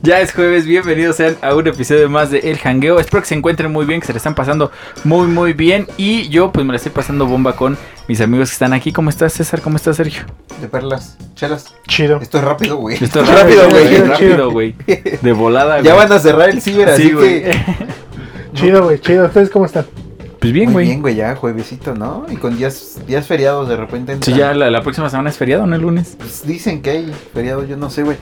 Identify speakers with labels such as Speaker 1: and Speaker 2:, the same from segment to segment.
Speaker 1: Ya es jueves, bienvenidos sean a un episodio más de El Jangueo. Espero que se encuentren muy bien, que se le están pasando muy, muy bien. Y yo, pues me la estoy pasando bomba con mis amigos que están aquí. ¿Cómo estás, César? ¿Cómo estás, Sergio?
Speaker 2: De perlas, chelas.
Speaker 3: Chido.
Speaker 2: Esto es rápido, güey.
Speaker 1: Esto es
Speaker 3: Rápido,
Speaker 1: rápido,
Speaker 3: güey,
Speaker 1: güey. Rápido,
Speaker 3: rápido.
Speaker 1: güey. De volada,
Speaker 2: Ya
Speaker 1: güey.
Speaker 2: van a cerrar el ciber, así
Speaker 1: Sí, güey.
Speaker 2: que.
Speaker 3: Chido, güey, chido. ¿Ustedes cómo están?
Speaker 1: Pues bien,
Speaker 2: Muy
Speaker 1: güey.
Speaker 2: bien, güey, ya juevesito, ¿no? Y con días, días feriados de repente.
Speaker 1: Sí,
Speaker 2: entran.
Speaker 1: ya la, la próxima semana es feriado, ¿no? El lunes.
Speaker 2: Pues dicen que hay feriados, yo no sé, güey.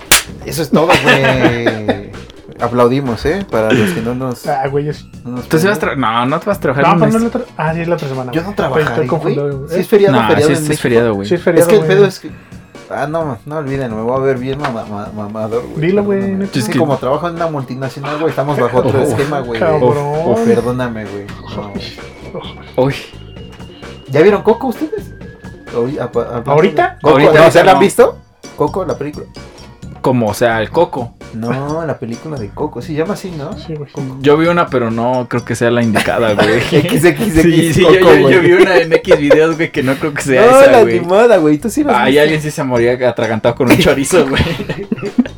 Speaker 2: Eso es todo, güey. Aplaudimos, ¿eh? Para los que no nos.
Speaker 3: Ah, güey, es...
Speaker 2: no nos
Speaker 1: Entonces vas a tra- No, no te vas a trabajar
Speaker 3: No,
Speaker 1: el
Speaker 2: pues
Speaker 3: pero no
Speaker 1: lunes.
Speaker 3: es la otra... Ah, sí, es la otra semana.
Speaker 2: Yo
Speaker 3: güey.
Speaker 2: no trabajaré,
Speaker 3: Estoy confundido,
Speaker 2: güey.
Speaker 3: güey.
Speaker 2: Si es feriado,
Speaker 1: No,
Speaker 2: feriado
Speaker 1: sí,
Speaker 2: en
Speaker 1: sí es
Speaker 2: México.
Speaker 1: feriado, güey.
Speaker 3: Sí, es feriado,
Speaker 2: Es que el
Speaker 3: güey.
Speaker 2: pedo es que. Ah, no, no olviden, me voy a ver bien mamá- ma- mamador, güey.
Speaker 3: Dilo, güey,
Speaker 2: Perdóname.
Speaker 3: neta.
Speaker 2: Es que como trabajo en una multinacional, güey, estamos bajo otro
Speaker 1: Oh,
Speaker 2: esquema, güey. de-
Speaker 3: cabrón.
Speaker 2: Oh, perdóname, güey. No.
Speaker 1: Uy,
Speaker 2: ¿Ya vieron Coco ustedes? Ahori- apa- hablando
Speaker 3: ¿Ahorita?
Speaker 2: de- Coco,
Speaker 1: Ahorita,
Speaker 2: ¿no? ¿O sea,
Speaker 1: ahorita
Speaker 2: ¿la han
Speaker 1: no.
Speaker 2: visto? ¿Coco, la película?
Speaker 1: como, o sea, el coco.
Speaker 2: No, la película de Coco. Se llama así, ¿no?
Speaker 3: Sí, güey.
Speaker 1: Yo vi una, pero no creo que sea la indicada, güey.
Speaker 2: XXX
Speaker 1: Sí, sí, yo,
Speaker 2: Coco,
Speaker 1: yo- yo
Speaker 2: güey.
Speaker 1: vi una en X videos, güey, que no creo que sea
Speaker 2: No,
Speaker 1: esa,
Speaker 2: la
Speaker 1: güey.
Speaker 2: animada, güey. Tú sí la has
Speaker 1: Ay,
Speaker 2: visto.
Speaker 1: alguien sí se moría atragantado con un chorizo, güey.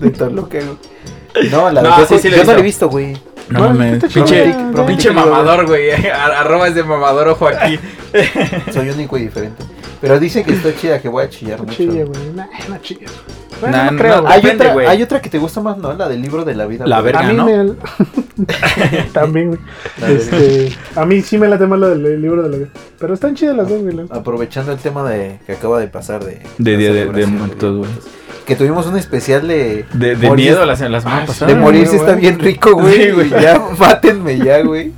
Speaker 2: De Toluca, güey. No, la de
Speaker 1: No,
Speaker 2: Coco.
Speaker 1: sí, sí la he
Speaker 2: yo no la he
Speaker 1: visto.
Speaker 2: visto, güey.
Speaker 1: No
Speaker 3: Bueno,
Speaker 1: mames.
Speaker 3: está
Speaker 1: Pinche,
Speaker 3: chingón,
Speaker 2: pinche-
Speaker 3: güey.
Speaker 1: pinche mamador, güey. A- Arroba es de mamador, ojo aquí.
Speaker 2: Soy único y diferente. Pero dicen que está chida, que voy a chillar
Speaker 3: No
Speaker 2: mucho.
Speaker 3: chille, güey. Nah, no chille. Bueno,
Speaker 1: Nah,
Speaker 3: no
Speaker 1: no,
Speaker 3: creo,
Speaker 1: no.
Speaker 3: güey.
Speaker 2: Hay,
Speaker 1: Depende,
Speaker 2: otra,
Speaker 1: güey.
Speaker 2: hay otra que te gusta más, ¿no? La del libro de la vida.
Speaker 1: La
Speaker 2: güey.
Speaker 1: verga,
Speaker 3: a mí
Speaker 1: ¿no?
Speaker 3: me... También, güey.
Speaker 2: La verga.
Speaker 3: Este, a mí sí me la tema lo del libro de la vida. Pero están chidas las dos, güey. la-
Speaker 2: Aprovechando el tema de que acaba de pasar de...
Speaker 1: De
Speaker 2: la
Speaker 1: Día de- de
Speaker 2: celebración del
Speaker 1: Muertos,
Speaker 2: Día de
Speaker 1: güey.
Speaker 2: Muertos. Que tuvimos un especial de...
Speaker 1: De, de
Speaker 2: morir-
Speaker 1: miedo la, la semana pasada.
Speaker 2: De
Speaker 3: Ah,
Speaker 2: morirse
Speaker 3: güey,
Speaker 2: está
Speaker 3: güey.
Speaker 2: bien rico, güey.
Speaker 1: Sí, güey.
Speaker 2: Ya, mátenme ya, güey.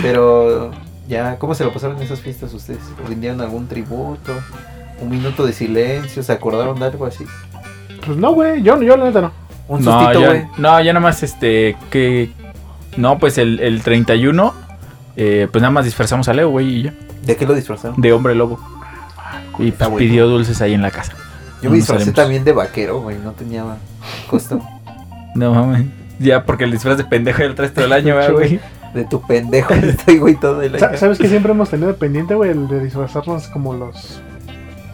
Speaker 2: Pero ya, ¿cómo se lo pasaron en esas fiestas ustedes? ¿Rindieron algún tributo? ¿Un minuto de silencio? ¿Se acordaron de algo así?
Speaker 3: Pues no, güey. Yo, yo la neta no.
Speaker 2: Un
Speaker 1: no,
Speaker 2: sustito,
Speaker 1: ya,
Speaker 2: güey.
Speaker 1: no, ya nada más este que no, pues el, el 31 eh, pues nada más disfrazamos a Leo, güey, y ya,
Speaker 2: ¿De qué lo disfrazaron?
Speaker 1: de hombre lobo. Y
Speaker 2: está
Speaker 1: pues,
Speaker 2: bueno.
Speaker 1: pidió dulces ahí en la casa.
Speaker 2: Yo
Speaker 1: No
Speaker 2: me
Speaker 1: nos
Speaker 2: disfracé
Speaker 1: haremos.
Speaker 2: también de vaquero, güey. No tenía costo.
Speaker 1: No mames. Ya porque el disfraz de pendejo era el resto del año, ¿verdad, güey.
Speaker 2: De tu pendejo estoy, güey, todo el
Speaker 3: Sa-
Speaker 2: año.
Speaker 3: ¿Sabes que siempre hemos tenido pendiente, güey? El de disfrazarnos como los...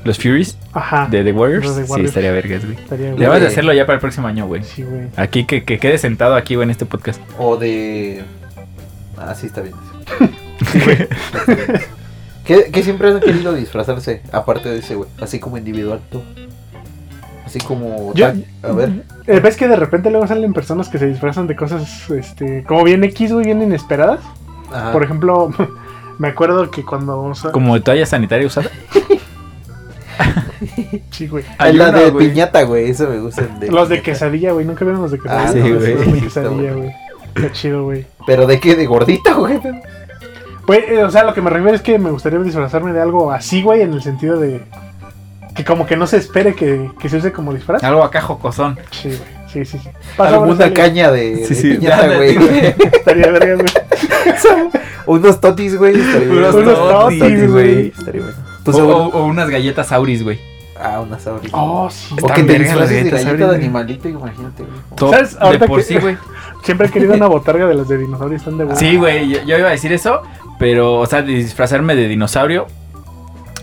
Speaker 1: Los Furies
Speaker 3: Ajá.
Speaker 1: Ah, de The Warriors.
Speaker 3: Los de
Speaker 1: Sí,
Speaker 3: Warriors.
Speaker 1: estaría vergas, güey.
Speaker 3: Estaría, güey.
Speaker 1: Debemos de hacerlo ya para el próximo año, güey.
Speaker 3: Sí, güey.
Speaker 1: Aquí que, que quede sentado aquí, güey, en este podcast.
Speaker 2: O de. Ah, sí, está bien. ¿Qué, qué siempre han querido disfrazarse? Aparte de ese, güey. Así como individual, tú. Así como.
Speaker 3: Yo-
Speaker 2: tal. a ver.
Speaker 3: Eh, ¿Ves que de repente luego salen personas que se disfrazan de cosas este, como bien X, güey, bien inesperadas?
Speaker 2: Ajá.
Speaker 3: Por ejemplo, me acuerdo que cuando... o sea,
Speaker 1: Como de toalla sanitaria usada.
Speaker 3: Sí, güey.
Speaker 2: Ah, la
Speaker 1: una,
Speaker 2: de
Speaker 1: güey.
Speaker 2: piñata, güey. Eso me gusta. el de
Speaker 3: Los de
Speaker 2: piñata.
Speaker 3: quesadilla, güey. Nunca vieron los de quesadilla.
Speaker 2: Ah,
Speaker 1: sí,
Speaker 3: No,
Speaker 1: güey.
Speaker 3: Los de
Speaker 2: Está
Speaker 3: quesadilla,
Speaker 2: bueno.
Speaker 3: güey. Qué chido, güey.
Speaker 2: ¿Pero de qué? ¿De gordita, güey?
Speaker 3: Güey, eh, o sea, lo que me refiero es que me gustaría disfrazarme de algo así, güey, en el sentido de que como que no se espere que, que se use como disfraz.
Speaker 1: Algo acá jocosón.
Speaker 3: Sí, güey. Sí, sí, sí.
Speaker 2: Alguna
Speaker 3: Pásame,
Speaker 2: caña de,
Speaker 1: Sí,
Speaker 2: de
Speaker 1: sí,
Speaker 2: piñata,
Speaker 1: ándale,
Speaker 2: güey.
Speaker 1: güey.
Speaker 3: Estaría verga, güey.
Speaker 2: Unos totis, güey. estaría
Speaker 1: Unos
Speaker 2: bueno.
Speaker 3: totis,
Speaker 1: güey. Oh,
Speaker 2: Estaría bueno.
Speaker 1: O,
Speaker 2: Tú Pues seguro-
Speaker 1: o- o unas galletas auris, güey.
Speaker 2: Ah, unas ahorita.
Speaker 3: Oh, sí.
Speaker 2: O
Speaker 1: Están
Speaker 2: que te
Speaker 1: verga las
Speaker 2: disfraces de
Speaker 1: galletas
Speaker 2: galleta de
Speaker 1: ahorita.
Speaker 2: animalito, imagínate, güey.
Speaker 1: Top,
Speaker 3: ¿Sabes?
Speaker 1: De
Speaker 3: Ahorita
Speaker 1: por
Speaker 3: que-
Speaker 1: sí, güey.
Speaker 3: Siempre he querido una botarga de las de dinosaurio. Están de huevo.
Speaker 1: Sí, güey, yo, yo iba a decir eso, pero, o sea, de disfrazarme de dinosaurio.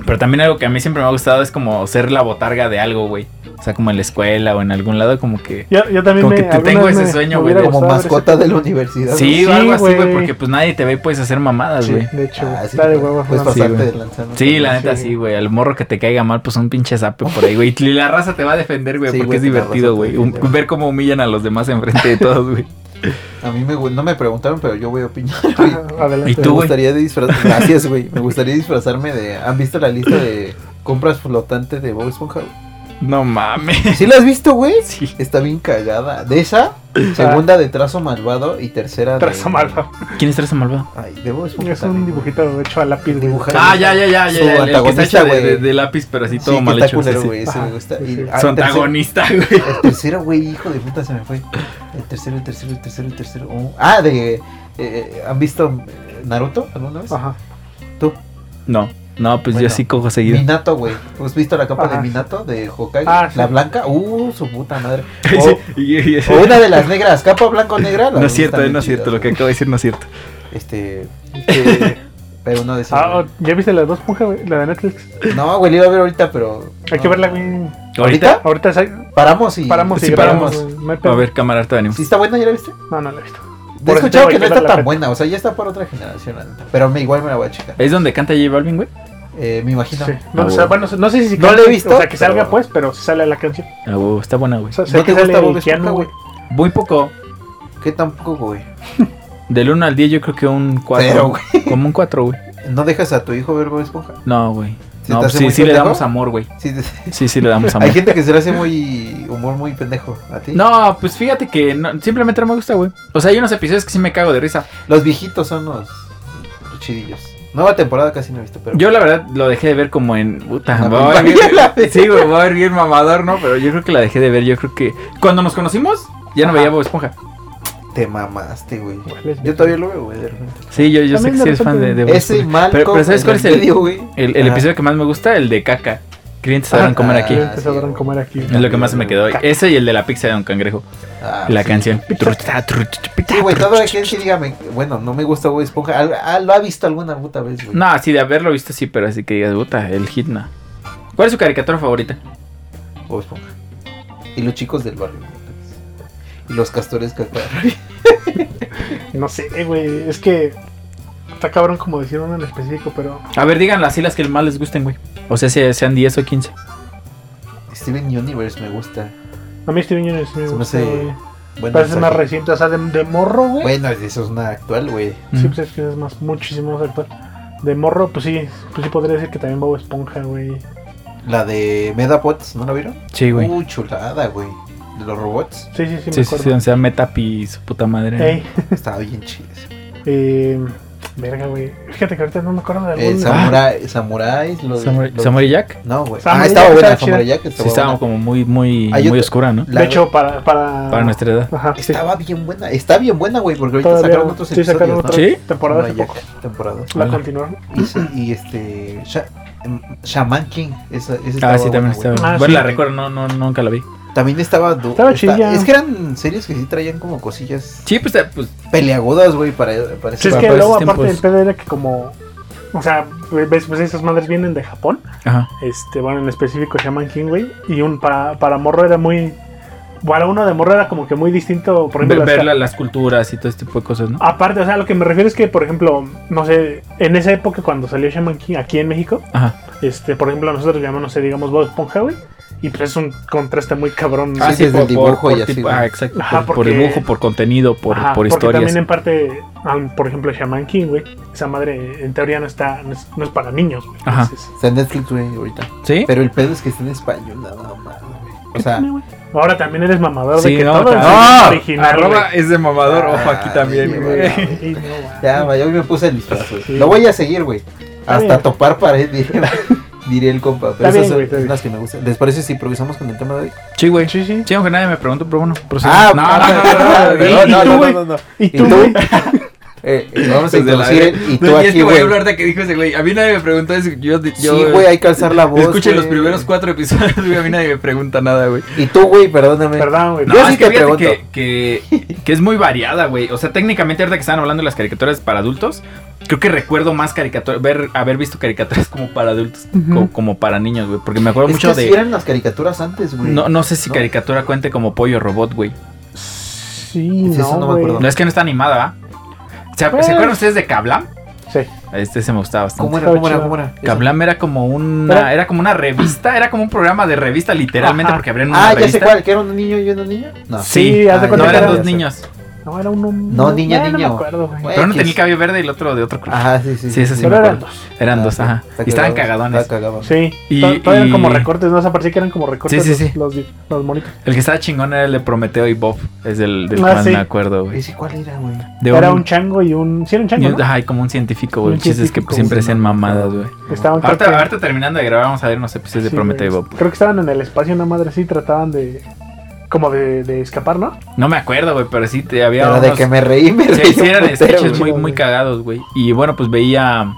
Speaker 1: Pero también algo que a mí siempre me ha gustado es como ser la botarga de algo, güey. O sea, como en la escuela o en algún lado, como que.
Speaker 3: Yo, yo también
Speaker 1: Como
Speaker 3: me,
Speaker 1: que te
Speaker 3: alguna
Speaker 1: tengo
Speaker 3: vez
Speaker 1: ese
Speaker 3: me-
Speaker 1: sueño,
Speaker 3: me
Speaker 1: güey,
Speaker 3: hubiera
Speaker 1: de
Speaker 2: Como
Speaker 3: gustado ver
Speaker 2: mascota
Speaker 3: ese-
Speaker 2: de la universidad.
Speaker 1: Sí,
Speaker 3: Sí,
Speaker 1: o algo así, güey,
Speaker 3: güey.
Speaker 1: porque pues nadie te ve y puedes hacer mamadas, güey.
Speaker 3: Sí, de hecho,
Speaker 2: Ah,
Speaker 3: güey,
Speaker 2: sí,
Speaker 3: está de huevo.
Speaker 2: Puedes
Speaker 1: no, sí,
Speaker 2: pasarte
Speaker 1: güey.
Speaker 2: de lanzando.
Speaker 1: Sí, la neta
Speaker 3: Sí.
Speaker 1: sí, güey. Al morro que te caiga mal, pues un pinche zape por ahí, güey. Y la raza te va a defender, güey,
Speaker 2: Sí,
Speaker 1: porque
Speaker 2: güey,
Speaker 1: es
Speaker 2: la raza te
Speaker 1: divertido, güey. Un-
Speaker 2: defiende.
Speaker 1: Ver cómo humillan a los demás enfrente de todos, güey.
Speaker 2: A mí me, gu- no me preguntaron, pero yo voy a opinar. güey.
Speaker 3: Ajá, Adelante.
Speaker 1: Y tú,
Speaker 2: me
Speaker 1: güey.
Speaker 2: gustaría de disfrazarme. Gracias, güey. Me gustaría disfrazarme de. ¿Han visto la lista de compras flotantes de Bob Esponja? güey?
Speaker 1: No mames.
Speaker 2: ¿Sí la has visto, güey?
Speaker 1: Sí.
Speaker 2: Está bien cagada. De esa, segunda de trazo malvado y tercera de.
Speaker 3: Ah. Trazo malo.
Speaker 1: ¿Quién es Trazo Malvado?
Speaker 2: Ay, de Bob Esponja.
Speaker 3: Es un
Speaker 2: también, güey.
Speaker 3: dibujito hecho a lápiz. güey.
Speaker 2: Dibujado.
Speaker 1: Ah, ya, ya, ya,
Speaker 2: Su
Speaker 1: ya. ya, el- el que está
Speaker 2: antagonista,
Speaker 1: hecho de,
Speaker 2: güey.
Speaker 1: de- de lápiz, pero así
Speaker 2: Sí,
Speaker 1: todo
Speaker 2: que
Speaker 1: mal
Speaker 2: está
Speaker 1: hecho. sí,
Speaker 2: culero,
Speaker 1: sí.
Speaker 2: güey, ese
Speaker 3: Ajá,
Speaker 2: me gusta.
Speaker 3: sí,
Speaker 2: Y- ah,
Speaker 3: sí.
Speaker 1: Su
Speaker 2: el tercero-
Speaker 1: antagonista, güey.
Speaker 2: El tercero, güey, hijo de puta, se me fue. El tercero, el tercero, el tercero, el tercero. Oh, Ah, de. eh, ¿Han visto eh, Naruto alguna vez?
Speaker 3: Ajá.
Speaker 2: Tú.
Speaker 1: No, no, pues yo
Speaker 2: Bueno,
Speaker 1: sí cojo seguido.
Speaker 2: Minato, güey. ¿Tú has visto la capa
Speaker 3: Ajá.
Speaker 2: de Minato de Hokage?
Speaker 3: Ah, sí.
Speaker 2: La blanca. Uh, su puta madre.
Speaker 1: Sí,
Speaker 2: O,
Speaker 1: y- y-
Speaker 2: o una de las negras, capa blanco negra.
Speaker 1: No es cierto, eh, no es cierto, lo que acabo de decir no es cierto.
Speaker 2: Este. este, Pero no de esos,
Speaker 3: Ah,
Speaker 2: güey.
Speaker 3: oh, ¿ya viste la dos Esponja, güey? La de Netflix.
Speaker 2: No, güey, la iba a ver ahorita, pero.
Speaker 3: Hay que
Speaker 2: no.
Speaker 3: verla bien.
Speaker 2: ¿Ahorita?
Speaker 3: Ahorita sa-
Speaker 2: Paramos y. pues
Speaker 3: paramos y
Speaker 1: Sí,
Speaker 3: grabamos,
Speaker 1: paramos.
Speaker 3: güey. No hay
Speaker 1: A
Speaker 3: pedo.
Speaker 1: ver, cámara, harta de ánimo.
Speaker 2: ¿Sí está buena? ¿Ya la viste?
Speaker 3: No, no la he visto.
Speaker 2: He
Speaker 3: Por eso
Speaker 2: escuchado
Speaker 3: hay
Speaker 2: que
Speaker 3: que
Speaker 2: no
Speaker 3: ver
Speaker 2: está
Speaker 3: la
Speaker 2: tan
Speaker 3: peta.
Speaker 2: buena, o sea, ya está para otra generación, la neta. Pero me, igual me la voy a checar.
Speaker 1: ¿Es donde canta J Balvin, güey?
Speaker 2: Eh, me imagino.
Speaker 3: Sí. No,
Speaker 1: Ah,
Speaker 3: o sea,
Speaker 1: bueno.
Speaker 3: bueno, no sé si
Speaker 2: No la he
Speaker 3: cante,
Speaker 2: visto,
Speaker 3: O sea, que salga
Speaker 2: pero-
Speaker 3: pues, pero si sale la canción.
Speaker 1: Ah, güey, está buena, güey.
Speaker 3: O sea,
Speaker 2: ¿No
Speaker 3: sé
Speaker 2: te
Speaker 3: que
Speaker 2: gusta
Speaker 3: sale
Speaker 2: Bob Esponja,
Speaker 3: Keanu,
Speaker 2: güey?
Speaker 3: güey.
Speaker 1: Muy poco.
Speaker 2: ¿Qué tampoco, güey?
Speaker 1: Del 1 al 10 yo creo que un 4.
Speaker 2: Pero, güey.
Speaker 1: Como un 4, güey.
Speaker 2: ¿No dejas a tu hijo ver Bob Esponja?
Speaker 1: No, güey.
Speaker 2: ¿Se
Speaker 1: No,
Speaker 2: te hace
Speaker 1: sí,
Speaker 2: muy
Speaker 1: sí le
Speaker 2: pendejo?
Speaker 1: damos amor, güey.
Speaker 2: Sí, te-
Speaker 1: Sí, sí le damos amor.
Speaker 2: Hay gente que se le hace muy humor muy pendejo a ti.
Speaker 1: No, pues fíjate que no- simplemente no me gusta, güey. O sea, hay unos episodios que sí me cago de risa.
Speaker 2: Los viejitos son los, los chidillos. Nueva temporada casi no he visto, pero.
Speaker 1: Yo la verdad lo dejé de ver como en... Puta, me
Speaker 2: La
Speaker 1: voy a ver
Speaker 2: compañía
Speaker 1: bien-
Speaker 2: Ah, la ve.
Speaker 1: Sí, güey, va a ver bien mamador, ¿no? Pero yo creo que la dejé de ver, yo creo que... Cuando nos conocimos, ya no
Speaker 3: Ajá.
Speaker 1: veía Bob Esponja.
Speaker 2: Te mamaste, güey.
Speaker 3: Pues, les-
Speaker 2: Yo todavía lo veo, güey, de repente.
Speaker 1: Sí, yo, yo sé
Speaker 3: También
Speaker 1: que
Speaker 3: de
Speaker 1: sí eres fan
Speaker 3: repente-
Speaker 1: de, de Bob
Speaker 2: Ese
Speaker 1: Esponja.
Speaker 2: mal.
Speaker 1: Pero- pero ¿sabes cuál es el-
Speaker 2: güey?
Speaker 1: El, el
Speaker 2: Ajá.
Speaker 1: episodio que más me gusta, el de caca. Clientes sabrán
Speaker 2: Ah,
Speaker 1: comer aquí.
Speaker 2: ah,
Speaker 3: Te sabrán
Speaker 2: sí,
Speaker 3: comer aquí.
Speaker 1: Es lo que más se me quedó. Ese y el de la pizza de Don Cangrejo.
Speaker 2: Ah,
Speaker 1: la
Speaker 2: sí.
Speaker 1: canción.
Speaker 2: Sí, güey, todo aquel que diga, me- bueno, no me gusta Bob Esponja. al- ah, lo ha visto alguna puta vez, güey.
Speaker 1: No, sí, de haberlo visto sí, pero así que digas, puta, el hit, no. ¿Cuál es su caricatura favorita?
Speaker 2: Bob Esponja. Y los chicos del barrio. Y los castores cascarrabias.
Speaker 3: No sé, güey. Es que está cabrón como decir uno en específico, pero
Speaker 1: A ver, díganlas así las que más les gusten, güey. O sea, si sean 10 o 15.
Speaker 2: Steven Universe me gusta.
Speaker 3: a mí Steven Universe me
Speaker 2: Se me
Speaker 3: gusta.
Speaker 2: hace
Speaker 3: güey.
Speaker 2: Bueno,
Speaker 3: Pero es más
Speaker 2: mensaje.
Speaker 3: reciente, o sea, de, de morro, güey.
Speaker 2: Bueno, eso es una actual, güey.
Speaker 1: Mm.
Speaker 3: Sí, pues es que es más, muchísimo más actual. De morro, pues sí, pues sí podría decir que también Bob Esponja, güey.
Speaker 2: La de Medabots, ¿no la vieron?
Speaker 1: Sí, güey.
Speaker 2: Uh, chulada, güey. De los robots.
Speaker 3: Sí, sí, sí, me
Speaker 1: Sí, sí, sí,
Speaker 3: acuerdo.
Speaker 1: o sea, Metapi, su puta madre. ¿no?
Speaker 3: Ey,
Speaker 2: Estaba bien chido. ese.
Speaker 3: eh, verga, güey. Fíjate que ahorita no me acuerdo de
Speaker 2: Eh,
Speaker 3: algún.
Speaker 2: samurai, Samuráis. Los,
Speaker 1: Samurai,
Speaker 2: los-
Speaker 1: Samurai Jack.
Speaker 2: No, güey.
Speaker 3: Samurai
Speaker 2: ah, estaba
Speaker 3: Jack
Speaker 2: buena
Speaker 3: estaba chida.
Speaker 2: Samurai Jack.
Speaker 1: Sí,
Speaker 2: Estaba,
Speaker 1: estaba
Speaker 2: buena.
Speaker 1: como muy, muy,
Speaker 2: Hay
Speaker 1: muy
Speaker 2: otra-
Speaker 1: oscura, ¿no?
Speaker 2: La-
Speaker 3: de hecho, para, para.
Speaker 1: Para nuestra edad.
Speaker 3: Ajá, Ah, sí.
Speaker 2: Estaba bien buena. Está bien buena, güey, porque ahorita
Speaker 3: Todavía,
Speaker 2: sacaron
Speaker 3: güey.
Speaker 2: otros
Speaker 3: Sí,
Speaker 2: episodios.
Speaker 3: sacaron
Speaker 2: ¿no?
Speaker 3: otras
Speaker 1: ¿Sí?
Speaker 3: temporadas hace
Speaker 2: Samurai
Speaker 3: poco.
Speaker 2: Jack, temporadas.
Speaker 3: La
Speaker 1: Ala.
Speaker 3: continuaron.
Speaker 2: Y, y este. Sha- mm, Shaman King. Esa, esa estaba
Speaker 1: Ah, sí, también
Speaker 2: buena, güey.
Speaker 1: estaba.
Speaker 3: Ah,
Speaker 1: bueno,
Speaker 3: sí.
Speaker 1: la recuerdo, no, no, nunca la vi.
Speaker 2: También estaba. du-
Speaker 3: Estaba
Speaker 2: esta-
Speaker 3: chilla.
Speaker 2: Es que eran series que sí traían como cosillas
Speaker 1: Sí, pues, eh, pues
Speaker 2: peleagudas, güey, para, para pues, ese
Speaker 3: Sí, es
Speaker 1: Para-
Speaker 3: que
Speaker 1: para
Speaker 3: luego,
Speaker 1: esos
Speaker 3: aparte del
Speaker 1: tiempos.
Speaker 3: pedo era que como. O sea, ves, pues esas madres vienen de Japón.
Speaker 1: ajá.
Speaker 3: Este, bueno, en específico Shaman King, güey. Y un para, para morro era muy. Para uno de morro era como que muy distinto. Por
Speaker 1: Ver,
Speaker 3: ejemplo, las
Speaker 1: ver
Speaker 3: ca-
Speaker 1: la- las culturas y todo este tipo de cosas, ¿no?
Speaker 3: Aparte, o sea, lo que me refiero es que, por ejemplo, no sé, en esa época cuando salió Shaman King aquí en México,
Speaker 1: Ajá.
Speaker 3: este, por ejemplo, nosotros llamamos, no sé, digamos Bob Esponja, güey. Y pues es un contraste muy cabrón.
Speaker 2: Ah, sí, desde el dibujo y así,
Speaker 1: tipo-
Speaker 2: güey.
Speaker 1: ah, exacto.
Speaker 3: Ajá,
Speaker 1: por, por
Speaker 3: porque-
Speaker 1: dibujo, por contenido, por,
Speaker 3: Ajá,
Speaker 1: por
Speaker 3: porque
Speaker 1: historias.
Speaker 3: también en parte, al- por ejemplo, Shaman King, güey, esa madre en teoría no está, no es, no es para niños, güey.
Speaker 1: Ajá.
Speaker 3: Entonces,
Speaker 2: Está en Netflix, güey, ahorita.
Speaker 1: ¿Sí?
Speaker 2: Pero el pedo es que está en español, nada más, güey. O sea,
Speaker 3: tiene, güey? Ahora también eres mamador de
Speaker 1: Sí,
Speaker 3: que
Speaker 1: no,
Speaker 3: todo
Speaker 1: ta-
Speaker 3: es
Speaker 1: ¡Ah!
Speaker 3: original,
Speaker 1: Arroba
Speaker 3: güey.
Speaker 1: es de mamador, ojo
Speaker 2: Ah,
Speaker 1: aquí también,
Speaker 2: sí,
Speaker 1: güey.
Speaker 2: güey.
Speaker 3: Sí, no, güey.
Speaker 2: ya, güey, hoy me puse el disfraz, güey.
Speaker 3: Sí.
Speaker 2: Lo voy a seguir, güey. Hasta
Speaker 3: bien.
Speaker 2: topar pared, diré, diré el compa. Pero
Speaker 3: Está bien,
Speaker 2: esas
Speaker 3: güey, está
Speaker 2: son
Speaker 3: bien.
Speaker 2: las que me gustan. ¿Les parece si improvisamos con el tema de hoy?
Speaker 1: Sí, güey.
Speaker 3: Sí, sí.
Speaker 1: Sí, aunque nadie me preguntó, pero bueno. prosigue.
Speaker 2: Ah,
Speaker 1: no,
Speaker 2: ah,
Speaker 1: no, no, no,
Speaker 3: ¿Y
Speaker 1: no, no,
Speaker 3: tú,
Speaker 1: no,
Speaker 3: güey?
Speaker 2: no.
Speaker 3: ¿Y
Speaker 2: ¿Y
Speaker 3: tú,
Speaker 2: tú?
Speaker 3: güey?
Speaker 2: Eh, eh, vamos a
Speaker 1: Desde la
Speaker 2: introducir
Speaker 1: verga.
Speaker 2: el- y
Speaker 1: No,
Speaker 2: tú
Speaker 1: y es
Speaker 2: aquí,
Speaker 1: que voy a
Speaker 2: güey.
Speaker 1: hablar de que dijo ese güey. A mí nadie me preguntó eso. Yo, yo, eh,
Speaker 2: Sí, güey, hay que alzar la voz.
Speaker 1: Escuchen los
Speaker 2: güey.
Speaker 1: primeros cuatro episodios, güey. A mí nadie me pregunta nada, güey.
Speaker 2: Y tú, güey, perdóname.
Speaker 3: Perdón, güey.
Speaker 1: No,
Speaker 2: Yo sí
Speaker 1: es que
Speaker 2: te
Speaker 1: fíjate
Speaker 2: pregunto.
Speaker 1: que, que, que es muy variada, güey. O sea, técnicamente, ahorita que estaban hablando de las caricaturas para adultos, creo que recuerdo más caricaturas, ver, haber visto caricaturas como para adultos,
Speaker 3: Ujú.
Speaker 1: co- como para niños, güey. Porque me acuerdo
Speaker 2: Es
Speaker 1: mucho
Speaker 2: que
Speaker 1: de.
Speaker 2: así eran las caricaturas antes, güey.
Speaker 1: No, no sé si
Speaker 2: No.
Speaker 1: caricatura cuente como pollo robot, güey.
Speaker 3: Sí,
Speaker 2: Eso no
Speaker 3: no,
Speaker 2: me
Speaker 3: güey.
Speaker 2: acuerdo.
Speaker 1: No es que no está animada, ¿va? O sea,
Speaker 3: Pues-
Speaker 1: ¿Se acuerdan ustedes de Kablam?
Speaker 3: Sí.
Speaker 1: Este se me gustaba bastante.
Speaker 2: ¿Cómo era? ¿Cómo era? ¿Cómo era?
Speaker 1: Kablam era como
Speaker 3: Pero-
Speaker 1: una, era como una revista, era como un programa de revista literalmente
Speaker 3: Ajá.
Speaker 1: porque abrían una
Speaker 2: Ah, ya
Speaker 1: revista.
Speaker 2: sé cuál, que era un niño y una niña. No.
Speaker 1: Sí,
Speaker 3: Sí, haz de
Speaker 2: Ah,
Speaker 3: cuenta
Speaker 1: No
Speaker 3: que
Speaker 1: eran
Speaker 3: era-
Speaker 1: dos niños,
Speaker 3: No, era uno.
Speaker 2: No, niña,
Speaker 3: no
Speaker 2: niña,
Speaker 3: me
Speaker 2: güey.
Speaker 3: acuerdo, güey.
Speaker 2: Güey,
Speaker 1: pero uno
Speaker 2: X.
Speaker 1: tenía cabello verde y el otro de otro color.
Speaker 2: Ajá, sí, sí.
Speaker 1: Sí, ese sí
Speaker 3: Pero
Speaker 1: me
Speaker 3: eran
Speaker 1: acuerdo.
Speaker 3: dos.
Speaker 1: Eran
Speaker 2: Ah,
Speaker 1: dos,
Speaker 2: sí.
Speaker 1: ajá.
Speaker 2: Está
Speaker 1: Y estaban
Speaker 2: cagado.
Speaker 1: cagadones.
Speaker 2: Está cagado.
Speaker 3: Sí,
Speaker 1: Y-
Speaker 3: to- todavía eran como
Speaker 1: y-
Speaker 3: recortes, ¿no? O sea, parecía que eran como recortes
Speaker 1: Sí, sí, sí.
Speaker 3: Los, los, los monitos.
Speaker 1: El que estaba chingón era el de Prometeo y Bob. Es del, del
Speaker 3: Ah,
Speaker 1: cual
Speaker 3: sí.
Speaker 1: me acuerdo, güey.
Speaker 2: ¿Ese cuál era, güey?
Speaker 1: De
Speaker 3: Era un chango y un... Sí, era un
Speaker 1: y
Speaker 3: chango,
Speaker 1: un-
Speaker 3: ¿no?
Speaker 1: Ajá, y como un científico, güey.
Speaker 3: Un
Speaker 1: El chiste es que
Speaker 3: científico,
Speaker 1: siempre
Speaker 2: sí,
Speaker 1: hacían
Speaker 2: no.
Speaker 1: mamadas, güey.
Speaker 3: Estaban creo
Speaker 1: Ahorita,
Speaker 3: que-
Speaker 1: ahorita terminando de grabar, vamos a ver unos episodios de
Speaker 3: sí,
Speaker 1: Prometeo y
Speaker 3: güey.
Speaker 1: Bob.
Speaker 3: Creo que estaban en el espacio, una madre así, trataban de... Como de, de escapar, ¿no?
Speaker 1: No me acuerdo, güey, pero sí te, había
Speaker 2: Pero de
Speaker 1: unos...
Speaker 2: que me reí, me
Speaker 1: Sí,
Speaker 2: reí.
Speaker 1: sí, eran
Speaker 2: un putero,
Speaker 1: sketches
Speaker 2: güey.
Speaker 1: muy, muy cagados, güey. Y bueno, pues veía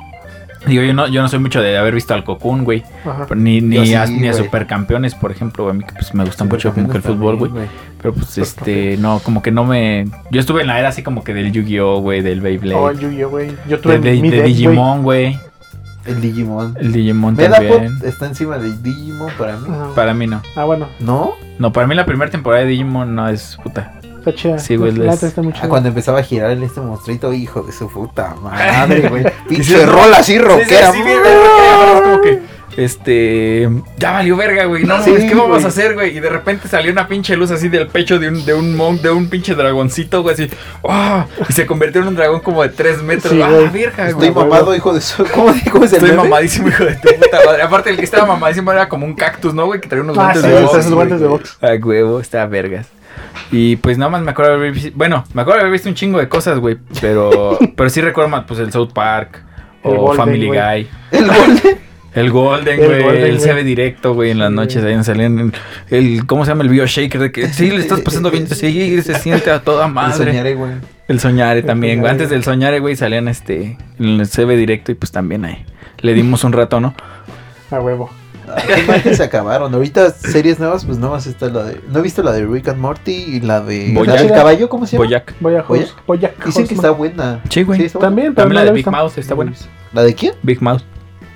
Speaker 1: Digo, yo no, yo no soy mucho de haber visto al Cocoon, güey.
Speaker 3: Ajá.
Speaker 1: Ni, ni,
Speaker 2: Yo sí,
Speaker 1: a, ni a
Speaker 2: güey.
Speaker 1: Supercampeones, por ejemplo, güey. A mí que, pues, me gusta mucho como
Speaker 2: Supercampeones
Speaker 1: que el fútbol, güey.
Speaker 2: también,
Speaker 1: Pero pues este, no, como que no me. Yo estuve en la era así como que del Yu-Gi-Oh, güey, del Beyblade.
Speaker 3: Oh, el Yu-Gi-Oh, güey. Yo tuve
Speaker 1: de, de-
Speaker 3: mi
Speaker 1: de
Speaker 3: deck, güey.
Speaker 1: Digimon, güey.
Speaker 2: El Digimon.
Speaker 1: El Digimon
Speaker 2: Medapod
Speaker 1: también.
Speaker 2: está encima del Digimon para mí.
Speaker 3: Ajá.
Speaker 1: Para mí no.
Speaker 3: Ah, bueno,
Speaker 2: ¿No?
Speaker 1: No, para mí la primera temporada de Digimon no es puta.
Speaker 3: está chida.
Speaker 1: Sí, güey,
Speaker 3: La
Speaker 1: les-
Speaker 3: neta está muy
Speaker 2: Ah,
Speaker 3: chida.
Speaker 2: cuando empezaba a girar en este monstruito, hijo de su puta madre, güey.
Speaker 1: Sí, sí,
Speaker 2: Pinche rol así rockera.
Speaker 1: Sí, sí, sí, bien, güey, porque ya sabes, como que, Este. Ya valió verga, güey. No,
Speaker 2: Sí,
Speaker 1: mames, ¿qué vamos
Speaker 2: güey.
Speaker 1: a hacer, güey? Y de repente salió una pinche luz así del pecho de un, de un monk, de un pinche dragoncito, güey, así. ¡ah! Y se convirtió en un dragón como de 3 metros.
Speaker 3: Sí,
Speaker 1: ¡Ah,
Speaker 3: güey.
Speaker 1: verga,
Speaker 2: Estoy
Speaker 1: güey!
Speaker 2: mamado, hijo de su. ¿Cómo, cómo es el
Speaker 1: Estoy
Speaker 2: meme?
Speaker 1: mamadísimo, hijo de tu puta madre. Aparte, el que estaba mamadísimo era como un cactus, ¿no, güey? Que traía unos
Speaker 3: Ah,
Speaker 1: guantes
Speaker 3: sí,
Speaker 1: de
Speaker 2: güey,
Speaker 3: o sea,
Speaker 1: box.
Speaker 3: esos
Speaker 1: güey.
Speaker 3: guantes de box.
Speaker 1: A huevo, está vergas. Y pues nada más me acuerdo haber visto. Bueno, me acuerdo haber visto un chingo de cosas, güey. Pero, pero sí recuerdo más, pues el South Park. O
Speaker 3: El Golden,
Speaker 1: Family
Speaker 3: güey.
Speaker 1: Guy.
Speaker 2: El gol.
Speaker 1: El Golden,
Speaker 3: El
Speaker 1: güey. El,
Speaker 3: Golden, güey.
Speaker 1: CB directo, güey, en las
Speaker 3: Sí,
Speaker 1: noches.
Speaker 3: güey.
Speaker 1: Ahí salían. El, ¿Cómo se llama? El BioShaker. De que sí, le estás pasando bien. Sí, se siente a toda
Speaker 2: El
Speaker 1: madre.
Speaker 2: soñaré, güey.
Speaker 1: El soñare también, güey.
Speaker 3: Soñare.
Speaker 1: Antes del soñare, güey, salían este. En el CB directo y pues también ahí. Le dimos un rato, ¿no?
Speaker 3: A huevo.
Speaker 2: Ay, Qué mal que se acabaron. Ahorita series nuevas, pues nada más está la de. No he visto la de Rick and Morty y la de.
Speaker 1: Bojack.
Speaker 2: ¿El caballo? ¿Cómo se llama?
Speaker 1: Boyac.
Speaker 3: Voy a
Speaker 2: Oye,
Speaker 3: jugar. Voy a
Speaker 2: Dicen que está buena.
Speaker 1: Sí, güey.
Speaker 2: está buena.
Speaker 3: También, pero
Speaker 1: También
Speaker 3: no
Speaker 1: la de
Speaker 3: he
Speaker 1: Big
Speaker 3: visto.
Speaker 1: Mouse está buena.
Speaker 2: ¿La de quién?
Speaker 1: Big Mouth.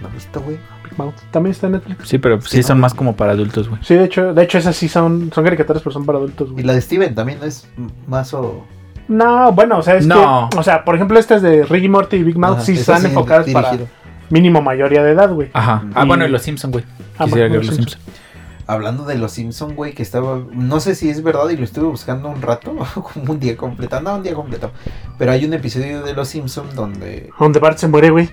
Speaker 2: No he visto, güey.
Speaker 1: eh.
Speaker 3: Big Mouth. También está en Netflix.
Speaker 1: Sí, pero sí son más como para adultos, güey.
Speaker 3: Sí, de hecho, de hecho esas sí son, son caricaturas, pero son para adultos,
Speaker 2: Y
Speaker 3: güey.
Speaker 2: la de Steven también no es m- más o.
Speaker 3: No, bueno, o sea, es
Speaker 1: No.
Speaker 3: que, o sea, por ejemplo, estas de Ricky Morty y Big Mouth
Speaker 2: Ajá,
Speaker 3: sí
Speaker 2: esa
Speaker 3: están
Speaker 2: sí,
Speaker 3: enfocadas
Speaker 2: dirigido.
Speaker 3: para mínimo mayoría de edad, güey.
Speaker 1: Ajá.
Speaker 2: Mm.
Speaker 1: Ah,
Speaker 3: Y-
Speaker 1: bueno, y los Simpson, güey.
Speaker 3: Ah,
Speaker 1: Quisiera
Speaker 3: bueno,
Speaker 1: que los
Speaker 3: los
Speaker 1: Simpson.
Speaker 2: Hablando de los Simpson, güey, que estaba. No sé si es verdad y lo estuve buscando un rato, como un día completo. No, un día completo. Pero hay un episodio de los Simpson donde.
Speaker 3: Donde Bart se muere, güey.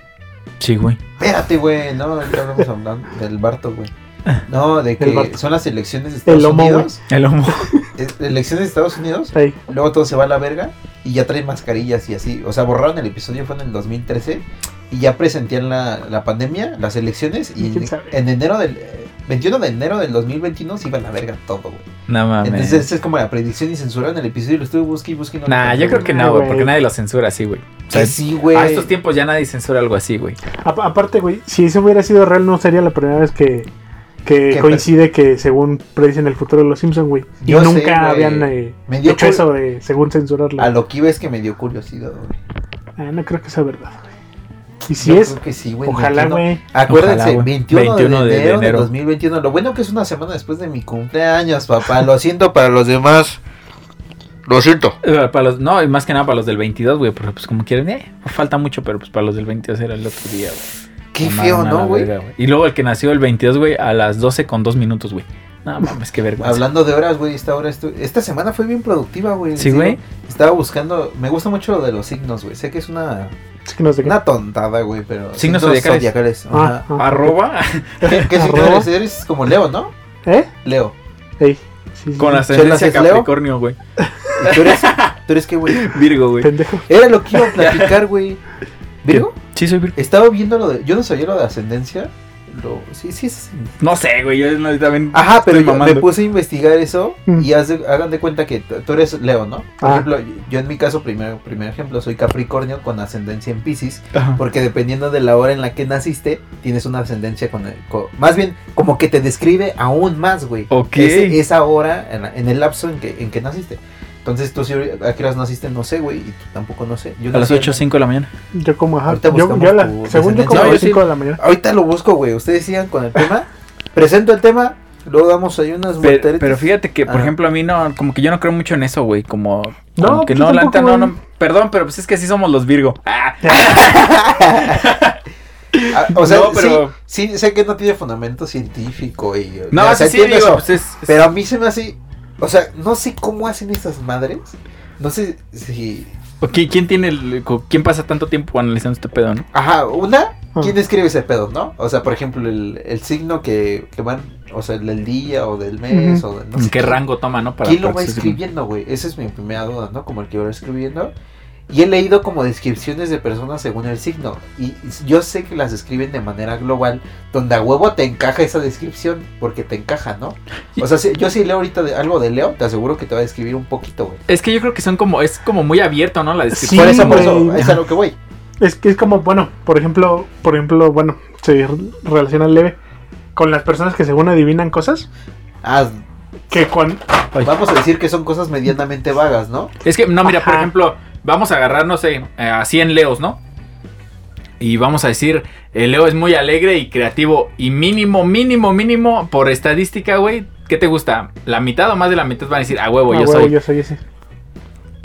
Speaker 1: Sí, güey.
Speaker 2: Espérate, güey. No, ahorita hablamos hablando del Barto, güey. No, de
Speaker 3: Del
Speaker 2: que
Speaker 3: Barto.
Speaker 2: son las elecciones de Estados
Speaker 3: lomo, güey.
Speaker 2: Unidos.
Speaker 1: El homo.
Speaker 2: es- Elecciones de Estados Unidos.
Speaker 3: Ahí.
Speaker 2: Luego todo se va a la verga y ya traen mascarillas y así. O sea, borraron el episodio, fue en el 2013 y ya presentían la, la pandemia, las elecciones y en,
Speaker 3: ¿Quién sabe?
Speaker 2: en enero del... eh, 21 de enero del 2021 se iba a la verga todo, güey.
Speaker 1: No
Speaker 2: Entonces,
Speaker 1: mames.
Speaker 2: esa es como la predicción y censuraron el episodio y lo estuve busque y busque y no lo
Speaker 1: Nah,
Speaker 2: encontré,
Speaker 1: yo creo que
Speaker 3: Ay,
Speaker 1: no, güey,
Speaker 3: güey.
Speaker 1: porque nadie lo censura así, güey. O sea,
Speaker 2: Que sí, güey.
Speaker 1: a estos tiempos ya nadie censura algo así, güey.
Speaker 3: A- aparte, güey, si eso hubiera sido real, no sería la primera vez que, que
Speaker 2: Que
Speaker 3: coincide que según predicen el futuro de los Simpson, güey. Y
Speaker 2: Yo sé,
Speaker 3: nunca
Speaker 2: güey.
Speaker 3: habían eh,
Speaker 2: Me dio
Speaker 3: hecho
Speaker 2: cul-
Speaker 3: eso de según censurarlo.
Speaker 2: A lo que iba es que me dio curiosidad, güey.
Speaker 3: Ah, no creo que sea verdad, güey. Y si
Speaker 2: Yo
Speaker 3: es,
Speaker 2: creo que sí, güey.
Speaker 3: ojalá,
Speaker 2: 21.
Speaker 3: güey.
Speaker 2: Acuérdense,
Speaker 1: Ojalá, güey.
Speaker 2: 21,
Speaker 1: 21
Speaker 2: de,
Speaker 1: de
Speaker 2: enero de
Speaker 1: enero.
Speaker 2: 2021. Lo bueno que es una semana después de mi cumpleaños, papá. Lo siento para los demás. Lo siento.
Speaker 1: Eh, Para los, no, y más que nada para los del 22, güey, porque pues como quieren, eh, falta mucho, pero pues para los del 22 era el otro día, güey.
Speaker 2: Qué
Speaker 1: Mamaron
Speaker 2: feo,
Speaker 1: a la
Speaker 2: ¿no, güey?
Speaker 1: verga, Y luego el que nació el 22, güey, a las 12 con 2 minutos, güey. No mames, qué vergüenza.
Speaker 2: Hablando de horas, güey, esta hora estu- esta semana fue bien productiva, güey. les
Speaker 1: Sí,
Speaker 2: digo.
Speaker 1: güey.
Speaker 2: Estaba buscando, me gusta mucho lo de los signos, güey. Sé que es una
Speaker 3: Es que no sé qué.
Speaker 2: una tontada, güey, pero
Speaker 1: Signos zodiacales.
Speaker 2: ajá.
Speaker 3: Ah,
Speaker 1: Arroba
Speaker 2: ¿Qué, qué signo
Speaker 3: Arroba.
Speaker 2: eres? Eres como Leo, ¿no?
Speaker 3: ¿Eh?
Speaker 2: Leo.
Speaker 3: Ey, sí, sí,
Speaker 1: con
Speaker 3: sí.
Speaker 2: Chelas
Speaker 1: ascendencia
Speaker 2: es Leo.
Speaker 1: Capricornio, güey.
Speaker 2: ¿Y tú eres tú eres qué, güey?
Speaker 1: Virgo, güey.
Speaker 3: Pendejo.
Speaker 2: Era lo que iba a platicar, güey. ¿Virgo?
Speaker 1: Sí, soy Virgo.
Speaker 2: Estaba viendo lo de yo no sabía lo de ascendencia. Lo sí, sí es
Speaker 1: No sé, güey, yo no- también
Speaker 2: Ajá, pero
Speaker 1: Estoy
Speaker 2: yo me
Speaker 1: mamando.
Speaker 2: puse a investigar eso
Speaker 3: Mm.
Speaker 2: y haz de- hagan de cuenta que t- tú eres Leo, ¿no? Por
Speaker 3: Ah.
Speaker 2: ejemplo, yo en mi caso, primer, primer ejemplo, soy Capricornio con ascendencia en Pisces,
Speaker 1: Ajá.
Speaker 2: porque dependiendo de la hora en la que naciste, tienes una ascendencia con, el- co- Más bien, como que te describe aún más, güey.
Speaker 1: Ok.
Speaker 2: Ese- esa hora, en, la- en el lapso en que, en que naciste. Entonces, tú si a qué horas naciste, no sé, güey, y tú tampoco no sé. Yo
Speaker 1: A las
Speaker 2: nací en-
Speaker 1: 8 o 5 de la mañana.
Speaker 3: Yo como, ajá.
Speaker 2: Ahorita
Speaker 3: Yo, yo a la-
Speaker 2: buscamos tu
Speaker 3: según yo
Speaker 1: descendencia.
Speaker 3: como a
Speaker 1: No, yo
Speaker 3: las
Speaker 1: sí.
Speaker 3: 5 de la mañana.
Speaker 2: Ahorita lo busco, güey. Ustedes sigan con el tema. Presento el tema, luego damos ahí unas
Speaker 1: Pe- Pero,
Speaker 2: volteretas.
Speaker 1: fíjate que, por
Speaker 2: Ajá.
Speaker 1: ejemplo, a mí no, como que yo no creo mucho en eso, güey. Como,
Speaker 3: No,
Speaker 1: como que
Speaker 3: pues
Speaker 1: no,
Speaker 3: yo
Speaker 1: la neta,
Speaker 3: tampoco,
Speaker 1: no,
Speaker 3: güey.
Speaker 1: no. Perdón, pero pues es que así somos los Virgo. Ah,
Speaker 2: Ah, o sea,
Speaker 1: No, pero-
Speaker 2: sí, sí, sé que no tiene fundamento científico y...
Speaker 1: no,
Speaker 2: o
Speaker 1: sí,
Speaker 2: sea,
Speaker 1: sí,
Speaker 2: entiendo
Speaker 1: digo,
Speaker 2: eso,
Speaker 1: pues es, es-
Speaker 2: Pero a mí se me hace... O sea, no sé cómo hacen esas madres. No sé si...
Speaker 1: ¿qui- ¿Quién tiene el, co- quién pasa tanto tiempo analizando este pedo, no?
Speaker 2: Ajá, una,
Speaker 3: Ah.
Speaker 2: ¿quién escribe ese pedo, no? O sea, por ejemplo, el, el signo que, que van... O sea, el del día o del mes o del... no
Speaker 1: ¿En
Speaker 2: sé
Speaker 1: qué rango toma, no?
Speaker 2: ¿Quién lo va
Speaker 1: para-
Speaker 2: escribiendo, güey? Esa es mi primera duda, ¿no? Como el que va escribiendo. Y he leído como descripciones de personas según el signo. Y y yo sé que las escriben de manera global, donde a huevo te encaja esa descripción, porque te encaja, ¿no? O sea, si- yo si leo ahorita de- algo de Leo, te aseguro que te va a describir un poquito, güey.
Speaker 1: Es que yo creo que son como, es como muy abierto, ¿no? La descripción.
Speaker 3: Sí,
Speaker 2: por eso, por eso,
Speaker 3: güey.
Speaker 2: es a lo que voy.
Speaker 3: Es que es como, bueno, por ejemplo, por ejemplo, bueno, se re- relaciona leve con las personas que según adivinan cosas,
Speaker 2: Ah,
Speaker 3: que cuando...
Speaker 1: Ay.
Speaker 2: vamos a decir que son cosas medianamente vagas, ¿no?
Speaker 1: Es que, no, mira, por
Speaker 3: Ajá.
Speaker 1: ejemplo, vamos a agarrar, no sé, eh, a 100 leos, ¿no? Y vamos a decir, el Leo es muy alegre y creativo. Y mínimo, mínimo, mínimo, por estadística, güey, ¿qué te gusta? ¿La mitad o más de la mitad van a decir, a huevo, yo
Speaker 3: Ah, huevo,
Speaker 1: soy?
Speaker 3: yo soy ese.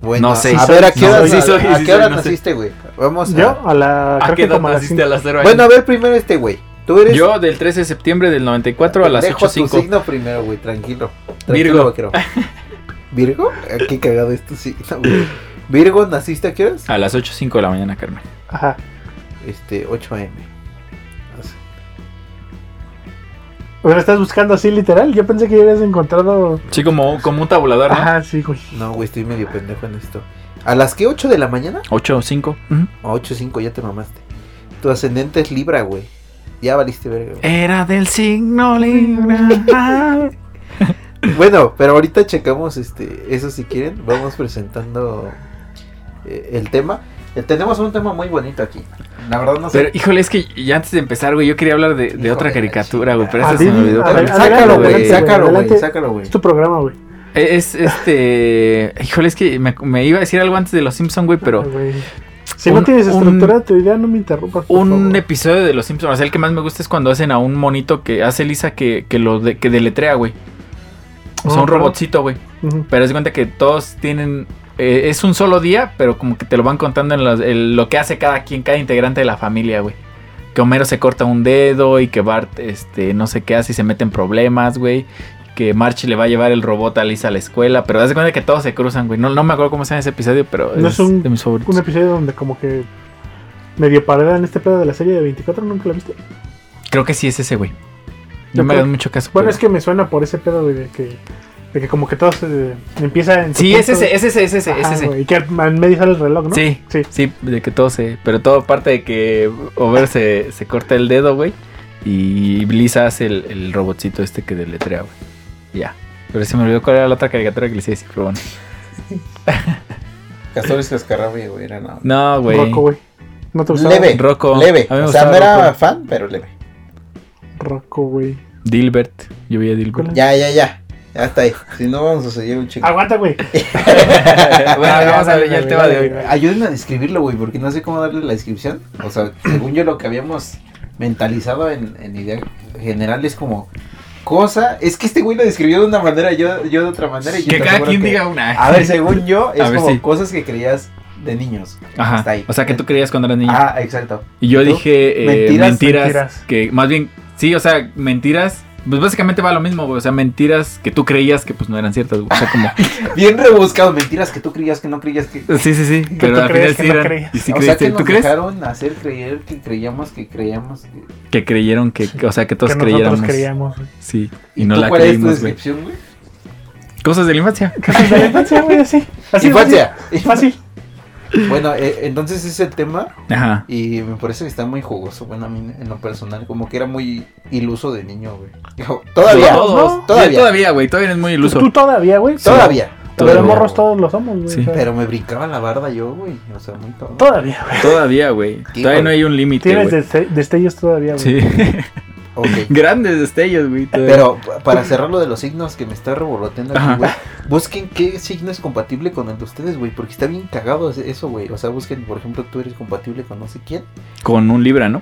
Speaker 2: Bueno,
Speaker 1: No sé.
Speaker 2: a
Speaker 1: Sí
Speaker 2: ver, ¿a
Speaker 1: soy,
Speaker 2: qué hora,
Speaker 1: no soy, sí soy,
Speaker 2: a
Speaker 1: sí
Speaker 2: qué
Speaker 1: soy,
Speaker 2: hora
Speaker 1: no sé.
Speaker 2: naciste, güey? Vamos a...
Speaker 3: Yo a la...
Speaker 1: ¿A
Speaker 3: creo
Speaker 1: Ah, qué
Speaker 3: que
Speaker 1: edad
Speaker 3: como a las
Speaker 1: naciste a las cero años?
Speaker 2: Bueno, a ver primero este, güey. Tú eres...
Speaker 1: Yo del 13 de septiembre del 94 a las
Speaker 2: Dejo tu
Speaker 1: 8.05.
Speaker 2: signo primero, güey, tranquilo.
Speaker 1: Virgo.
Speaker 2: Tranquilo, vaquero. ¿Virgo? Ah, Qué cagado es tu signo, güey. Virgo, ¿naciste a qué horas?
Speaker 1: A las 8.05 de la mañana, Carmen.
Speaker 3: cinco. Ajá.
Speaker 2: Este, 8 a.m. Así.
Speaker 3: O sea, estás buscando así literal. Yo pensé que habías encontrado...
Speaker 1: Sí, como, como un tabulador, ¿no?
Speaker 3: Ajá, sí, güey.
Speaker 2: No, güey, estoy medio pendejo en esto. ¿A las qué? ¿8 de la mañana?
Speaker 1: 8.05. Ujú.
Speaker 2: A 8 5 ya te mamaste. Tu ascendente es Libra, güey. Ya valiste verga. güey.
Speaker 1: Era del signo Ah. Libra.
Speaker 2: Bueno, pero ahorita checamos este eso si quieren. Vamos presentando eh, el tema. Eh, tenemos un tema muy bonito aquí. La verdad no
Speaker 1: Pero,
Speaker 2: sé.
Speaker 1: híjole, es que ya antes de empezar, güey, yo quería hablar de, de
Speaker 2: Hijo
Speaker 1: otra
Speaker 2: de la
Speaker 1: caricatura, güey, pero
Speaker 3: chingada.
Speaker 1: esa se me
Speaker 3: Adivina,
Speaker 1: olvidó.
Speaker 3: a ver,
Speaker 1: también.
Speaker 2: sácalo, güey,
Speaker 1: adelante,
Speaker 2: sácalo,
Speaker 3: adelante.
Speaker 2: güey, sácalo, güey.
Speaker 3: Es tu programa, güey.
Speaker 1: Es este. Híjole, es que me, me iba a decir algo antes de Los Simpsons, güey,
Speaker 3: Ay,
Speaker 1: pero.
Speaker 3: güey. Si
Speaker 1: un-
Speaker 3: no tienes
Speaker 1: un-
Speaker 3: estructura de tu idea, no me interrumpas. por
Speaker 1: Un
Speaker 3: favor.
Speaker 1: episodio de Los Simpsons, o sea, el que más me gusta es cuando hacen a un monito que hace Lisa que, que lo de- que deletrea, güey. O sea, un
Speaker 3: Ajá.
Speaker 1: robotcito, güey.
Speaker 3: Ujú.
Speaker 1: Pero es cuenta que todos tienen. eh, es un solo día, pero como que te lo van contando en las- el- lo que hace cada quien, cada integrante de la familia, güey. Que Homero se corta un dedo y que Bart, este, no sé qué hace y se mete en problemas, güey. Que March le va a llevar el robot a Lisa a la escuela. Pero haz de cuenta que todos se cruzan, güey. No, no me acuerdo cómo se llama ese episodio, pero
Speaker 3: No
Speaker 1: es,
Speaker 3: es un-
Speaker 1: de mis favoritos.
Speaker 3: Un episodio donde como que medio en este pedo de la serie de 24, ¿nunca la viste?
Speaker 1: Creo que sí es ese, güey.
Speaker 3: Yo
Speaker 1: No me
Speaker 3: creo-
Speaker 1: hagas mucho caso.
Speaker 3: Bueno,
Speaker 1: pero-
Speaker 3: es que me suena por ese pedo, güey, de que, de que como que todo se eh, empieza en... su
Speaker 1: Sí, es
Speaker 3: punto-
Speaker 1: ese, es ese, es ese, es
Speaker 3: Ajá,
Speaker 1: ese.
Speaker 3: güey, Y que al medio sale el reloj, ¿no?
Speaker 1: Sí, sí,
Speaker 3: Sí.
Speaker 1: de que todo se. Pero todo parte de que Over se, se corta el dedo, güey. Y Lisa hace el, el robotcito este que deletrea, güey. Ya. Pero se me olvidó cuál era la otra caricatura que les iba a decir, pero bueno.
Speaker 2: Castores Cascarrabia, güey, era nada.
Speaker 1: No, güey.
Speaker 3: Rocco, güey. ¿No te gustaba?
Speaker 2: Leve,
Speaker 1: Rocco.
Speaker 2: leve.
Speaker 1: A mí me
Speaker 2: O sea, no
Speaker 1: gustaba
Speaker 2: era
Speaker 1: Rocco.
Speaker 2: fan, pero leve.
Speaker 3: Rocco, güey.
Speaker 1: Dilbert. Yo veía Dilbert.
Speaker 3: ¿Cuál
Speaker 2: Ya, ya, ya. Ya está ahí. Si no, vamos a seguir un chico.
Speaker 3: Aguanta, güey.
Speaker 1: bueno, vamos a ver ya el tema de hoy.
Speaker 2: Ayúdenme a describirlo, güey, porque no sé cómo darle la descripción. O sea, según yo lo que habíamos mentalizado en, en idea general es como cosa. Es que este güey lo describió de una manera, yo, yo de otra manera. y yo
Speaker 1: Que
Speaker 2: te
Speaker 1: cada
Speaker 2: aseguro
Speaker 1: quien
Speaker 2: que-
Speaker 1: diga una.
Speaker 2: A ver, según yo, es
Speaker 1: A ver,
Speaker 2: como
Speaker 1: sí.
Speaker 2: cosas que creías de niños. Hasta
Speaker 1: Ajá.
Speaker 2: ahí.
Speaker 1: O sea, que tú creías cuando eras niño.
Speaker 2: Ah, exacto.
Speaker 1: Y yo
Speaker 2: ¿Y tú?
Speaker 1: dije eh, mentiras,
Speaker 2: Mentiras,
Speaker 3: mentiras.
Speaker 1: que más bien, sí, o sea, mentiras, pues básicamente va lo mismo, güey, o sea, mentiras que tú creías que pues no eran ciertas, güey, o sea, como,
Speaker 2: Bien rebuscado. Mentiras que tú creías que no creías que.
Speaker 1: sí, sí, sí, pero
Speaker 3: tú
Speaker 1: al final
Speaker 3: creías que
Speaker 1: sí
Speaker 3: no
Speaker 1: eran,
Speaker 3: creías.
Speaker 1: y sí
Speaker 2: o sea,
Speaker 1: creíste.
Speaker 2: que nos
Speaker 1: ¿tú crees?
Speaker 2: dejaron hacer creer que creíamos que creíamos. Que...
Speaker 1: Que creyeron que, que- o sea, que todos
Speaker 3: que
Speaker 1: creyéramos,
Speaker 3: nosotros creíamos, güey.
Speaker 1: sí, y no
Speaker 2: tú
Speaker 1: la
Speaker 2: cuál
Speaker 1: creímos,
Speaker 2: es tu
Speaker 1: güey,
Speaker 2: descripción, güey?
Speaker 1: cosas de la infancia,
Speaker 3: Cosas de la infancia, güey, así. Así,
Speaker 2: Infancia.
Speaker 3: fácil. Fácil.
Speaker 2: Bueno, eh, entonces ese es el tema
Speaker 1: ajá,
Speaker 2: y me parece que está muy jugoso. Bueno, a mí en lo personal, como que era muy iluso de niño, güey. Digo, Todavía,
Speaker 3: Todo.
Speaker 1: todos,
Speaker 3: ¿no?
Speaker 1: todavía,
Speaker 2: Todavía.
Speaker 1: todavía, güey, todavía eres muy iluso,
Speaker 3: Tú todavía, güey.
Speaker 2: todavía.
Speaker 1: Todavía.
Speaker 3: Pero morros todos lo somos, güey.
Speaker 1: Sí.
Speaker 3: o sea,
Speaker 2: Pero me brincaba la barda yo, güey. O sea, muy todo.
Speaker 3: Todavía, güey.
Speaker 1: todavía, güey,
Speaker 2: Sí,
Speaker 1: todavía
Speaker 2: güey.
Speaker 1: no hay un límite,
Speaker 3: Tienes
Speaker 1: güey,
Speaker 3: deste- destellos todavía, güey.
Speaker 1: sí,
Speaker 2: Ok.
Speaker 1: grandes destellos, güey, todavía.
Speaker 2: Pero para cerrar lo de los signos que me está revoloteando
Speaker 1: Ajá.
Speaker 2: aquí, güey. Busquen qué signo es compatible con el de ustedes, güey. Porque está bien cagado ese- eso, güey. O sea, busquen, por ejemplo, tú eres compatible con no sé quién.
Speaker 1: con un libra, ¿no?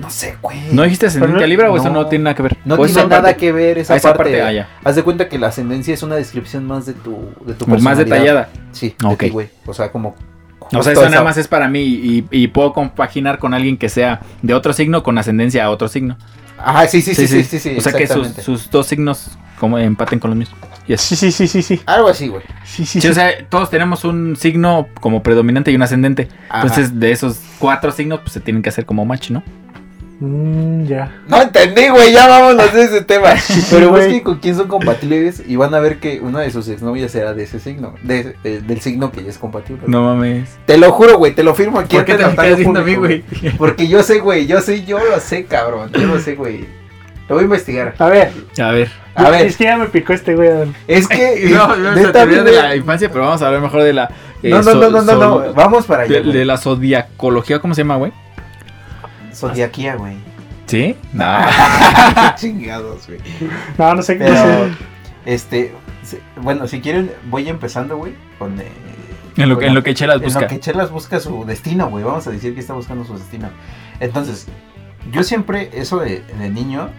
Speaker 2: No sé, güey.
Speaker 1: ¿No pues dijiste ascendente
Speaker 3: Pero no-
Speaker 1: a libra o eso
Speaker 2: no.
Speaker 1: no tiene nada que ver?
Speaker 2: No
Speaker 1: ¿O
Speaker 2: tiene
Speaker 1: eso
Speaker 2: nada
Speaker 1: aparte?
Speaker 2: que ver esa,
Speaker 1: Ah, esa
Speaker 2: parte.
Speaker 1: parte, ah, ya.
Speaker 2: Haz de cuenta que la ascendencia es una descripción más de tu, de tu
Speaker 1: Pues Más
Speaker 2: personalidad.
Speaker 1: detallada.
Speaker 2: Sí, de
Speaker 1: Ok.
Speaker 2: ti, güey. O sea, como.
Speaker 1: O
Speaker 2: justo
Speaker 1: sea, eso
Speaker 2: esa-
Speaker 1: nada más es para mí y, y puedo compaginar con alguien que sea de otro signo con ascendencia a otro signo.
Speaker 2: Ajá, sí, sí, sí, sí, sí, sí,
Speaker 1: o sea, que sus,
Speaker 2: exactamente.
Speaker 1: sus dos signos como empaten con los mismos. Yes.
Speaker 3: Sí, sí, sí, sí, sí.
Speaker 2: Algo así, güey.
Speaker 3: Sí,
Speaker 1: Sí,
Speaker 3: sí, sí.
Speaker 1: o sea, todos tenemos un signo como predominante y un ascendente.
Speaker 2: Ajá.
Speaker 1: Entonces, de esos cuatro signos, pues se tienen que hacer como match, ¿no?
Speaker 3: Mm, ya.
Speaker 2: No entendí, güey. Ya vámonos de ese tema. Pero
Speaker 3: güey.
Speaker 2: busquen con quién son compatibles y van a ver que una de sus exnovias era de ese signo. de- de- del signo que ya es compatible. güey.
Speaker 1: No mames.
Speaker 2: Te lo juro, güey. Te lo firmo aquí.
Speaker 1: ¿Por qué
Speaker 2: ante
Speaker 1: te
Speaker 2: el
Speaker 1: me
Speaker 2: notario
Speaker 1: quedas viendo a mí,
Speaker 2: público,
Speaker 1: güey?
Speaker 2: Porque yo sé, güey. Yo sé, yo lo sé, cabrón. Yo lo sé, güey. Lo voy a investigar.
Speaker 3: A ver,
Speaker 1: A ver.
Speaker 2: A ver,
Speaker 3: Es que ya me picó este güey.
Speaker 2: es que.
Speaker 1: No, no, es la
Speaker 2: neta,
Speaker 1: teoría de
Speaker 2: vive-
Speaker 1: la infancia, pero vamos a hablar mejor de la. eh,
Speaker 2: no, no,
Speaker 1: so-
Speaker 2: no, no, no, no,
Speaker 1: so-
Speaker 2: Vamos para allá.
Speaker 1: De, de
Speaker 2: güey.
Speaker 1: la zodiacología, ¿cómo se llama, güey?
Speaker 2: Zodiaquía, güey.
Speaker 1: ¿Sí? No.
Speaker 2: Chingados, güey.
Speaker 3: No, no sé qué
Speaker 2: Pero, este, se- bueno, si quieren, voy empezando, güey, con... eh,
Speaker 1: En lo, que- en
Speaker 2: con la-
Speaker 1: lo que Chelas
Speaker 2: en lo
Speaker 1: busca.
Speaker 2: que Chelas busca su destino, güey. Vamos a decir que está buscando su destino. Entonces, yo siempre, eso de, de niño,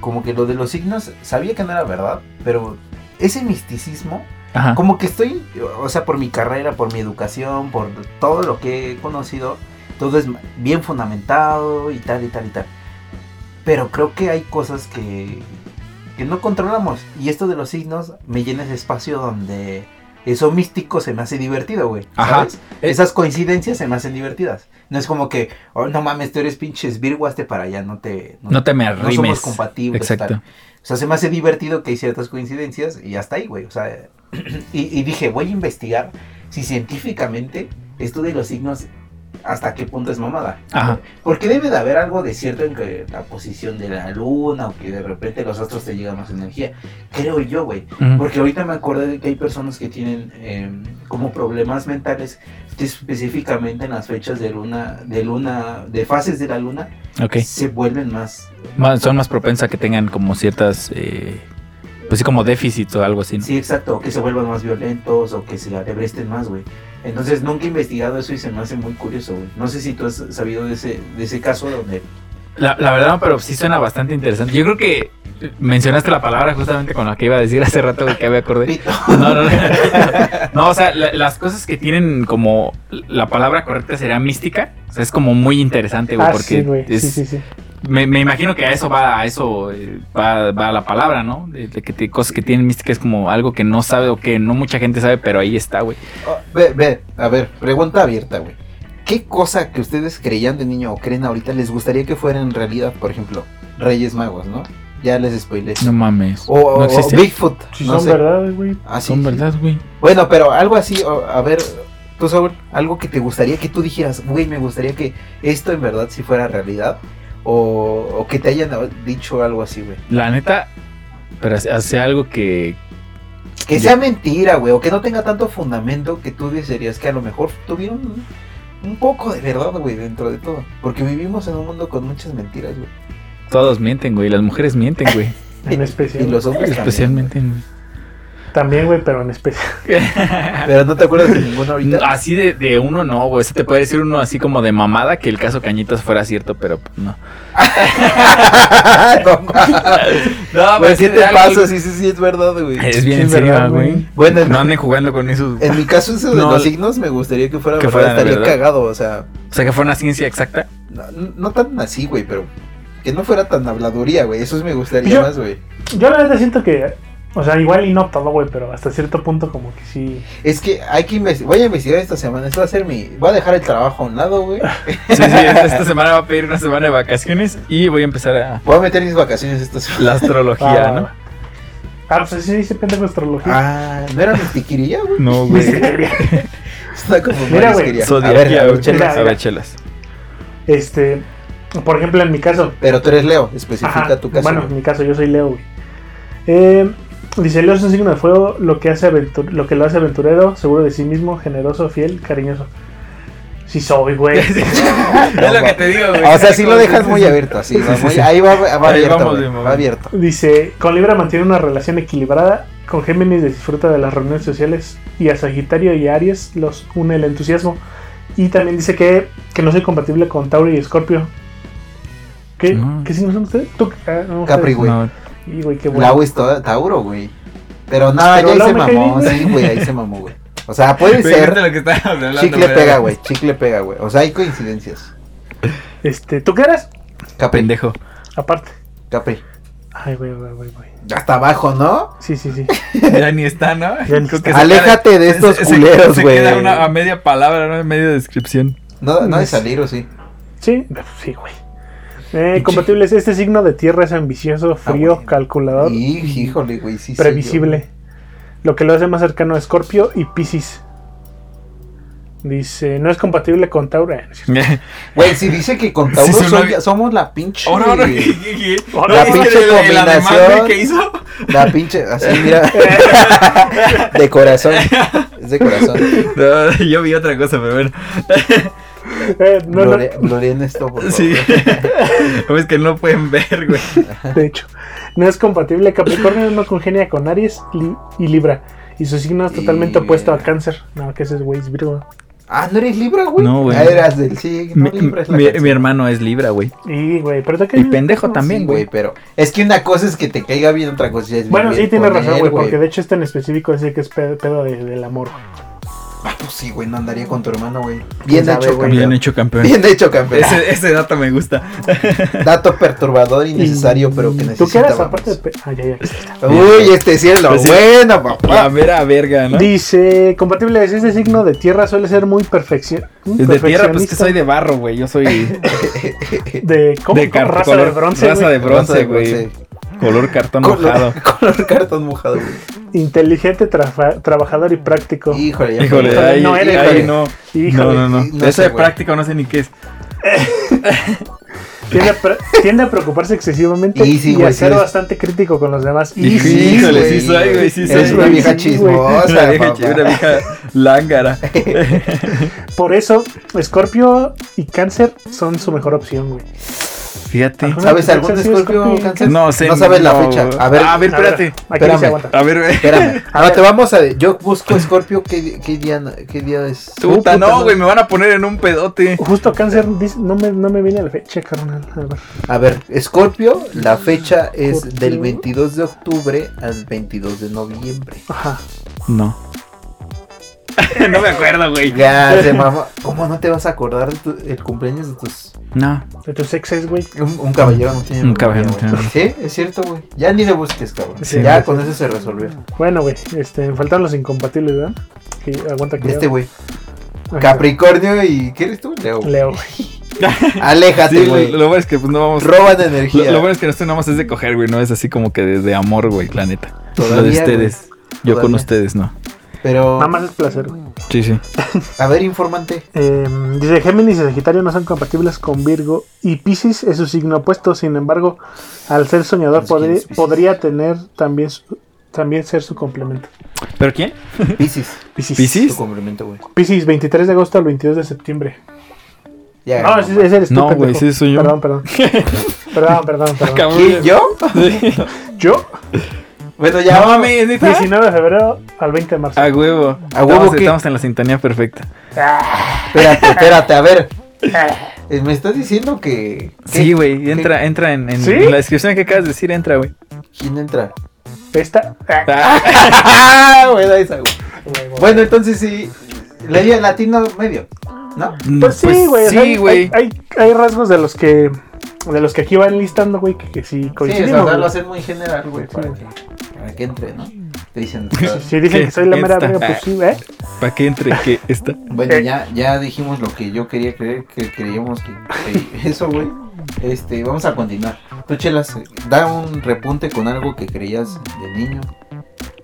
Speaker 2: como que lo de los signos, sabía que no era verdad, pero ese misticismo,
Speaker 1: Ajá.
Speaker 2: como que estoy, o sea, por mi carrera, por mi educación, por todo lo que he conocido, todo es bien fundamentado y tal y tal y tal. Pero creo que hay cosas que, que no controlamos. Y esto de los signos me llena ese espacio donde eso místico se me hace divertido, güey.
Speaker 1: Ajá. Eh.
Speaker 2: ¿sabes? Esas coincidencias se me hacen divertidas. No es como que, oh, no mames, tú eres pinches Virgo, hazte para allá, no te...
Speaker 1: No te me
Speaker 2: no somos
Speaker 1: arrimes.
Speaker 2: compatibles. tal.
Speaker 1: Exacto.
Speaker 2: O sea, se me hace divertido que hay ciertas coincidencias y hasta ahí, güey. O sea, y, y dije, voy a investigar si científicamente esto de los signos hasta qué punto es mamada.
Speaker 1: Ajá.
Speaker 2: Porque debe de haber algo de cierto en que la posición de la luna o que de repente los astros te llegan más energía. Creo yo, güey.
Speaker 1: Ujú.
Speaker 2: Porque ahorita me acordé de que hay personas que tienen eh, como problemas mentales específicamente en las fechas de luna, de luna, de fases de la luna,
Speaker 1: Ok.
Speaker 2: se vuelven más
Speaker 1: Más- son más propensas a que tengan como ciertas. eh, pues sí, como déficit o algo así, ¿no?
Speaker 2: Sí, exacto, o que se vuelvan más violentos o que se agresten más, güey. Entonces nunca he investigado eso y se me hace muy curioso, güey. No sé si tú has sabido de ese, de ese caso donde...
Speaker 1: La, la verdad, no, pero sí suena bastante interesante. Yo creo que mencionaste la palabra justamente con la que iba a decir hace rato güey, que me acordé.
Speaker 2: Pito.
Speaker 1: No, no, no. No, o sea, la- las cosas que tienen como la palabra correcta sería mística. O sea, es como muy interesante, güey,
Speaker 3: Ah,
Speaker 1: porque
Speaker 3: sí, güey.
Speaker 1: es-
Speaker 3: Sí, sí, sí.
Speaker 1: Me, me imagino que a eso va, a eso eh, va, va la palabra, ¿no? De, de que te- cosas que tienen mística es como algo que no sabe o que no mucha gente sabe, pero ahí está, güey.
Speaker 2: Oh, ve, ve, a ver, pregunta abierta, güey. ¿Qué cosa que ustedes creían de niño o creen ahorita les gustaría que fuera en realidad, por ejemplo, Reyes Magos, ¿no? Ya les spoilé.
Speaker 1: No mames.
Speaker 2: O, o-
Speaker 1: no
Speaker 2: o
Speaker 1: existe.
Speaker 2: Bigfoot,
Speaker 3: Si
Speaker 2: pues, no
Speaker 3: son
Speaker 2: sé.
Speaker 3: verdades, güey.
Speaker 2: Ah, sí,
Speaker 1: Son
Speaker 2: sí.
Speaker 1: verdad, güey.
Speaker 2: Bueno, pero algo así, o- a ver, tú Saúl, algo que te gustaría que tú dijeras, güey, me gustaría que esto en verdad sí fuera realidad, o, o que te hayan dicho algo así, güey.
Speaker 1: La neta, pero hace- hace algo que,
Speaker 2: Que
Speaker 1: Ya.
Speaker 2: sea mentira, güey, o que no tenga tanto fundamento que tú desearías que a lo mejor tuviera un, un poco de verdad, güey, dentro de todo. Porque vivimos en un mundo con muchas mentiras, güey.
Speaker 1: Todos mienten, güey. Las mujeres mienten, güey.
Speaker 3: En
Speaker 2: Y
Speaker 3: especial.
Speaker 2: los hombres también,
Speaker 1: Especialmente.
Speaker 3: También, güey, pero en especial.
Speaker 1: güey.
Speaker 2: güey. Pero no te acuerdas de ninguno ahorita.
Speaker 1: así de, de uno no, güey. Se te puede decir uno así como de mamada que el caso Cañitas fuera cierto, pero pues, no.
Speaker 2: No mames.
Speaker 1: No,
Speaker 2: Güey, ¿Qué te pasa? Sí, sí, sí, es verdad, güey.
Speaker 1: Es bien
Speaker 3: Sí,
Speaker 1: en serio,
Speaker 3: ¿verdad,
Speaker 1: güey.
Speaker 3: güey?
Speaker 2: Bueno, en-
Speaker 1: no anden jugando con eso.
Speaker 2: En mi caso, eso de
Speaker 1: No,
Speaker 2: los signos me gustaría que fuera
Speaker 1: que
Speaker 2: verdad,
Speaker 1: fuera de
Speaker 2: estaría
Speaker 1: verdad.
Speaker 2: cagado, o sea,
Speaker 1: O sea, que fue una ciencia exacta.
Speaker 2: no, no tan así, güey, pero que no fuera tan habladuría, güey, eso sí me gustaría
Speaker 3: Yo-
Speaker 2: más, güey.
Speaker 3: Yo la verdad siento que. O sea, igual y no todo, güey, pero hasta cierto punto como que sí.
Speaker 2: Es que hay que investigar, voy a investigar esta semana, esto va a ser mi, voy a dejar el trabajo a un lado, güey,
Speaker 1: Sí, sí, esta, esta semana va a pedir una semana de vacaciones y voy a empezar a
Speaker 2: voy a meter mis vacaciones esta semana.
Speaker 1: la
Speaker 3: Ah,
Speaker 1: astrología, ¿no?
Speaker 3: Ah, pues sí, dice pendejo astrología.
Speaker 2: Ah, no era mi tiquirilla, güey,
Speaker 1: No,
Speaker 3: Sí,
Speaker 1: güey.
Speaker 2: está como
Speaker 3: Mira, güey,
Speaker 2: marisquería. A ver,
Speaker 1: Zodiaquía,
Speaker 2: a ver,
Speaker 1: güey.
Speaker 2: chelas.
Speaker 1: A ver, chelas.
Speaker 3: Este. Por ejemplo, en mi caso,
Speaker 2: Pero tú eres Leo, especifica
Speaker 3: Ajá,
Speaker 2: tu caso.
Speaker 3: Bueno, en
Speaker 2: güey.
Speaker 3: mi caso, yo soy Leo, güey. Eh, dice, Leo es un signo de fuego, lo que, hace aventur- lo que lo hace aventurero, seguro de sí mismo, generoso, fiel, cariñoso. Sí soy, güey.
Speaker 1: es lo que te digo, güey.
Speaker 2: o sea, sí lo dejas muy abierto, sí, va
Speaker 1: sí,
Speaker 2: muy-
Speaker 1: sí.
Speaker 2: ahí va, va
Speaker 1: Ahí
Speaker 2: abierto,
Speaker 1: vamos
Speaker 2: güey,
Speaker 1: de momento.
Speaker 2: va abierto.
Speaker 3: dice, con Libra mantiene una relación equilibrada, con Géminis disfruta de las reuniones sociales y a Sagitario y Aries los une el entusiasmo. Y también dice que, que no soy compatible con Tauro y Escorpio. ¿Qué,
Speaker 1: No.
Speaker 3: ¿qué signos son ustedes? ¿Tú? Ah, no, ustedes.
Speaker 2: Capri, güey.
Speaker 1: No,
Speaker 3: Y, güey, qué bueno.
Speaker 2: Lau es toda- Tauro, güey. Pero no, ya
Speaker 3: Pero
Speaker 2: ahí
Speaker 3: Lau
Speaker 2: se
Speaker 3: me cae
Speaker 2: mamó,
Speaker 3: bien,
Speaker 2: sí, güey, ahí se mamó, güey. O sea, puede
Speaker 1: Güey,
Speaker 2: ser.
Speaker 1: vete lo que estábamos hablando,
Speaker 2: Chicle
Speaker 1: güey.
Speaker 2: pega, güey, chicle pega, güey. O sea, hay coincidencias.
Speaker 3: Este, ¿Tú qué eras?
Speaker 2: Capri,
Speaker 1: Pendejo.
Speaker 3: Aparte.
Speaker 2: Capri.
Speaker 3: Ay, güey, güey, güey, güey.
Speaker 2: Hasta abajo, ¿no?
Speaker 3: Sí, sí, sí.
Speaker 1: Ya ni está, ¿no?
Speaker 3: Ya ni está.
Speaker 1: se
Speaker 2: Aléjate
Speaker 1: queda-
Speaker 2: de estos
Speaker 1: se- se-
Speaker 2: culeros,
Speaker 1: se
Speaker 2: güey.
Speaker 1: queda una a media palabra, ¿no? A media descripción.
Speaker 2: No, no de salir, ¿o sí?
Speaker 3: Sí, sí, güey. Eh, compatibles, este signo de tierra es ambicioso, frío,
Speaker 2: bueno.
Speaker 3: calculador,
Speaker 2: Y, híjole, güey, sí. soy
Speaker 3: previsible. Lo que lo hace más cercano a Escorpio y Piscis. Dice, no es compatible con Tauro. Eh, no es cierto.
Speaker 2: Güey, si dice que con Tauro
Speaker 1: Sí, sí,
Speaker 2: soy-
Speaker 1: una-
Speaker 2: somos la pinche.
Speaker 4: Ahora, ahora, ¿qué- qué- qué? ¿No
Speaker 3: La
Speaker 4: viste
Speaker 2: pinche
Speaker 4: el- el- el alemán,
Speaker 2: combinación.
Speaker 4: güey, que hizo?
Speaker 2: La pinche. Así, mira. de corazón. Es de corazón.
Speaker 1: No, yo vi otra cosa, pero bueno.
Speaker 3: Eh, no, no,
Speaker 2: Blore- Bloreen esto, por favor.
Speaker 1: Sí. es que no pueden ver, güey.
Speaker 3: de hecho, no es compatible. Capricornio no congenia con Aries Li- y Libra. Y su signo es totalmente
Speaker 2: Y-
Speaker 3: opuesto a Cáncer. No, que ese es güey, es Virgo.
Speaker 2: Ah, ¿no eres Libra, güey?
Speaker 1: No, güey.
Speaker 2: Ah, eras del sí.
Speaker 1: Mi,
Speaker 2: No, Libra es la
Speaker 1: mi-
Speaker 2: canción.
Speaker 1: mi hermano es Libra, güey.
Speaker 3: Y güey, pero te
Speaker 1: Y
Speaker 3: cae-
Speaker 1: pendejo
Speaker 3: no,
Speaker 1: también,
Speaker 2: Sí,
Speaker 1: güey.
Speaker 2: güey, pero es que una cosa es que te caiga bien, otra cosa ya es
Speaker 3: Bueno,
Speaker 2: vivir
Speaker 3: sí, tienes
Speaker 2: con
Speaker 3: razón,
Speaker 2: él,
Speaker 3: güey, porque de hecho este en específico dice que es pedo, pedo de- del amor.
Speaker 2: Ah, pues sí, güey, no andaría con tu hermano, güey.
Speaker 3: Quién
Speaker 2: Bien
Speaker 3: sabe,
Speaker 2: hecho,
Speaker 3: güey.
Speaker 2: campeón.
Speaker 1: Bien hecho, campeón.
Speaker 2: Bien Ah. hecho, campeón.
Speaker 1: Ese, ese dato me gusta.
Speaker 2: Dato perturbador, innecesario, pero que
Speaker 3: ¿Tú qué eras
Speaker 2: necesitábamos.
Speaker 3: aparte de... pe- Ah, ya, ya.
Speaker 2: Uy, este cielo,
Speaker 1: Pues sí.
Speaker 2: bueno,
Speaker 1: La
Speaker 2: papá.
Speaker 1: mera verga, ¿no?
Speaker 3: Dice, compatible es este signo de tierra suele ser muy perfección.
Speaker 1: Es de tierra, pues que soy de barro, güey. Yo soy de
Speaker 3: de, ¿cómo?
Speaker 1: car-
Speaker 3: raza
Speaker 1: color-
Speaker 3: de bronce,
Speaker 1: raza de
Speaker 3: güey.
Speaker 1: bronce, güey. Color cartón mojado.
Speaker 2: Color, color cartón mojado, güey.
Speaker 3: inteligente, trafa- trabajador y práctico.
Speaker 2: Híjole, ya me
Speaker 1: Híjole,
Speaker 2: acordé.
Speaker 1: ahí,
Speaker 3: no eres,
Speaker 1: ahí
Speaker 3: güey.
Speaker 1: no.
Speaker 3: Híjole.
Speaker 1: no, no, no.
Speaker 2: no
Speaker 1: Eso
Speaker 2: sé,
Speaker 1: de
Speaker 2: güey.
Speaker 1: práctico no sé ni qué es.
Speaker 3: Tiende, a pre- tiende a preocuparse excesivamente
Speaker 2: Y sí,
Speaker 3: y
Speaker 2: güey,
Speaker 3: a ser
Speaker 2: sí.
Speaker 3: bastante crítico con los demás. Y
Speaker 1: Híjole,
Speaker 3: sí,
Speaker 2: Sí,
Speaker 1: Híjole,
Speaker 2: güey.
Speaker 1: sí soy, güey, sí
Speaker 2: Eres
Speaker 1: soy.
Speaker 2: una vieja
Speaker 3: Sí, güey.
Speaker 2: chismosa,
Speaker 1: Una vieja,
Speaker 2: papá.
Speaker 1: una vieja lángara.
Speaker 3: por eso, Scorpio y Cáncer son su mejor opción, güey.
Speaker 1: Fíjate.
Speaker 3: Ajá.
Speaker 2: ¿Sabes
Speaker 3: Sí,
Speaker 2: algún
Speaker 3: sí,
Speaker 2: Scorpio
Speaker 3: Scorpio,
Speaker 2: cáncer?
Speaker 1: No sé.
Speaker 2: No sabes la
Speaker 1: no. Ah,
Speaker 2: fecha. A
Speaker 1: a
Speaker 2: ver,
Speaker 1: ver,
Speaker 3: A ver,
Speaker 1: espérate.
Speaker 3: aquí sí
Speaker 2: Espérame.
Speaker 3: aguanta.
Speaker 1: A ver, güey.
Speaker 2: espérame. Ahora te vamos a. Yo busco Scorpio, ¿qué, qué día, ¿qué día es? Uh,
Speaker 1: Puta, no,
Speaker 2: madre.
Speaker 1: güey, me van a poner en un pedote.
Speaker 3: Justo Cáncer dice, no me, no me viene la fecha, carnal. A ver.
Speaker 2: A ver, Scorpio, la fecha es
Speaker 3: Scorpio.
Speaker 2: del 22 de octubre al 22 de noviembre.
Speaker 3: Ajá.
Speaker 1: No. no me acuerdo, güey.
Speaker 2: Ya, se mamá. ¿Cómo no te vas a acordar de tu- el cumpleaños de tus.
Speaker 1: No.
Speaker 3: De tus exes, güey.
Speaker 2: Un, un caballero no tiene.
Speaker 1: Un
Speaker 2: memoria,
Speaker 1: caballero no tiene
Speaker 2: güey. Sí, es cierto, güey. Ya ni le busques, cabrón.
Speaker 3: Sí,
Speaker 2: ya
Speaker 3: güey.
Speaker 2: con eso se resolvió.
Speaker 3: Bueno, güey, este, faltan los incompatibles, ¿verdad? Que aguanta que
Speaker 2: Este, güey.
Speaker 3: Ajá.
Speaker 2: Capricornio y. ¿Qué eres tú? Leo. güey.
Speaker 3: Leo, güey.
Speaker 2: Aléjate,
Speaker 1: Sí,
Speaker 2: güey.
Speaker 1: lo, lo bueno es que pues, no vamos.
Speaker 2: Roban
Speaker 1: Lo,
Speaker 2: energía.
Speaker 1: lo bueno es que no estoy nada más es de coger, güey. No es así como que de, de amor, güey, la neta.
Speaker 2: Todavía,
Speaker 1: lo de
Speaker 2: güey.
Speaker 1: ustedes. Yo con
Speaker 2: Todavía.
Speaker 1: ustedes, no.
Speaker 2: Pero.
Speaker 3: Nada más es placer, güey.
Speaker 1: Sí, sí.
Speaker 2: A ver, informante.
Speaker 3: Eh, dice Géminis y Sagitario no son compatibles con Virgo y Pisces es su signo opuesto, sin embargo, al ser soñador
Speaker 2: Pues, ¿quién
Speaker 3: podri-
Speaker 2: es Piscis?
Speaker 3: podría tener también su- también ser su complemento.
Speaker 1: ¿Pero quién?
Speaker 2: Piscis.
Speaker 3: Pisces.
Speaker 2: Tu
Speaker 1: ¿Piscis?
Speaker 2: complemento, güey.
Speaker 3: Piscis, 23 de agosto al 22 de septiembre.
Speaker 2: Ya.
Speaker 3: No, ese, Ah, ese eres tú,
Speaker 1: No,
Speaker 3: pendejo.
Speaker 1: güey, sí soy yo.
Speaker 3: Perdón, perdón. perdón, perdón, perdón.
Speaker 2: ¿Quién, ¿Yo?
Speaker 3: Yo,
Speaker 2: Bueno, ya.
Speaker 1: No mames, neta.
Speaker 3: 19 de febrero al 20 de marzo.
Speaker 1: A huevo.
Speaker 2: ¿A huevo
Speaker 1: Estamos-
Speaker 2: qué?
Speaker 1: Estamos en la sintonía perfecta.
Speaker 2: Espérate, espérate, a ver. Eh, Me estás diciendo que. que-
Speaker 1: Sí, güey.
Speaker 2: que-
Speaker 1: Entra, entra en, en-
Speaker 3: ¿Sí?
Speaker 1: en la descripción que acabas de decir, entra, güey.
Speaker 2: ¿Quién entra?
Speaker 3: Esta. ah,
Speaker 1: Ah,
Speaker 2: Ah, güey, da esa, güey.
Speaker 3: güey, güey.
Speaker 2: Bueno, entonces sí. Le di al latino medio. ¿No?
Speaker 3: Pues sí, güey. o sea,
Speaker 1: sí,
Speaker 3: hay-
Speaker 1: güey.
Speaker 3: hay, hay rasgos de los que de los que aquí van listando, güey, que, que sí
Speaker 2: Sí, o
Speaker 3: coincidimos.
Speaker 2: sea,
Speaker 3: güey.
Speaker 2: lo hacen muy general, güey, para,
Speaker 3: Sí.
Speaker 2: que, para que entre, ¿no? Te dicen.
Speaker 3: Si dicen
Speaker 1: ¿Qué?
Speaker 3: que soy la mera
Speaker 1: Esta.
Speaker 3: verga, pues sí, ¿eh?
Speaker 1: ¿Para qué entre? ¿Qué está?
Speaker 2: Bueno,
Speaker 3: Eh.
Speaker 2: ya, ya dijimos lo que yo quería creer, que creíamos que. que eso, güey. Este, vamos a continuar. Tú, Chelas, da un repunte con algo que creías de niño.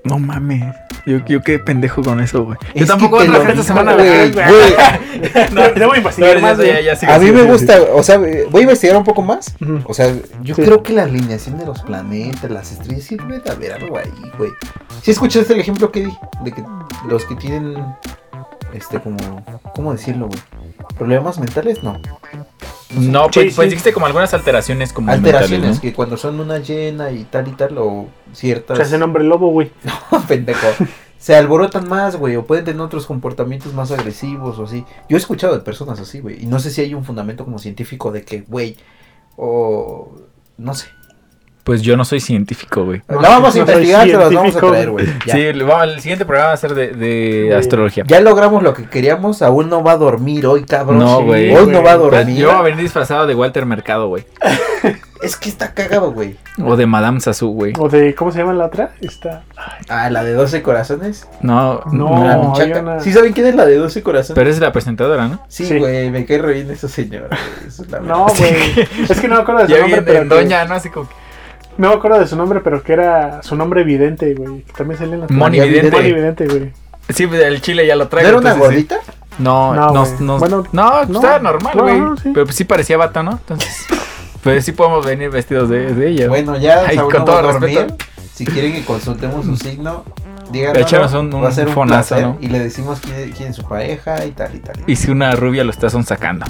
Speaker 1: No mames. Yo, yo qué pendejo con eso, güey.
Speaker 2: Es que
Speaker 1: Yo tampoco voy
Speaker 2: te
Speaker 1: a
Speaker 2: lo
Speaker 1: trabajar esta
Speaker 2: dijo,
Speaker 1: semana,
Speaker 2: güey.
Speaker 1: güey.
Speaker 2: Güey,
Speaker 3: No, debo investigar más, güey.
Speaker 2: a mí me gusta, o sea, voy a investigar un poco más.
Speaker 3: Ujú.
Speaker 2: O sea, yo
Speaker 3: Sí.
Speaker 2: creo que la alineación de los planetas, las estrellas, sí debe de haber algo ahí, güey. Si escuchaste el ejemplo que di, de que los que tienen, este, como, ¿cómo decirlo, güey? Problemas mentales, no.
Speaker 1: No,
Speaker 3: Sí,
Speaker 1: pues,
Speaker 3: sí.
Speaker 1: pues dijiste como algunas alteraciones como
Speaker 2: Alteraciones,
Speaker 1: mentales, ¿no?
Speaker 2: que cuando son luna llena y tal y tal, o ciertas,
Speaker 3: Se hace nombre lobo, güey.
Speaker 2: pendejo, se alborotan más, güey, o pueden tener otros comportamientos más agresivos o así. Yo he escuchado de personas así, güey, y no sé si hay un fundamento como científico de que, güey, o... No sé.
Speaker 1: Pues yo no soy científico, güey.
Speaker 2: La
Speaker 3: No,
Speaker 2: vamos a
Speaker 3: no soy
Speaker 2: investigar, te las vamos a
Speaker 3: científico,
Speaker 2: traer, güey. Ya.
Speaker 1: Sí, le vamos- el siguiente programa va a ser de, de
Speaker 3: Sí.
Speaker 1: astrología.
Speaker 2: Ya logramos lo que queríamos, aún no va a dormir hoy, cabrón.
Speaker 1: No,
Speaker 2: Sí,
Speaker 1: güey.
Speaker 2: Hoy no va a
Speaker 1: Pues
Speaker 2: dormir.
Speaker 1: yo voy a venir disfrazado de Walter Mercado, güey.
Speaker 2: Es que está cagado, güey.
Speaker 1: O de Madame Sassou, güey.
Speaker 3: O de, ¿cómo se llama la otra? Esta.
Speaker 2: Ah, la de 12 corazones.
Speaker 1: No,
Speaker 3: No.
Speaker 2: la
Speaker 1: no.
Speaker 2: muchaca.
Speaker 3: hay una-
Speaker 2: ¿Sí saben quién es la de 12 corazones?
Speaker 1: Pero es la presentadora, ¿no?
Speaker 2: Sí,
Speaker 3: Sí.
Speaker 2: güey, me cae re bien esa señora. güey, es la
Speaker 3: No,
Speaker 2: verdad.
Speaker 3: güey. Es que no me acuerdo de su
Speaker 1: Ya
Speaker 3: nombre,
Speaker 1: viene
Speaker 3: pero. que-
Speaker 1: Doña, ¿no? Así como que...
Speaker 3: No me acuerdo de su nombre, pero que era su nombre vidente, güey. Que también salía en la
Speaker 1: Moni
Speaker 2: María
Speaker 1: Vidente.
Speaker 3: Moni vidente, güey.
Speaker 1: Sí, pues, el chile ya lo
Speaker 2: ¿No
Speaker 1: traigo.
Speaker 2: era una
Speaker 1: entonces, sí.
Speaker 2: gordita?
Speaker 1: No,
Speaker 3: No,
Speaker 1: no, no,
Speaker 3: güey.
Speaker 1: no,
Speaker 3: Bueno,
Speaker 1: pues,
Speaker 3: no,
Speaker 1: estaba normal,
Speaker 3: no,
Speaker 1: güey.
Speaker 3: sí.
Speaker 1: Pero pues sí parecía bata, ¿no? Entonces, pues sí podemos venir vestidos de, de ella.
Speaker 2: Bueno, ya
Speaker 1: Ay,
Speaker 2: Saúl
Speaker 1: con
Speaker 2: no
Speaker 1: todo
Speaker 2: va a
Speaker 1: respeto.
Speaker 2: dormir. Si quieren que consultemos su signo, díganos.
Speaker 1: Échanos un-
Speaker 2: va a ser
Speaker 1: un
Speaker 2: un
Speaker 1: fonazo,
Speaker 2: placer,
Speaker 1: ¿no?
Speaker 2: Y le decimos quién, quién es su pareja y tal y tal.
Speaker 1: Y si una rubia lo está sacando.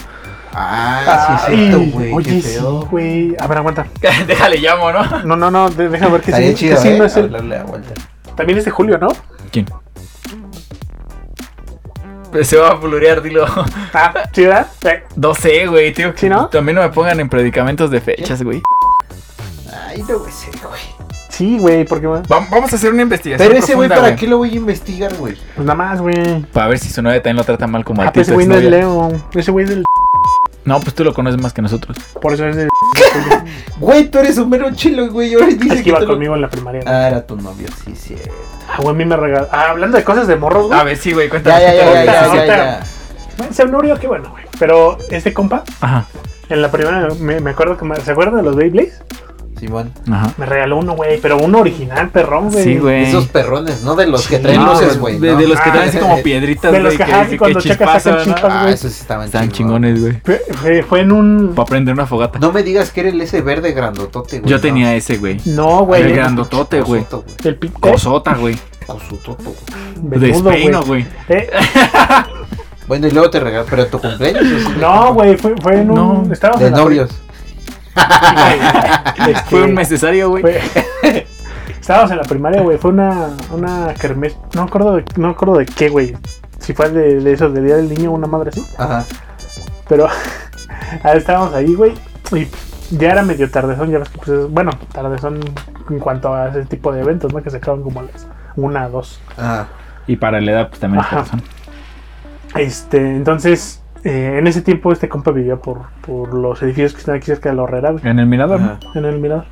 Speaker 2: Ah, sí, es
Speaker 3: Ay,
Speaker 2: cierto, güey.
Speaker 3: Oye,
Speaker 2: Qué
Speaker 3: sí,
Speaker 2: feo.
Speaker 3: güey. A ver, aguanta.
Speaker 1: Déjale llamo, ¿no?
Speaker 3: No, no, no, de- déjame ver qué
Speaker 2: Estaría
Speaker 3: signo,
Speaker 2: chido,
Speaker 3: qué signo
Speaker 2: ¿eh?
Speaker 3: es el.
Speaker 2: Hablarle a Walter.
Speaker 3: También es de julio, ¿no?
Speaker 1: ¿Quién? Pues Se va a flurear, dilo.
Speaker 3: Ah, sí, ¿verdad? Eh,
Speaker 1: No sé, güey, tío. que
Speaker 3: ¿Sí, no?
Speaker 1: También no me pongan en predicamentos de fechas, güey.
Speaker 2: Ay, no, güey, sé, güey.
Speaker 3: Sí, güey, porque pues, bueno,
Speaker 1: Va- Vamos a hacer una investigación.
Speaker 2: Pero ese güey,
Speaker 1: profunda,
Speaker 2: ¿para qué lo voy a investigar, güey?
Speaker 3: pues nada más, güey.
Speaker 1: Para ver si su novia también lo trata mal como
Speaker 3: Ah,
Speaker 1: a ti.
Speaker 3: pues ese
Speaker 1: tu
Speaker 3: güey no es
Speaker 1: exnovia.
Speaker 3: Leo. Ese güey es del.
Speaker 1: No, pues tú lo conoces más que nosotros.
Speaker 3: Por eso es del.
Speaker 2: Güey, tú eres un mero chilo, güey. y Ahora dice
Speaker 3: Es que iba
Speaker 2: te lo-
Speaker 3: conmigo en la primaria. güey.
Speaker 2: Ah, era tu novio, sí, sí.
Speaker 3: Ah, güey, a mí me regaló. Ah, hablando de cosas de morros, güey.
Speaker 1: A ver, sí, güey,
Speaker 2: Ya,
Speaker 1: cuéntanos.
Speaker 2: ya,
Speaker 1: qué tal la
Speaker 2: ya, ya, ya, ya,
Speaker 1: relación.
Speaker 2: ya.
Speaker 3: Bueno, Se murió, qué bueno, güey. Pero este compa,
Speaker 1: Ajá,
Speaker 3: en la primera, me, me acuerdo que. me- ¿Se acuerdan de los Beyblades?
Speaker 2: Simón.
Speaker 1: ajá.
Speaker 3: Me regaló uno, güey. Pero uno original, perrón, güey.
Speaker 1: Sí, güey.
Speaker 2: Esos perrones, ¿no? De los que
Speaker 3: Sí.
Speaker 2: traen
Speaker 1: No,
Speaker 2: luces,
Speaker 1: pues,
Speaker 2: güey.
Speaker 1: De,
Speaker 2: ¿no?
Speaker 1: de los que
Speaker 3: Ah,
Speaker 1: traen así como piedritas,
Speaker 3: de
Speaker 1: güey.
Speaker 3: los que, ajá,
Speaker 1: que,
Speaker 3: cuando
Speaker 1: que
Speaker 3: checas sacan
Speaker 1: chispazan, ¿no?
Speaker 3: chispas.
Speaker 2: Ah, esos sí estaban
Speaker 1: Están
Speaker 2: chingones.
Speaker 1: chingones, güey.
Speaker 3: Fue, fue- fue en un.
Speaker 1: Para prender una fogata.
Speaker 2: No me digas que era el ese verde grandotote, güey.
Speaker 1: Yo tenía ese, güey.
Speaker 3: No, güey.
Speaker 1: El
Speaker 3: el-
Speaker 1: grandotote, güey.
Speaker 3: El ¿eh? pico.
Speaker 1: Cosota, güey.
Speaker 2: Cosutoto, güey.
Speaker 3: Venudo,
Speaker 1: Despeino,
Speaker 3: güey.
Speaker 1: güey.
Speaker 3: Eh,
Speaker 2: Bueno, y luego te regaló, pero tu cumpleaños. ¿o sí?
Speaker 3: no, güey, fue, fue en un.
Speaker 1: No.
Speaker 3: Estábamos
Speaker 2: De
Speaker 3: en la
Speaker 2: novios.
Speaker 3: pri- Este,
Speaker 1: Fue un necesario, güey.
Speaker 3: fue- Estábamos en la primaria, güey. Fue una, una kermés. No me acuerdo de, no me acuerdo de qué, güey. Si fue de, de esos, de Día del Niño, una madre así.
Speaker 2: Ajá.
Speaker 3: Pero ahí estábamos ahí, güey. Y ya era medio tardezón, ya ves que, pues, es- bueno, tardezón en cuanto a ese tipo de eventos, ¿no? Que se acaban como a las una, dos.
Speaker 2: Ajá.
Speaker 1: Y para la edad, pues también.
Speaker 3: Ajá.
Speaker 1: está razón.
Speaker 3: Este, entonces, eh, en ese tiempo este compa vivía por, por los edificios que están aquí cerca de la horrera, güey,
Speaker 1: En el mirador, ¿no?
Speaker 2: Ajá.
Speaker 3: en el mirador.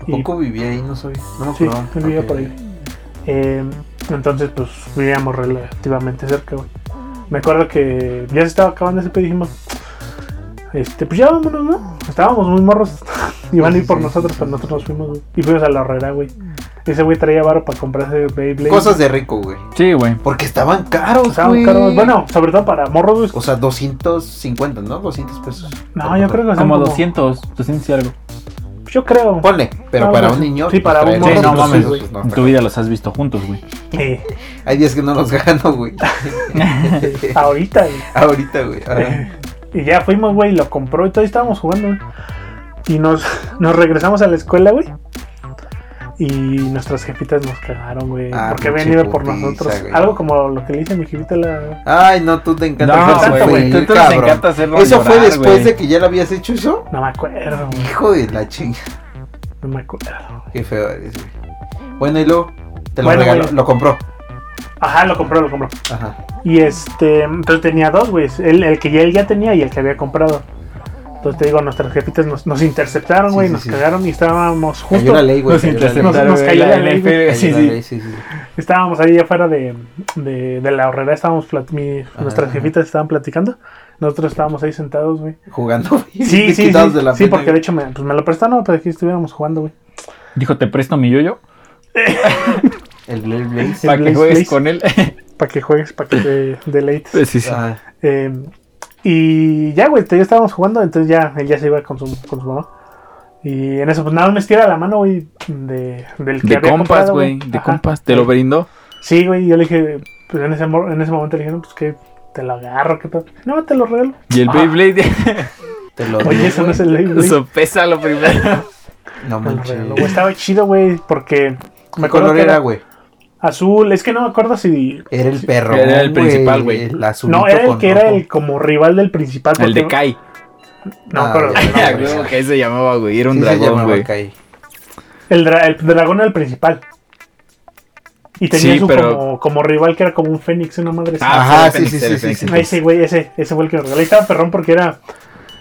Speaker 2: ¿A
Speaker 3: Y-
Speaker 2: poco vivía ahí? No soy. No me
Speaker 3: Sí,
Speaker 2: acuerdo.
Speaker 3: él vivía
Speaker 2: Ok.
Speaker 3: por ahí. Eh, entonces, pues vivíamos relativamente cerca, güey. Me acuerdo que ya se estaba acabando ese pedo y dijimos, este, pues ya vámonos, ¿no? Estábamos muy morros. Iban a ir por
Speaker 2: Sí, sí,
Speaker 3: nosotros,
Speaker 2: sí,
Speaker 3: pero
Speaker 2: sí.
Speaker 3: nosotros nos fuimos, güey. Y fuimos a la horrera, güey. Ese güey traía varo para comprarse Beyblade.
Speaker 2: Cosas de rico, güey.
Speaker 1: Sí, güey.
Speaker 2: Porque estaban caros,
Speaker 3: Estaban
Speaker 2: güey.
Speaker 3: caros. Bueno, sobre todo para morros, güey.
Speaker 2: O sea, 250, ¿no? 200 pesos.
Speaker 3: No, yo creo que son
Speaker 1: Como 200, 200 y algo.
Speaker 3: Yo creo.
Speaker 2: Ponle, pero
Speaker 3: Ah,
Speaker 2: para
Speaker 3: bueno,
Speaker 2: un niño.
Speaker 3: sí, para
Speaker 2: traer
Speaker 3: un
Speaker 2: dos
Speaker 3: morro, no
Speaker 2: pesos,
Speaker 3: mames,
Speaker 2: pues, no,
Speaker 1: En
Speaker 2: está
Speaker 1: tu vida los has visto juntos, güey.
Speaker 3: Eh,
Speaker 2: cabrón. Hay días que no los gano, güey.
Speaker 3: ahorita, güey.
Speaker 2: Ahorita, güey. Ajá.
Speaker 3: Y ya fuimos, güey, lo compró y todavía estábamos jugando. güey. Y nos, nos regresamos a la escuela, güey. Y nuestras jefitas nos cagaron, güey.
Speaker 2: Ah,
Speaker 3: porque habían
Speaker 2: pinche
Speaker 3: ido por
Speaker 2: putiza,
Speaker 3: nosotros.
Speaker 2: güey.
Speaker 3: Algo como lo que le hice a mi jefita la...
Speaker 2: Ay, no, tú te encanta. hacer
Speaker 3: güey,
Speaker 2: sufrir,
Speaker 1: Tú te les
Speaker 2: cabrón.
Speaker 1: encanta hacerlo
Speaker 2: ¿Eso fue
Speaker 1: llorar,
Speaker 2: después
Speaker 1: güey.
Speaker 2: de que ya lo habías hecho eso?
Speaker 3: No me acuerdo, güey.
Speaker 2: Hijo de la chinga.
Speaker 3: No me acuerdo. güey.
Speaker 2: Qué feo eres, güey. Bueno, y luego te lo
Speaker 3: Bueno,
Speaker 2: regaló,
Speaker 3: güey.
Speaker 2: lo compró.
Speaker 3: Ajá, lo compró, lo compró.
Speaker 2: Ajá.
Speaker 3: Y este... Entonces tenía dos, güey. El, el que ya él ya tenía y el que había comprado. Entonces te digo, nuestras jefitas nos, nos interceptaron,
Speaker 2: Sí,
Speaker 3: güey.
Speaker 2: sí,
Speaker 3: nos
Speaker 2: sí.
Speaker 3: cagaron y estábamos
Speaker 2: Cayó
Speaker 3: justo...
Speaker 2: la ley, güey.
Speaker 1: Nos
Speaker 2: cayó la ley.
Speaker 1: interceptaron,
Speaker 3: Nos- nos
Speaker 1: güey,
Speaker 3: cayó
Speaker 1: la
Speaker 3: la ley, güey.
Speaker 1: NFL,
Speaker 2: Cayó
Speaker 1: Sí,
Speaker 2: la
Speaker 1: sí.
Speaker 2: ley, sí, sí, sí.
Speaker 3: Estábamos ahí afuera de, de, de la horrera, estábamos plat- mi-
Speaker 1: Ah.
Speaker 3: nuestras
Speaker 2: ajá.
Speaker 3: jefitas estaban platicando, nosotros estábamos ahí sentados, güey.
Speaker 2: Jugando, güey.
Speaker 3: Sí, sí, sí,
Speaker 2: quitados de la
Speaker 3: sí
Speaker 2: pena,
Speaker 3: porque de
Speaker 2: güey.
Speaker 3: hecho me, pues me lo prestaron para que estuviéramos jugando, güey.
Speaker 1: Dijo, te presto mi yoyo
Speaker 2: El Blade Blaze.
Speaker 1: para que
Speaker 3: Blaze,
Speaker 1: juegues
Speaker 3: Blaze.
Speaker 1: con él.
Speaker 3: Para que juegues, para que te deleites.
Speaker 1: sí, sí.
Speaker 2: Ah,
Speaker 3: Eh, y ya, güey, te- ya estábamos jugando, entonces ya, él ya se iba con su, con su mamá. Y en eso, pues nada, me estira la mano, güey, de, del que
Speaker 1: De
Speaker 3: había
Speaker 1: compas,
Speaker 3: comprado,
Speaker 1: güey. De
Speaker 3: Ajá.
Speaker 1: compas. Te lo brindó.
Speaker 3: Sí, güey, yo le dije, pues en ese, mo- en ese momento le dijeron, pues que te lo agarro, que No, te lo regalo.
Speaker 1: Y el
Speaker 3: Ah.
Speaker 1: Beyblade,
Speaker 2: te lo
Speaker 3: Oye,
Speaker 2: di,
Speaker 3: eso no
Speaker 2: güey.
Speaker 3: es el Beyblade.
Speaker 1: sopesa lo primero.
Speaker 2: No
Speaker 3: Me lo
Speaker 2: manches.
Speaker 3: regaló, güey. Estaba chido, güey, porque me
Speaker 2: ¿Qué
Speaker 3: acuerdo
Speaker 2: color
Speaker 3: que
Speaker 2: era, güey?
Speaker 3: azul. Es que no me acuerdo si.
Speaker 2: Era el perro.
Speaker 1: Era el principal, güey.
Speaker 2: El azul.
Speaker 3: No, era el que era el como rival del principal.
Speaker 1: El de
Speaker 3: porque-
Speaker 1: Kai.
Speaker 3: No,
Speaker 2: Ah,
Speaker 3: pero-
Speaker 2: ya,
Speaker 3: no,
Speaker 2: ya,
Speaker 1: A
Speaker 3: güey.
Speaker 1: huevo que se llamaba, güey. Era un
Speaker 2: Sí, se
Speaker 1: dragón,
Speaker 2: llamaba
Speaker 1: güey.
Speaker 2: Kai.
Speaker 3: el, dra- el dragón era el principal. Y tenía
Speaker 1: Sí,
Speaker 3: su
Speaker 1: pero-
Speaker 3: como, como rival que era como un fénix, una madre. así.
Speaker 1: Ah,
Speaker 2: Ajá,
Speaker 1: sí,
Speaker 2: sí, sí,
Speaker 1: sí,
Speaker 2: sí, sí,
Speaker 3: Ah, ese güey, ese, ese fue el que me regaló. Ahí estaba perrón porque era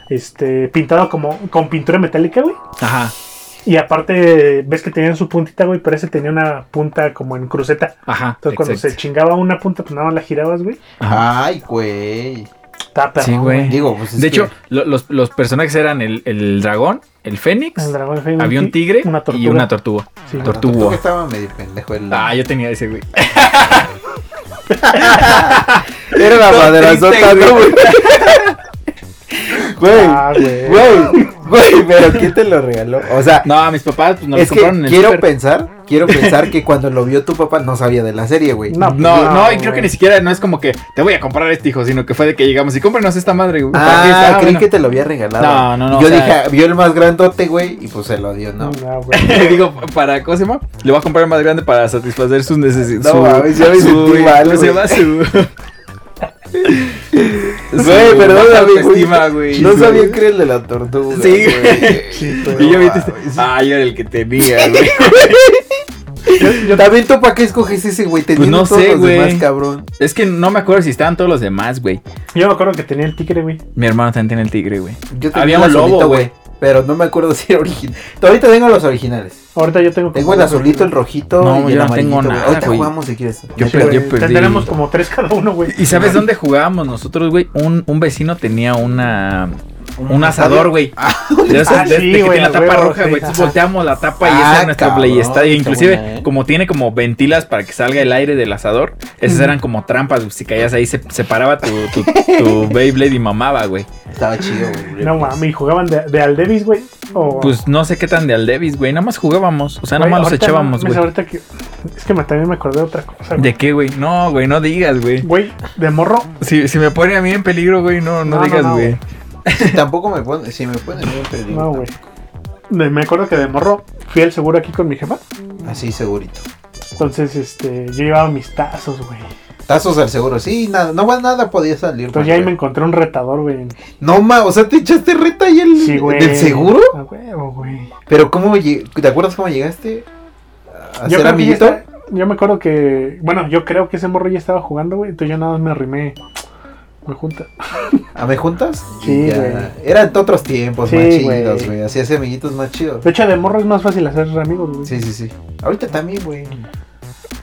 Speaker 3: este pintado como con pintura metálica, güey.
Speaker 1: Ajá,
Speaker 3: Y aparte, ves que tenían su puntita, güey, pero ese tenía una punta como en cruceta.
Speaker 1: ajá.
Speaker 3: Entonces, cuando se
Speaker 1: exacto.
Speaker 3: chingaba una punta, pues nada más la girabas, güey.
Speaker 1: Ajá.
Speaker 2: Ay, güey.
Speaker 3: Estaba perrón.
Speaker 1: Sí, güey.
Speaker 2: Digo, pues es
Speaker 1: De
Speaker 2: que-
Speaker 1: hecho, lo- los, los personajes eran el, el dragón, el fénix,
Speaker 3: El dragón fue
Speaker 1: había un
Speaker 3: ti-
Speaker 1: tigre
Speaker 3: una tortuga.
Speaker 1: y una tortuga.
Speaker 3: Sí.
Speaker 2: la
Speaker 1: tortuga.
Speaker 2: estaba medio pendejo el.
Speaker 1: Ah, yo tenía ese, güey.
Speaker 2: dieron la madrazota, ¿no, güey? Güey,
Speaker 3: Ah, güey.
Speaker 2: güey, güey, pero ¿quién te lo regaló? O sea,
Speaker 1: No, a mis papás pues, nos
Speaker 2: es
Speaker 1: lo
Speaker 2: que
Speaker 1: compraron en el
Speaker 2: quiero
Speaker 1: súper.
Speaker 2: pensar, quiero pensar que cuando lo vio tu papá no sabía de la serie, güey. Ah,
Speaker 3: No.
Speaker 1: No, no, y creo
Speaker 3: güey.
Speaker 1: que ni siquiera no es como que te voy a comprar este hijo, sino que fue de que llegamos y cómpranos esta madre, güey. Para ti
Speaker 2: Ah,
Speaker 1: está,
Speaker 2: creí
Speaker 1: bueno.
Speaker 2: que te lo había regalado.
Speaker 1: No, no, no,
Speaker 2: Y Yo
Speaker 1: o sea-
Speaker 2: dije, vio el más grandote, güey, y pues se lo dio, ¿no?
Speaker 3: No, Ah, güey.
Speaker 1: Digo, para, ¿cómo se llama? Le voy a comprar más grande para satisfacer sus necesidades.
Speaker 2: No, mames, ya me sentí mal,
Speaker 1: ¿Cómo se
Speaker 2: güey.
Speaker 1: llama? Su...
Speaker 2: Güey,
Speaker 1: Su baja
Speaker 2: perdóname,
Speaker 1: autoestima, güey.
Speaker 2: No sabía que era el de la tortuga.
Speaker 1: Sí,
Speaker 2: güey.
Speaker 3: pues.
Speaker 1: Y yo
Speaker 2: No
Speaker 1: vi,
Speaker 2: mames.
Speaker 1: ah, yo era el que tenía, güey.
Speaker 2: También tú para qué escoges ese, güey. Te
Speaker 1: Pues no
Speaker 2: todos
Speaker 1: sé,
Speaker 2: los
Speaker 1: güey.
Speaker 2: demás, cabrón.
Speaker 1: Es que no me acuerdo si estaban todos los demás, güey.
Speaker 3: Yo me acuerdo que tenía el tigre, güey.
Speaker 1: Mi hermano también tiene el tigre, güey.
Speaker 2: Yo tenía
Speaker 1: Había
Speaker 2: el
Speaker 1: un lobo,
Speaker 2: azulito,
Speaker 1: güey.
Speaker 2: güey. Pero no me acuerdo si era original. Ahorita tengo los originales.
Speaker 3: Ahorita yo tengo
Speaker 2: Tengo el azulito, el rojito
Speaker 1: No,
Speaker 2: y
Speaker 1: yo
Speaker 2: el
Speaker 1: no
Speaker 2: amarillito.
Speaker 1: tengo
Speaker 2: güey.
Speaker 1: nada,
Speaker 2: Ahorita
Speaker 1: güey.
Speaker 2: jugamos si quieres.
Speaker 1: Yo
Speaker 3: Sí,
Speaker 1: perdí,
Speaker 3: güey.
Speaker 1: yo perdí.
Speaker 3: Tenemos como tres cada uno, güey.
Speaker 1: ¿Y sabes dónde jugábamos nosotros, güey? Un, un vecino tenía una. Un asador, güey. De esos
Speaker 3: Ah,
Speaker 1: de- de
Speaker 3: sí,
Speaker 1: que
Speaker 3: güey,
Speaker 1: tiene la
Speaker 3: a
Speaker 1: tapa
Speaker 3: huevo,
Speaker 1: roja,
Speaker 3: sí,
Speaker 1: güey. Entonces
Speaker 3: ajá.
Speaker 1: volteamos la tapa y
Speaker 2: Ah,
Speaker 1: esa es nuestra
Speaker 2: cabrón,
Speaker 1: play estadio.
Speaker 2: está
Speaker 1: Inclusive,
Speaker 2: buena, eh.
Speaker 1: como tiene como ventilas para que salga el aire del asador, esas
Speaker 3: Ujú.
Speaker 1: eran como trampas. güey. Si caías ahí, se separaba tu, tu, tu Beyblade y mamaba, güey.
Speaker 2: Estaba chido, güey.
Speaker 3: No mames, ¿y jugaban de, de al Davis, güey. O...
Speaker 1: Pues no sé qué tan de Aldevis, güey. Nada más jugábamos. O sea, nada
Speaker 3: Güey,
Speaker 1: más los
Speaker 3: ahorita
Speaker 1: echábamos,
Speaker 3: no mames,
Speaker 1: güey.
Speaker 3: ahorita que... Es que me- también me acordé de otra cosa, güey.
Speaker 1: ¿De qué, güey? No, güey, no digas, güey.
Speaker 3: Güey, de morro.
Speaker 1: Si, si me pone a mí en peligro, güey, no,
Speaker 3: No,
Speaker 1: no,
Speaker 3: no,
Speaker 1: digas,
Speaker 3: no,
Speaker 1: güey.
Speaker 3: güey.
Speaker 2: Si tampoco me ponen, si me ponen, yo te digo.
Speaker 3: No, güey. De- Me acuerdo que de morro fui al seguro aquí con mi jefa.
Speaker 2: Así segurito.
Speaker 3: Entonces, este, yo llevaba mis tazos, güey.
Speaker 2: Tazos al seguro. Sí, nada, no va nada, podía salir.
Speaker 3: Entonces Pues ya ahí me encontré un retador, güey.
Speaker 2: No, ma, o sea, te echaste reta ahí el,
Speaker 3: Sí, güey.
Speaker 2: del seguro.
Speaker 3: A huevo, güey.
Speaker 2: Pero ¿cómo lleg- ¿Te acuerdas cómo llegaste a ser
Speaker 3: Yo creo que ya
Speaker 2: amiguito?
Speaker 3: está- Yo me acuerdo que. Bueno, yo creo que ese morro ya estaba jugando, güey. Entonces yo nada más me arrimé. Me junta.
Speaker 2: ¿A me juntas?
Speaker 3: Sí,
Speaker 2: Y ya.
Speaker 3: güey.
Speaker 2: Eran otros tiempos
Speaker 3: Sí,
Speaker 2: más
Speaker 3: güey.
Speaker 2: chidos, güey. Hacías amiguitos más chidos.
Speaker 3: De hecho, de morro es más fácil hacer amigos, güey.
Speaker 2: Sí, sí, sí. Ahorita también, güey.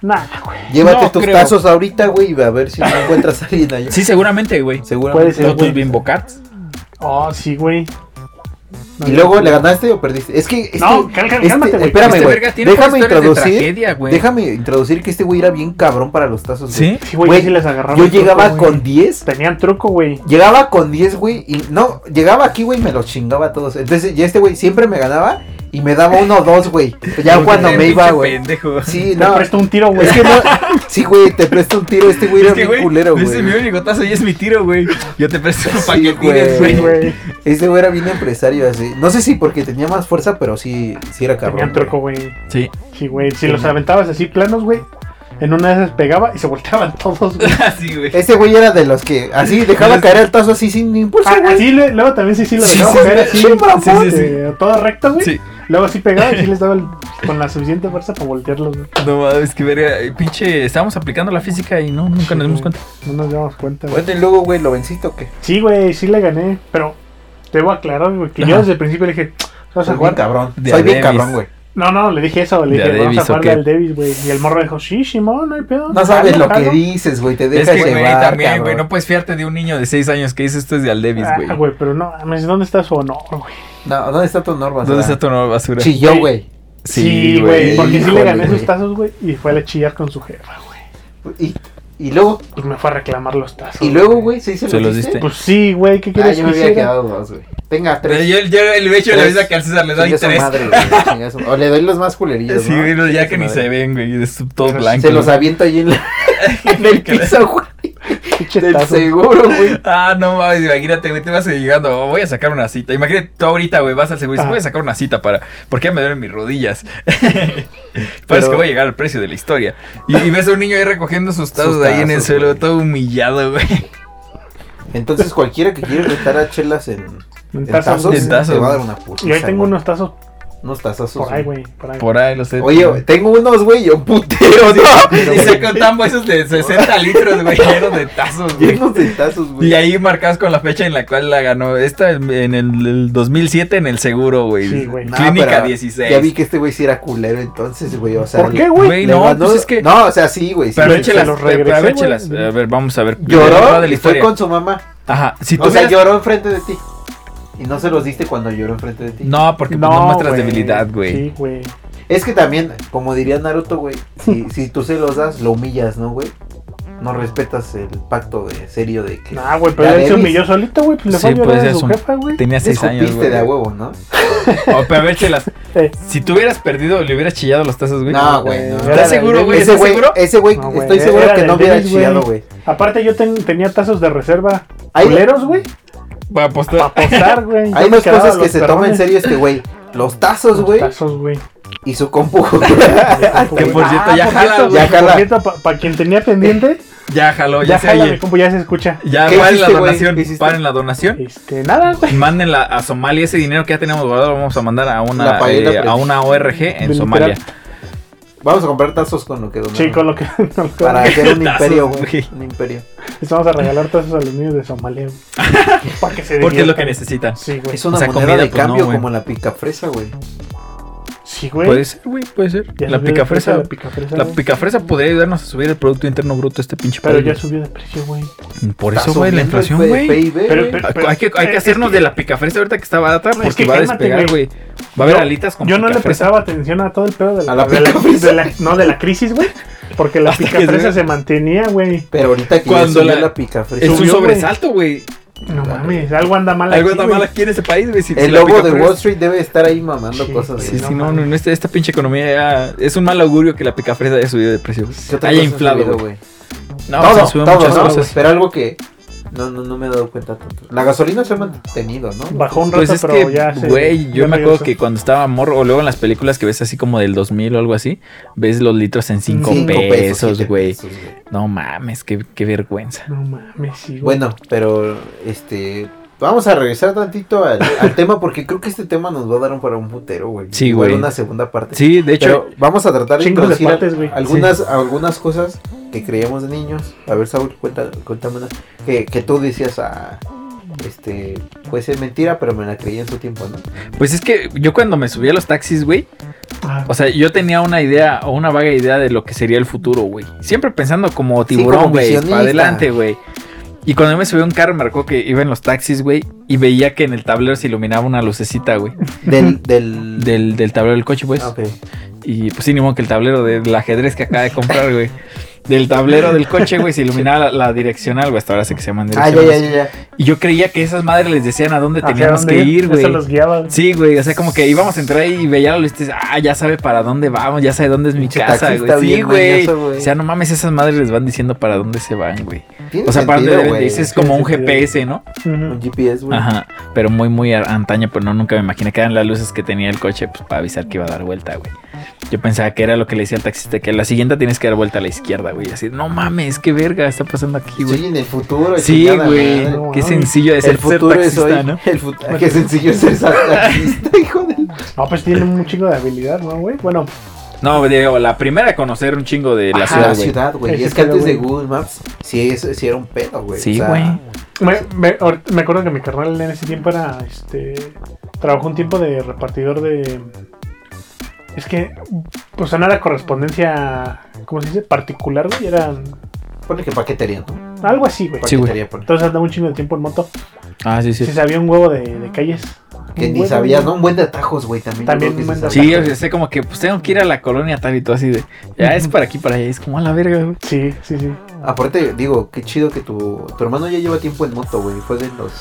Speaker 3: Nah, güey.
Speaker 2: Llévate
Speaker 1: No
Speaker 2: tus
Speaker 1: creo.
Speaker 2: tazos ahorita, güey, y ve a ver si no encuentras a alguien allá.
Speaker 1: Sí, seguramente, güey.
Speaker 2: Seguramente.
Speaker 3: Puede ser.
Speaker 1: O tus
Speaker 3: güey.
Speaker 1: bimbo cards.
Speaker 3: Oh, sí, güey. No,
Speaker 2: Y
Speaker 3: yo-
Speaker 2: luego le ganaste o perdiste. Es que este-
Speaker 3: No, cálmate,
Speaker 2: este-
Speaker 3: cálmate, güey.
Speaker 2: espérame,
Speaker 1: Este
Speaker 2: güey.
Speaker 1: verga tiene
Speaker 2: Déjame
Speaker 1: historias de
Speaker 2: introducir.
Speaker 1: tragedia, güey.
Speaker 2: Déjame introducir que este güey era bien cabrón para los tazos. güey.
Speaker 1: ¿Sí?
Speaker 3: Sí, güey,
Speaker 2: Güey,
Speaker 3: yo sí les agarraba.
Speaker 2: Yo
Speaker 3: el truco,
Speaker 2: llegaba
Speaker 3: güey.
Speaker 2: con 10.
Speaker 3: Tenían truco, güey.
Speaker 2: Llegaba con 10, güey, y no, llegaba aquí, güey, y me los chingaba a todos. Entonces, ya este güey siempre me ganaba y me daba uno o dos, güey. Ya cuando me iba, güey.
Speaker 1: este Pendejo.
Speaker 2: Sí,
Speaker 3: Te
Speaker 2: no.
Speaker 3: presto un tiro, güey.
Speaker 2: Es que no. Sí, güey, te presto un tiro, este güey
Speaker 1: Es
Speaker 2: era
Speaker 1: que,
Speaker 2: bien
Speaker 1: güey,
Speaker 2: culero, güey.
Speaker 1: ese es mi único tazo y es mi tiro, güey. Yo te presto un
Speaker 2: Sí,
Speaker 1: paquetines, güey.
Speaker 2: güey.
Speaker 3: Sí, güey.
Speaker 2: Este güey era bien empresario así. No sé si porque tenía más fuerza, pero sí, sí era cabrón.
Speaker 3: Tenían truco, güey.
Speaker 1: Sí.
Speaker 3: Sí, güey. Si los aventabas así planos, güey. En una de esas pegaba y se volteaban todos, güey.
Speaker 1: Así, güey.
Speaker 2: güey. Este güey era de los que así dejaba caer el tazo así sin impulso,
Speaker 3: Ah,
Speaker 2: Pues güey.
Speaker 3: así, le- luego también sí, sí, los
Speaker 1: Sí,
Speaker 3: dejaba
Speaker 1: sí,
Speaker 3: caer
Speaker 2: sí,
Speaker 3: así.
Speaker 2: sí, mamón.
Speaker 3: sí, sí, sí. Todo recto, güey.
Speaker 1: Sí.
Speaker 3: Luego sí pegaba y sí les daba el- con la suficiente fuerza para voltearlos, güey.
Speaker 1: No mames, que verga. eh, Pinche, estábamos aplicando la física y no, nunca nos dimos cuenta.
Speaker 3: No nos damos cuenta, güey.
Speaker 2: Bueno, y luego, güey, lo venciste o qué?
Speaker 3: Sí, güey, sí le gané. Pero debo aclarar, güey, que yo
Speaker 1: Ajá.
Speaker 3: desde el principio le dije, ¿vas a
Speaker 2: Soy bien
Speaker 3: jugar?
Speaker 2: cabrón.
Speaker 1: De
Speaker 2: Soy bien
Speaker 1: Adebis.
Speaker 2: cabrón, güey.
Speaker 3: No, no, le dije eso. Le
Speaker 1: ¿De
Speaker 3: dije,
Speaker 1: a
Speaker 3: vamos
Speaker 1: Davis
Speaker 3: a
Speaker 1: o
Speaker 3: jugarle
Speaker 1: qué?
Speaker 3: al Davis, güey. Y el morro dijo, sí, Simón, no hay pedo.
Speaker 2: No sabes
Speaker 3: Jalo,
Speaker 2: lo que
Speaker 3: jalo".
Speaker 2: dices, güey. Te
Speaker 1: Es
Speaker 2: dejas
Speaker 1: que, güey,
Speaker 2: llevar,
Speaker 1: también, güey.
Speaker 2: cabrón.
Speaker 1: No puedes fiarte de un niño de 6 años que dice esto es de Aldevis, güey.
Speaker 3: Ah, güey, pero no, mames, ¿dónde está su honor, güey?
Speaker 2: No, ¿dónde está tu norma?
Speaker 1: ¿Dónde está tu nueva basura?
Speaker 2: Chilló, güey.
Speaker 3: Sí, güey, porque sí le
Speaker 2: Híjole,
Speaker 3: gané
Speaker 2: güey.
Speaker 3: sus tazos, güey, y fue a la chillar con su jefa, güey.
Speaker 2: Y, y luego,
Speaker 3: Y me fue a reclamar los tazos.
Speaker 2: y luego, güey, se hizo
Speaker 1: Se los diste.
Speaker 3: Pues sí, güey, ¿qué
Speaker 2: Ah, yo
Speaker 3: quieres que
Speaker 2: me había
Speaker 3: hiciera?
Speaker 2: quedado dos, güey. Tenga
Speaker 1: Pero
Speaker 2: tres.
Speaker 1: Yo, yo el hecho de la
Speaker 2: Tres.
Speaker 1: vida que al César le doy
Speaker 2: Chinga su
Speaker 1: 3.
Speaker 2: madre, güey, chinga su- O le doy los más culerillos,
Speaker 1: Sí,
Speaker 2: ¿no?
Speaker 1: güey, no, ya que
Speaker 2: Chinga su
Speaker 1: ni
Speaker 2: madre.
Speaker 1: se ven, güey. Es todo
Speaker 3: Se
Speaker 1: blanco.
Speaker 2: Se los
Speaker 1: güey.
Speaker 2: aviento ahí en, la- en el piso, güey.
Speaker 3: Pinche
Speaker 2: Del
Speaker 3: tazo.
Speaker 2: seguro, güey.
Speaker 1: Ah, no mames, imagínate, güey, te vas llegando, oh, voy a sacar una cita. Imagínate tú ahorita, güey, vas al seguro y dices,
Speaker 3: Ah.
Speaker 1: voy a sacar una cita para, porque ya me duelen mis rodillas. Parece
Speaker 2: Pero-
Speaker 1: que voy a llegar al precio de la historia. Y, y ves a un niño ahí recogiendo sus tazos
Speaker 2: Sus
Speaker 1: ahí en el
Speaker 2: tazos,
Speaker 1: suelo,
Speaker 2: güey.
Speaker 1: todo humillado, güey.
Speaker 2: Entonces, cualquiera que quiera retar a chelas en, en
Speaker 3: En
Speaker 2: tazos,
Speaker 3: tazos.
Speaker 1: En tazos.
Speaker 2: te va a dar una puta.
Speaker 3: Y ahí tengo unos tazos
Speaker 2: Unos tazazos.
Speaker 3: por ahí, güey, por ahí.
Speaker 1: Por ahí, lo sé.
Speaker 2: Oye, tengo unos, güey, y un putero,
Speaker 1: y
Speaker 2: ¿no?
Speaker 1: sacan tambos esos de 60 litros, güey, llenos de tazos, güey.
Speaker 2: Llenos de tazos, güey.
Speaker 1: Y ahí marcas con la fecha en la cual la ganó. Esta en en el, el 2007 en el seguro, güey.
Speaker 3: Sí, güey.
Speaker 2: No,
Speaker 1: Clínica
Speaker 2: pero
Speaker 1: 16.
Speaker 2: Ya vi que este güey sí era culero entonces, güey. O sea,
Speaker 3: ¿Por
Speaker 2: le-
Speaker 3: qué, güey?
Speaker 1: Güey,
Speaker 2: le
Speaker 1: no,
Speaker 2: mandó-
Speaker 1: pues es que.
Speaker 2: No, o sea, sí, güey. sí.
Speaker 1: Pero
Speaker 3: se
Speaker 1: échelas,
Speaker 3: los
Speaker 1: eh, pero
Speaker 3: regresé,
Speaker 1: a ver,
Speaker 3: güey.
Speaker 1: échelas. A ver, vamos a ver. Primero
Speaker 2: Lloró
Speaker 1: de la
Speaker 2: y fue
Speaker 1: historia.
Speaker 2: con su mamá.
Speaker 1: Ajá, si tú
Speaker 2: O sea,
Speaker 1: hubieras-
Speaker 2: lloró enfrente de ti. Y no se los diste cuando lloró enfrente de ti.
Speaker 1: No, porque pues, no, muestras
Speaker 3: güey.
Speaker 1: debilidad, güey.
Speaker 3: Sí, güey.
Speaker 2: Es que también, como diría Naruto, güey, si, si tú se los das, lo humillas, ¿no, güey? no
Speaker 1: Mm.
Speaker 2: respetas el pacto de serio de que
Speaker 3: Nah, güey, pero
Speaker 2: La
Speaker 3: él se
Speaker 2: Davis-
Speaker 3: humilló solito, güey. Pues le fue
Speaker 1: Sí,
Speaker 3: a llorar
Speaker 1: pues,
Speaker 3: a
Speaker 1: es
Speaker 3: su
Speaker 1: un-
Speaker 3: jefa, güey.
Speaker 1: Tenía seis años,
Speaker 2: escupiste
Speaker 1: güey.
Speaker 2: de a huevo, ¿no?
Speaker 1: Oh, pero a ver, chelas,
Speaker 3: Eh,
Speaker 1: Si te hubieras perdido, le hubieras chillado los tazos, güey.
Speaker 2: No, güey. No.
Speaker 3: ¿Estás
Speaker 1: seguro, güey?
Speaker 2: Ese
Speaker 1: ¿Estás
Speaker 2: güey,
Speaker 1: seguro?
Speaker 2: ese güey,
Speaker 3: No, güey.
Speaker 2: estoy seguro
Speaker 3: Era
Speaker 2: que
Speaker 3: del
Speaker 2: no hubiera
Speaker 3: Davis, güey.
Speaker 2: chillado, güey.
Speaker 3: Aparte, yo ten- tenía tazos de reserva.
Speaker 2: Hay-
Speaker 3: Culeros, güey.
Speaker 1: Para
Speaker 3: Para
Speaker 1: apostar.
Speaker 3: apostar, güey. Yo
Speaker 2: Hay
Speaker 3: me
Speaker 2: dos
Speaker 3: quedaba
Speaker 2: cosas que
Speaker 3: los
Speaker 2: se toma en
Speaker 3: perrones.
Speaker 2: serio este güey. Los tazos,
Speaker 3: Los
Speaker 2: güey,
Speaker 3: Tazos, güey.
Speaker 2: y su compu.
Speaker 1: Que por cierto, ya
Speaker 3: por
Speaker 1: jala,
Speaker 3: cierto,
Speaker 1: güey.
Speaker 2: Ya jala.
Speaker 3: Por cierto, para quien tenía pendiente,
Speaker 1: Ya jaló,
Speaker 3: ya
Speaker 1: ya, se
Speaker 3: jala mi
Speaker 1: oye.
Speaker 3: compu, ya se escucha.
Speaker 1: Ya
Speaker 2: ¿Qué
Speaker 1: paren la
Speaker 2: hiciste, güey?
Speaker 1: donación.
Speaker 2: ¿Qué hiciste?
Speaker 1: Paren la donación.
Speaker 3: Este, nada, güey.
Speaker 1: Mándenla a Somalia. Ese dinero que ya tenemos guardado lo vamos a mandar a una,
Speaker 2: La pagué, la
Speaker 1: eh,
Speaker 2: aprendí.
Speaker 1: a una ORG en
Speaker 3: Literal.
Speaker 1: Somalia.
Speaker 2: Vamos a comprar tazos con lo que donaron.
Speaker 3: Sí, con lo que. con lo que-
Speaker 2: Para hacer un
Speaker 1: Tazos,
Speaker 2: imperio, güey.
Speaker 1: güey.
Speaker 2: Un imperio.
Speaker 3: Les vamos a regalar tazos a los niños de Somalia. para que se
Speaker 1: Porque es lo que
Speaker 3: diviertan.
Speaker 1: necesitan.
Speaker 3: Sí, güey.
Speaker 2: Es una
Speaker 1: O sea,
Speaker 2: moneda
Speaker 1: comida,
Speaker 2: de
Speaker 1: pues, no,
Speaker 2: cambio
Speaker 1: güey.
Speaker 2: como la picafresa, güey.
Speaker 3: Sí, güey.
Speaker 1: Puede ser, güey, puede ser.
Speaker 3: Ya
Speaker 1: La
Speaker 3: subió de precio
Speaker 1: picafresa.
Speaker 3: La picafresa.
Speaker 1: La
Speaker 3: güey.
Speaker 1: picafresa podría ayudarnos a subir el Producto Interno Bruto de este pinche
Speaker 3: Pero ya
Speaker 1: país.
Speaker 3: subió de precio, güey.
Speaker 1: Por
Speaker 2: Está
Speaker 1: eso, güey, la
Speaker 2: subiendo el
Speaker 1: inflación,
Speaker 2: P-
Speaker 1: güey.
Speaker 2: PIB, güey.
Speaker 3: Pero- pero-
Speaker 1: Hay que, hay que
Speaker 3: es
Speaker 1: hacernos
Speaker 3: que-
Speaker 1: de la picafresa ahorita que está barata
Speaker 3: No, es
Speaker 1: porque
Speaker 3: que
Speaker 1: va a
Speaker 3: cálmate,
Speaker 1: despegar,
Speaker 3: güey.
Speaker 1: güey. Va a haber
Speaker 3: Yo-
Speaker 1: alitas con
Speaker 3: Yo no le
Speaker 1: picafresa.
Speaker 3: prestaba atención a todo el pedo de la,
Speaker 2: A la
Speaker 3: de la-
Speaker 2: picafresa.
Speaker 3: de la- No, de la crisis, güey. Porque la
Speaker 1: Hasta que
Speaker 3: picafresa
Speaker 1: se-
Speaker 3: se mantenía, güey.
Speaker 2: Pero ahorita que
Speaker 1: Cuando
Speaker 2: Cuando
Speaker 1: la-
Speaker 2: la, la picafresa.
Speaker 1: Es un
Speaker 3: Subió, güey.
Speaker 1: sobresalto, güey.
Speaker 3: No mames, algo anda mal
Speaker 1: Algo
Speaker 3: aquí,
Speaker 1: está
Speaker 3: güey.
Speaker 1: mal aquí en ese país, güey. Si- si
Speaker 2: El
Speaker 1: la
Speaker 2: logo de
Speaker 1: picafresa-
Speaker 2: Wall Street debe estar ahí mamando
Speaker 3: Sí,
Speaker 2: cosas.
Speaker 1: Sí,
Speaker 2: güey.
Speaker 1: sí, no, no, no, este- esta pinche economía ya- es un mal augurio que la picafresa haya subido de precio.
Speaker 2: ¿Qué otra
Speaker 1: Haya
Speaker 2: cosa has
Speaker 1: inflado,
Speaker 2: subido,
Speaker 1: güey.
Speaker 2: güey?
Speaker 1: No,
Speaker 2: Todo,
Speaker 1: se suben
Speaker 2: todo,
Speaker 1: muchas
Speaker 2: ¿no?
Speaker 1: cosas.
Speaker 2: Pero algo que no, no, no me he dado cuenta tanto. La gasolina se ha mantenido, ¿no?
Speaker 3: Bajó un rato,
Speaker 1: Pues es
Speaker 3: pero ya
Speaker 1: que,
Speaker 3: se.
Speaker 1: güey, yo
Speaker 3: ya
Speaker 1: me acuerdo
Speaker 3: regresó.
Speaker 1: que cuando estaba morro, o luego en las películas que ves así como del 2000 o algo así, ves los litros en 5
Speaker 3: Cinco
Speaker 1: pesos,
Speaker 2: siete
Speaker 1: güey.
Speaker 2: pesos, güey.
Speaker 1: No mames, qué, qué vergüenza.
Speaker 3: No mames, sí, güey.
Speaker 2: Bueno, pero este. Vamos a regresar tantito al, al tema porque creo que este tema nos va a dar un para un putero, güey.
Speaker 1: Sí,
Speaker 2: Igual
Speaker 1: güey.
Speaker 2: una segunda parte.
Speaker 1: Sí, de hecho,
Speaker 2: Pero vamos a tratar de
Speaker 3: Chingo de
Speaker 2: introducir
Speaker 3: partes, güey.
Speaker 2: algunas, algunas cosas que creíamos de niños. A ver, Saúl, cuenta, cuéntame una. Que, que tú decías a. Este. Pues es mentira, pero me la creí en su tiempo, ¿no?
Speaker 1: pues es que yo cuando me subí a los taxis, güey,
Speaker 3: Ah,
Speaker 1: o sea, yo tenía una idea o una vaga idea de lo que sería el futuro, güey. Siempre pensando como tiburón,
Speaker 2: como
Speaker 1: güey,
Speaker 2: visionista.
Speaker 1: para adelante, güey. Y cuando yo me subí a un carro, me marcó que iba en los taxis, güey, y veía que en el tablero se iluminaba una lucecita, güey,
Speaker 2: Del. del...
Speaker 1: del, del tablero del coche, pues.
Speaker 2: Ah, ok.
Speaker 1: Y pues sí, ni modo que el tablero del ajedrez que acaba de comprar, güey. Del tablero del coche, güey, se iluminaba la, la direccional, güey. Hasta ahora sé que se llaman
Speaker 2: Ah,
Speaker 1: direccionales.
Speaker 2: ya, ya, ya, ya.
Speaker 1: Y yo creía que esas madres les decían a dónde
Speaker 3: ¿hacia
Speaker 1: teníamos
Speaker 3: dónde
Speaker 1: que ir, güey.
Speaker 3: Eso los guiaba. güey.
Speaker 1: Sí, güey, o sea, como que íbamos a entrar y veía la lista y dices, ah, ya sabe para dónde vamos, ya sabe dónde es mi
Speaker 2: Pinche
Speaker 1: casa,
Speaker 2: taxista
Speaker 1: güey. Sí,
Speaker 2: bien
Speaker 1: güey.
Speaker 2: mañoso, güey.
Speaker 1: O sea, no mames, esas madres les van diciendo para dónde se van, güey.
Speaker 2: Tiene
Speaker 1: O sea, para dónde
Speaker 2: sentido,
Speaker 1: deben de
Speaker 2: güey.
Speaker 1: irse, es
Speaker 3: Tiene
Speaker 1: como un
Speaker 3: sentido.
Speaker 1: GPS, ¿no?
Speaker 3: Ujú.
Speaker 2: Un GPS, güey.
Speaker 1: Ajá, pero muy, muy a- antaño, pero no, nunca me imaginé que eran las luces que tenía el coche pues, para avisar que iba a dar vuelta, güey. Yo pensaba que era lo que le decía al taxista, que a la siguiente tienes que dar vuelta a la izquierda, güey. Así, no mames, qué verga está pasando aquí,
Speaker 2: Sí,
Speaker 1: güey.
Speaker 2: en el futuro.
Speaker 1: Sí,
Speaker 2: chingada
Speaker 1: güey,
Speaker 2: madre.
Speaker 3: no
Speaker 1: qué
Speaker 3: mames.
Speaker 1: sencillo de ser,
Speaker 2: El futuro
Speaker 1: ser
Speaker 2: es
Speaker 1: taxista,
Speaker 2: hoy.
Speaker 1: ¿no?
Speaker 2: El futuro. Qué sencillo es ser taxista, hijo de.
Speaker 3: No, pues tienen un chingo de habilidad, ¿no, güey? Bueno,
Speaker 1: No, digo, la primera a conocer un chingo de la
Speaker 2: Ajá,
Speaker 1: ciudad, güey.
Speaker 2: ciudad, güey. Y
Speaker 3: Ese
Speaker 2: es que
Speaker 3: pedo,
Speaker 2: antes de
Speaker 3: güey.
Speaker 2: Google Maps, sí, eso, sí era un pedo, güey.
Speaker 1: Sí,
Speaker 2: O sea,
Speaker 1: güey.
Speaker 3: me, me, ahor- me acuerdo que mi carnal en ese tiempo era. este Trabajó un tiempo de repartidor de. Es que, pues no era correspondencia, ¿cómo se dice? Particular, güey. Era
Speaker 2: Pone que paquetería, ¿no?
Speaker 3: algo así, güey.
Speaker 1: Sí, güey.
Speaker 2: Paquetería, pone.
Speaker 3: Entonces andaba un chingo de tiempo en moto.
Speaker 1: Ah, sí, sí.
Speaker 3: Se sabía un huevo de, de calles.
Speaker 2: Que
Speaker 3: Un
Speaker 2: ni
Speaker 3: huevo,
Speaker 2: sabías,
Speaker 3: güey.
Speaker 2: ¿no? Un buen de atajos, güey, también. yo
Speaker 3: También
Speaker 2: creo que
Speaker 3: un
Speaker 2: se
Speaker 3: buen de
Speaker 2: sabe.
Speaker 1: Sí, o sea, sé como que pues tengo que ir a la colonia tal y todo así de, ya es para aquí, para allá. Es como a la verga, güey.
Speaker 3: Sí, sí, sí.
Speaker 2: Aparte, digo, qué chido que tu, tu hermano ya lleva tiempo en moto, güey. Fue de los,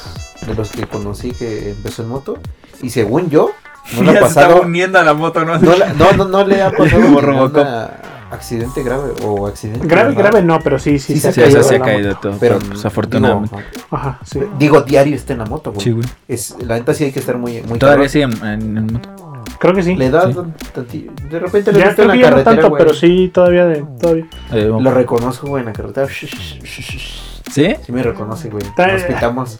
Speaker 2: de los que conocí que empezó en moto. Y según yo, no le ha pasado.
Speaker 1: uniendo a la moto, ¿no?
Speaker 2: No, la- no, no, no le ha pasado
Speaker 1: Como
Speaker 2: ningún
Speaker 1: Robocop.
Speaker 2: accidente grave o accidente.
Speaker 3: Grave,
Speaker 2: ¿verdad?
Speaker 3: grave no, pero sí, sí,
Speaker 2: Sí,
Speaker 1: Sí,
Speaker 2: ha
Speaker 1: o sea,
Speaker 2: caído
Speaker 1: se ha
Speaker 3: la
Speaker 1: caído
Speaker 3: moto.
Speaker 1: todo,
Speaker 2: Pero,
Speaker 1: pero pues, afortunadamente.
Speaker 2: Digo,
Speaker 3: Ajá, sí.
Speaker 2: digo, diario está en la moto, güey.
Speaker 1: Sí, güey.
Speaker 2: Es, la neta sí hay que estar muy, muy
Speaker 1: Todavía
Speaker 2: cabrón.
Speaker 1: sí en, en- en moto.
Speaker 3: Creo que sí.
Speaker 2: Le da
Speaker 1: Sí.
Speaker 2: tan- tanti- De repente le
Speaker 3: Ya
Speaker 2: gusta en
Speaker 3: creo
Speaker 2: la
Speaker 3: que ya no
Speaker 2: carretera,
Speaker 3: tanto,
Speaker 2: güey.
Speaker 3: pero sí, todavía. De, todavía.
Speaker 1: Eh,
Speaker 2: Lo reconozco, güey, en la carretera. Sí
Speaker 1: ¿Sí?
Speaker 2: me reconoce, güey.
Speaker 3: Ta-
Speaker 2: Nos pitamos. Nos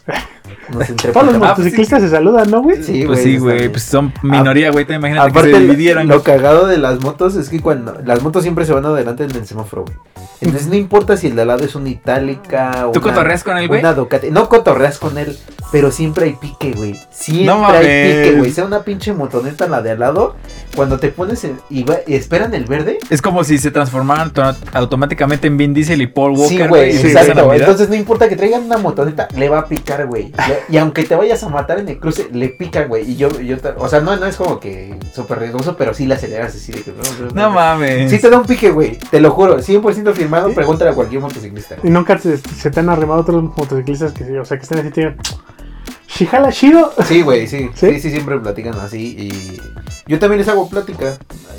Speaker 3: Todos los
Speaker 2: entrepitamos.
Speaker 1: Ah, pues
Speaker 3: motociclistas se saludan, ¿no, güey?
Speaker 2: Sí,
Speaker 1: pues
Speaker 2: güey.
Speaker 1: sí,
Speaker 2: está
Speaker 1: güey.
Speaker 2: bien.
Speaker 1: Pues son minoría, güey. Te imaginas que
Speaker 2: Aparte,
Speaker 1: se dividieran.
Speaker 2: lo cagado de las motos es que cuando las motos siempre se van adelante en el semáforo, güey. Entonces no importa si el de al lado es una itálica o
Speaker 1: ¿Tú
Speaker 2: una,
Speaker 1: cotorreas con él, güey?
Speaker 2: una Ducati. No cotorreas con él, Pero siempre hay pique, güey. Siempre
Speaker 4: No mames.
Speaker 2: hay pique, güey. Sea una pinche motoneta la de al lado. Cuando te pones en- y, va- y esperan el verde.
Speaker 1: Es como si se transformaran to- automáticamente en Vin Diesel y Paul Walker.
Speaker 2: sí, güey,
Speaker 1: y
Speaker 3: sí,
Speaker 1: empiezan a
Speaker 2: exacto.
Speaker 1: mirar.
Speaker 2: Entonces no importa que traigan una motoneta, le va a picar, güey. Le- Y aunque te vayas a matar en el cruce, le pica, güey. Y yo, yo, ta- o sea, no, no es como que súper riesgoso, pero sí la aceleras así de que.
Speaker 1: No mames.
Speaker 2: Sí te da un pique, güey. Te lo juro. 100% firmado. Pregúntale a cualquier motociclista.
Speaker 3: Y nunca te- se te han arrimado otros motociclistas que, o sea, que estén así, te digan, "Si jala chido.
Speaker 2: Sí, güey, sí.
Speaker 3: ¿Sí?
Speaker 2: ¿Sí? sí. siempre platican así. Y yo también les hago plática.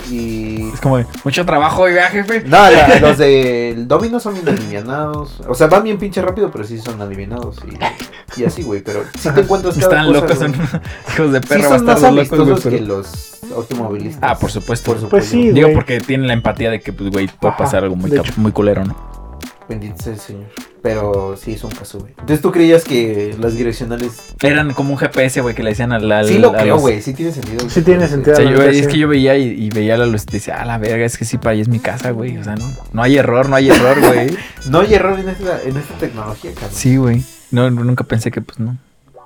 Speaker 2: Y.
Speaker 1: Es como de, mucho trabajo y viaje, jefe.
Speaker 2: No, la- los del Domino son bien alivianados. O sea, van bien pinche rápido, pero sí son alivianados. Y, y así, güey. Pero si te encuentras cada
Speaker 1: Están
Speaker 2: cosa,
Speaker 1: locos,
Speaker 2: güey.
Speaker 1: son hijos de
Speaker 2: Sí
Speaker 1: perro,
Speaker 2: son más
Speaker 1: bastardos locos, güey,
Speaker 2: amistosos que
Speaker 1: pero-
Speaker 2: los automovilistas.
Speaker 1: Ah, por supuesto.
Speaker 2: Por supuesto.
Speaker 3: Pues sí,
Speaker 1: Digo,
Speaker 3: güey.
Speaker 1: porque tienen la empatía de que, pues, güey, puede
Speaker 3: Ajá,
Speaker 1: pasar algo muy,
Speaker 3: de
Speaker 1: cap- muy culero, ¿no?
Speaker 2: Bendito sea el Señor. Pero sí es un caso, güey. Entonces tú creías que las direccionales.
Speaker 1: Eran como un GPS, güey, que le decían al... al
Speaker 2: Sí lo
Speaker 1: a
Speaker 2: creo,
Speaker 1: los-
Speaker 2: güey. Sí tiene sentido.
Speaker 3: Sí tiene sentido.
Speaker 1: O sea, yo-
Speaker 3: la neta,
Speaker 1: es
Speaker 3: sí.
Speaker 1: que yo veía y, y veía la luz y decía, ah, la verga, es que sí, para allá es mi casa, güey. O sea, no, no hay error, no hay error, güey.
Speaker 2: No hay error en esta, en esta tecnología, cabrón.
Speaker 1: Sí, güey. No, no, nunca pensé que, pues, no.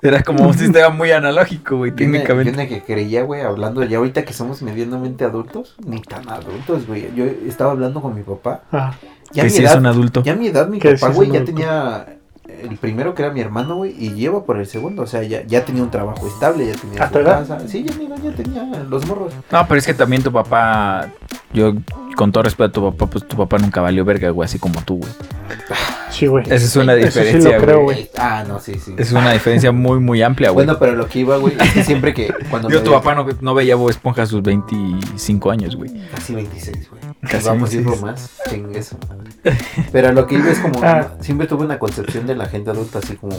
Speaker 1: Era como un sistema muy analógico, güey,
Speaker 2: Yo una, yo
Speaker 1: técnicamente.
Speaker 2: una que creía, güey, hablando ya ahorita que somos medianamente adultos, ni tan adultos, güey. Yo estaba hablando con mi papá.
Speaker 3: Ajá.
Speaker 2: Ya a
Speaker 1: que
Speaker 2: mi
Speaker 1: sí
Speaker 2: edad,
Speaker 1: es un adulto.
Speaker 2: ya a mi edad, mi
Speaker 3: Que sí
Speaker 2: papá,
Speaker 3: es
Speaker 2: güey,
Speaker 3: un
Speaker 2: ya
Speaker 3: adulto.
Speaker 2: tenía el primero que era mi hermano, güey, y lleva por el segundo. O sea, ya, ya tenía un trabajo estable, ya tenía
Speaker 3: ¿A
Speaker 2: su
Speaker 3: tu edad?
Speaker 2: casa. Sí, ya a mi edad ya tenía los morros.
Speaker 1: No, pero es que también tu papá, yo con todo respeto a tu papá, pues tu papá nunca valió verga, güey, así como tú, güey.
Speaker 3: Sí, güey.
Speaker 1: Esa es una
Speaker 2: Eso
Speaker 3: sí lo
Speaker 1: diferencia,
Speaker 3: creo,
Speaker 1: Oh, güey.
Speaker 3: güey.
Speaker 2: Ah, no, sí, sí.
Speaker 1: Es una diferencia muy, muy amplia, güey.
Speaker 2: Bueno, pero lo que iba, güey, es que siempre que cuando
Speaker 1: Yo,
Speaker 2: me
Speaker 1: tu
Speaker 2: ves-
Speaker 1: papá no, no veía Bob Esponja a sus 25 años, güey.
Speaker 2: Casi 26, güey.
Speaker 1: Casi
Speaker 2: Vamos
Speaker 1: 26.
Speaker 2: a ir más. Chingue su madre. Pero lo que iba es como.
Speaker 3: Ah.
Speaker 2: Siempre tuve una concepción de la gente adulta así como.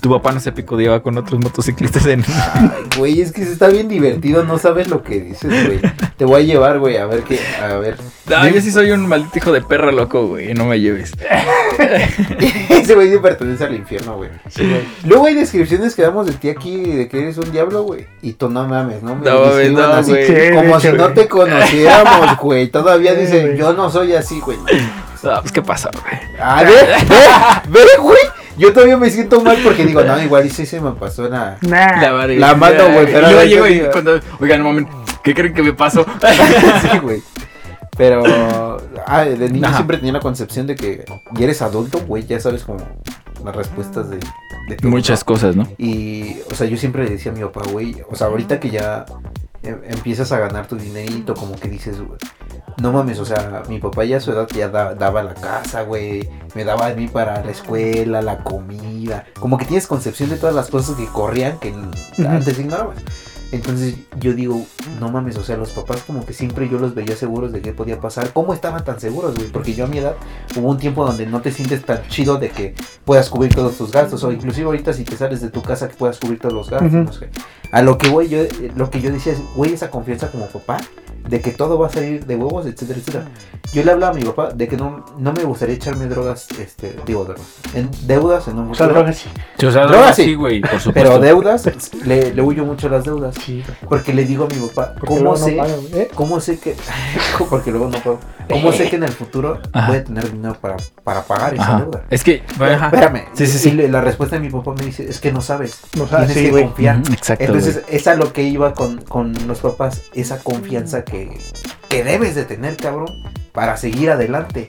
Speaker 1: Tu papá no se picodeaba con otros motociclistas en...
Speaker 2: Ay, güey, es que se está bien divertido, no sabes lo que dices, güey. Te voy a llevar, güey, a ver qué, a ver.
Speaker 1: No, yo sí soy un maldito hijo de perra loco, güey. No me lleves.
Speaker 2: Ese güey sí pertenece al infierno, güey.
Speaker 3: Sí, güey.
Speaker 2: Luego hay descripciones que damos de ti aquí de que eres un diablo, güey. Y tú no mames, no me
Speaker 1: No mames,
Speaker 2: describan
Speaker 1: no,
Speaker 2: así.
Speaker 1: güey.
Speaker 3: Sí, de
Speaker 2: Como
Speaker 3: hecho,
Speaker 2: si no
Speaker 3: güey.
Speaker 2: te conociéramos, güey. Todavía
Speaker 3: Sí,
Speaker 2: dicen,
Speaker 3: güey.
Speaker 2: yo no soy así, güey.
Speaker 1: Ah, pues qué pasa, güey.
Speaker 2: A ver, ve, ve, güey. Yo todavía me siento mal porque digo, no, igual y sí se me pasó una.
Speaker 3: Nah.
Speaker 1: La, madre.
Speaker 2: La mano, güey, pero
Speaker 1: Y yo
Speaker 2: la-
Speaker 1: llego y
Speaker 2: yo-
Speaker 1: cuando... Oigan, un momento. ¿Qué creen que me pasó?
Speaker 2: sí, güey. Pero ah, de niño
Speaker 1: Ajá.
Speaker 2: siempre tenía la concepción de que ya eres adulto, güey, ya sabes como las respuestas de, de todo,
Speaker 1: Muchas
Speaker 2: ¿no?
Speaker 1: cosas, ¿no?
Speaker 2: Y, o sea, yo siempre le decía a mi papá, güey, o sea, ahorita que ya em- empiezas a ganar tu dinerito, como que dices, güey, no mames, o sea, mi papá ya a su edad ya da- daba la casa, güey, me daba a mí para la escuela, la comida, como que tienes concepción de todas las cosas que corrían que antes ignorabas. Entonces yo digo, no mames, o sea, los papás como que siempre yo los veía seguros de qué podía pasar. ¿Cómo estaban tan seguros, güey? Porque yo a mi edad hubo un tiempo donde no te sientes tan chido de que puedas cubrir todos tus gastos. O inclusive ahorita si te sales de tu casa que puedas cubrir todos los gastos.
Speaker 3: Ujú.
Speaker 2: no sé. A lo que voy yo, eh, lo que yo decía es, güey, esa confianza como papá de que todo va a salir de huevos, etcétera, etcétera. Yo le hablaba a mi papá de que no, no me gustaría echarme drogas, este, digo drogas, en deudas en un
Speaker 3: O sea,
Speaker 2: futuro.
Speaker 3: drogas sí.
Speaker 1: O sea,
Speaker 2: Droga, sí.
Speaker 1: sí, güey, por supuesto.
Speaker 2: Pero deudas, le, le huyo mucho a las deudas.
Speaker 3: Sí, güey.
Speaker 2: Porque le digo a mi papá,
Speaker 3: Porque
Speaker 2: ¿cómo
Speaker 3: luego no
Speaker 2: sé?
Speaker 3: pagan, ¿eh?
Speaker 2: ¿Cómo sé que.? Porque luego no pago. ¿Cómo sé que en el futuro
Speaker 1: Ajá.
Speaker 2: voy a tener dinero para, para pagar esa
Speaker 1: Ajá.
Speaker 2: deuda?
Speaker 1: Es que... Ajá.
Speaker 2: Espérame.
Speaker 1: Sí, sí,
Speaker 2: Y-
Speaker 1: sí.
Speaker 2: Y le- la respuesta de mi papá me dice: Es que no sabes.
Speaker 3: No sabes,
Speaker 2: Tienes
Speaker 3: sí,
Speaker 2: que
Speaker 3: güey.
Speaker 2: confiar.
Speaker 1: Ujú, Exacto,
Speaker 2: Entonces,
Speaker 1: güey.
Speaker 2: es a lo que iba con, con los papás, esa confianza que, que debes de tener, cabrón, para seguir adelante.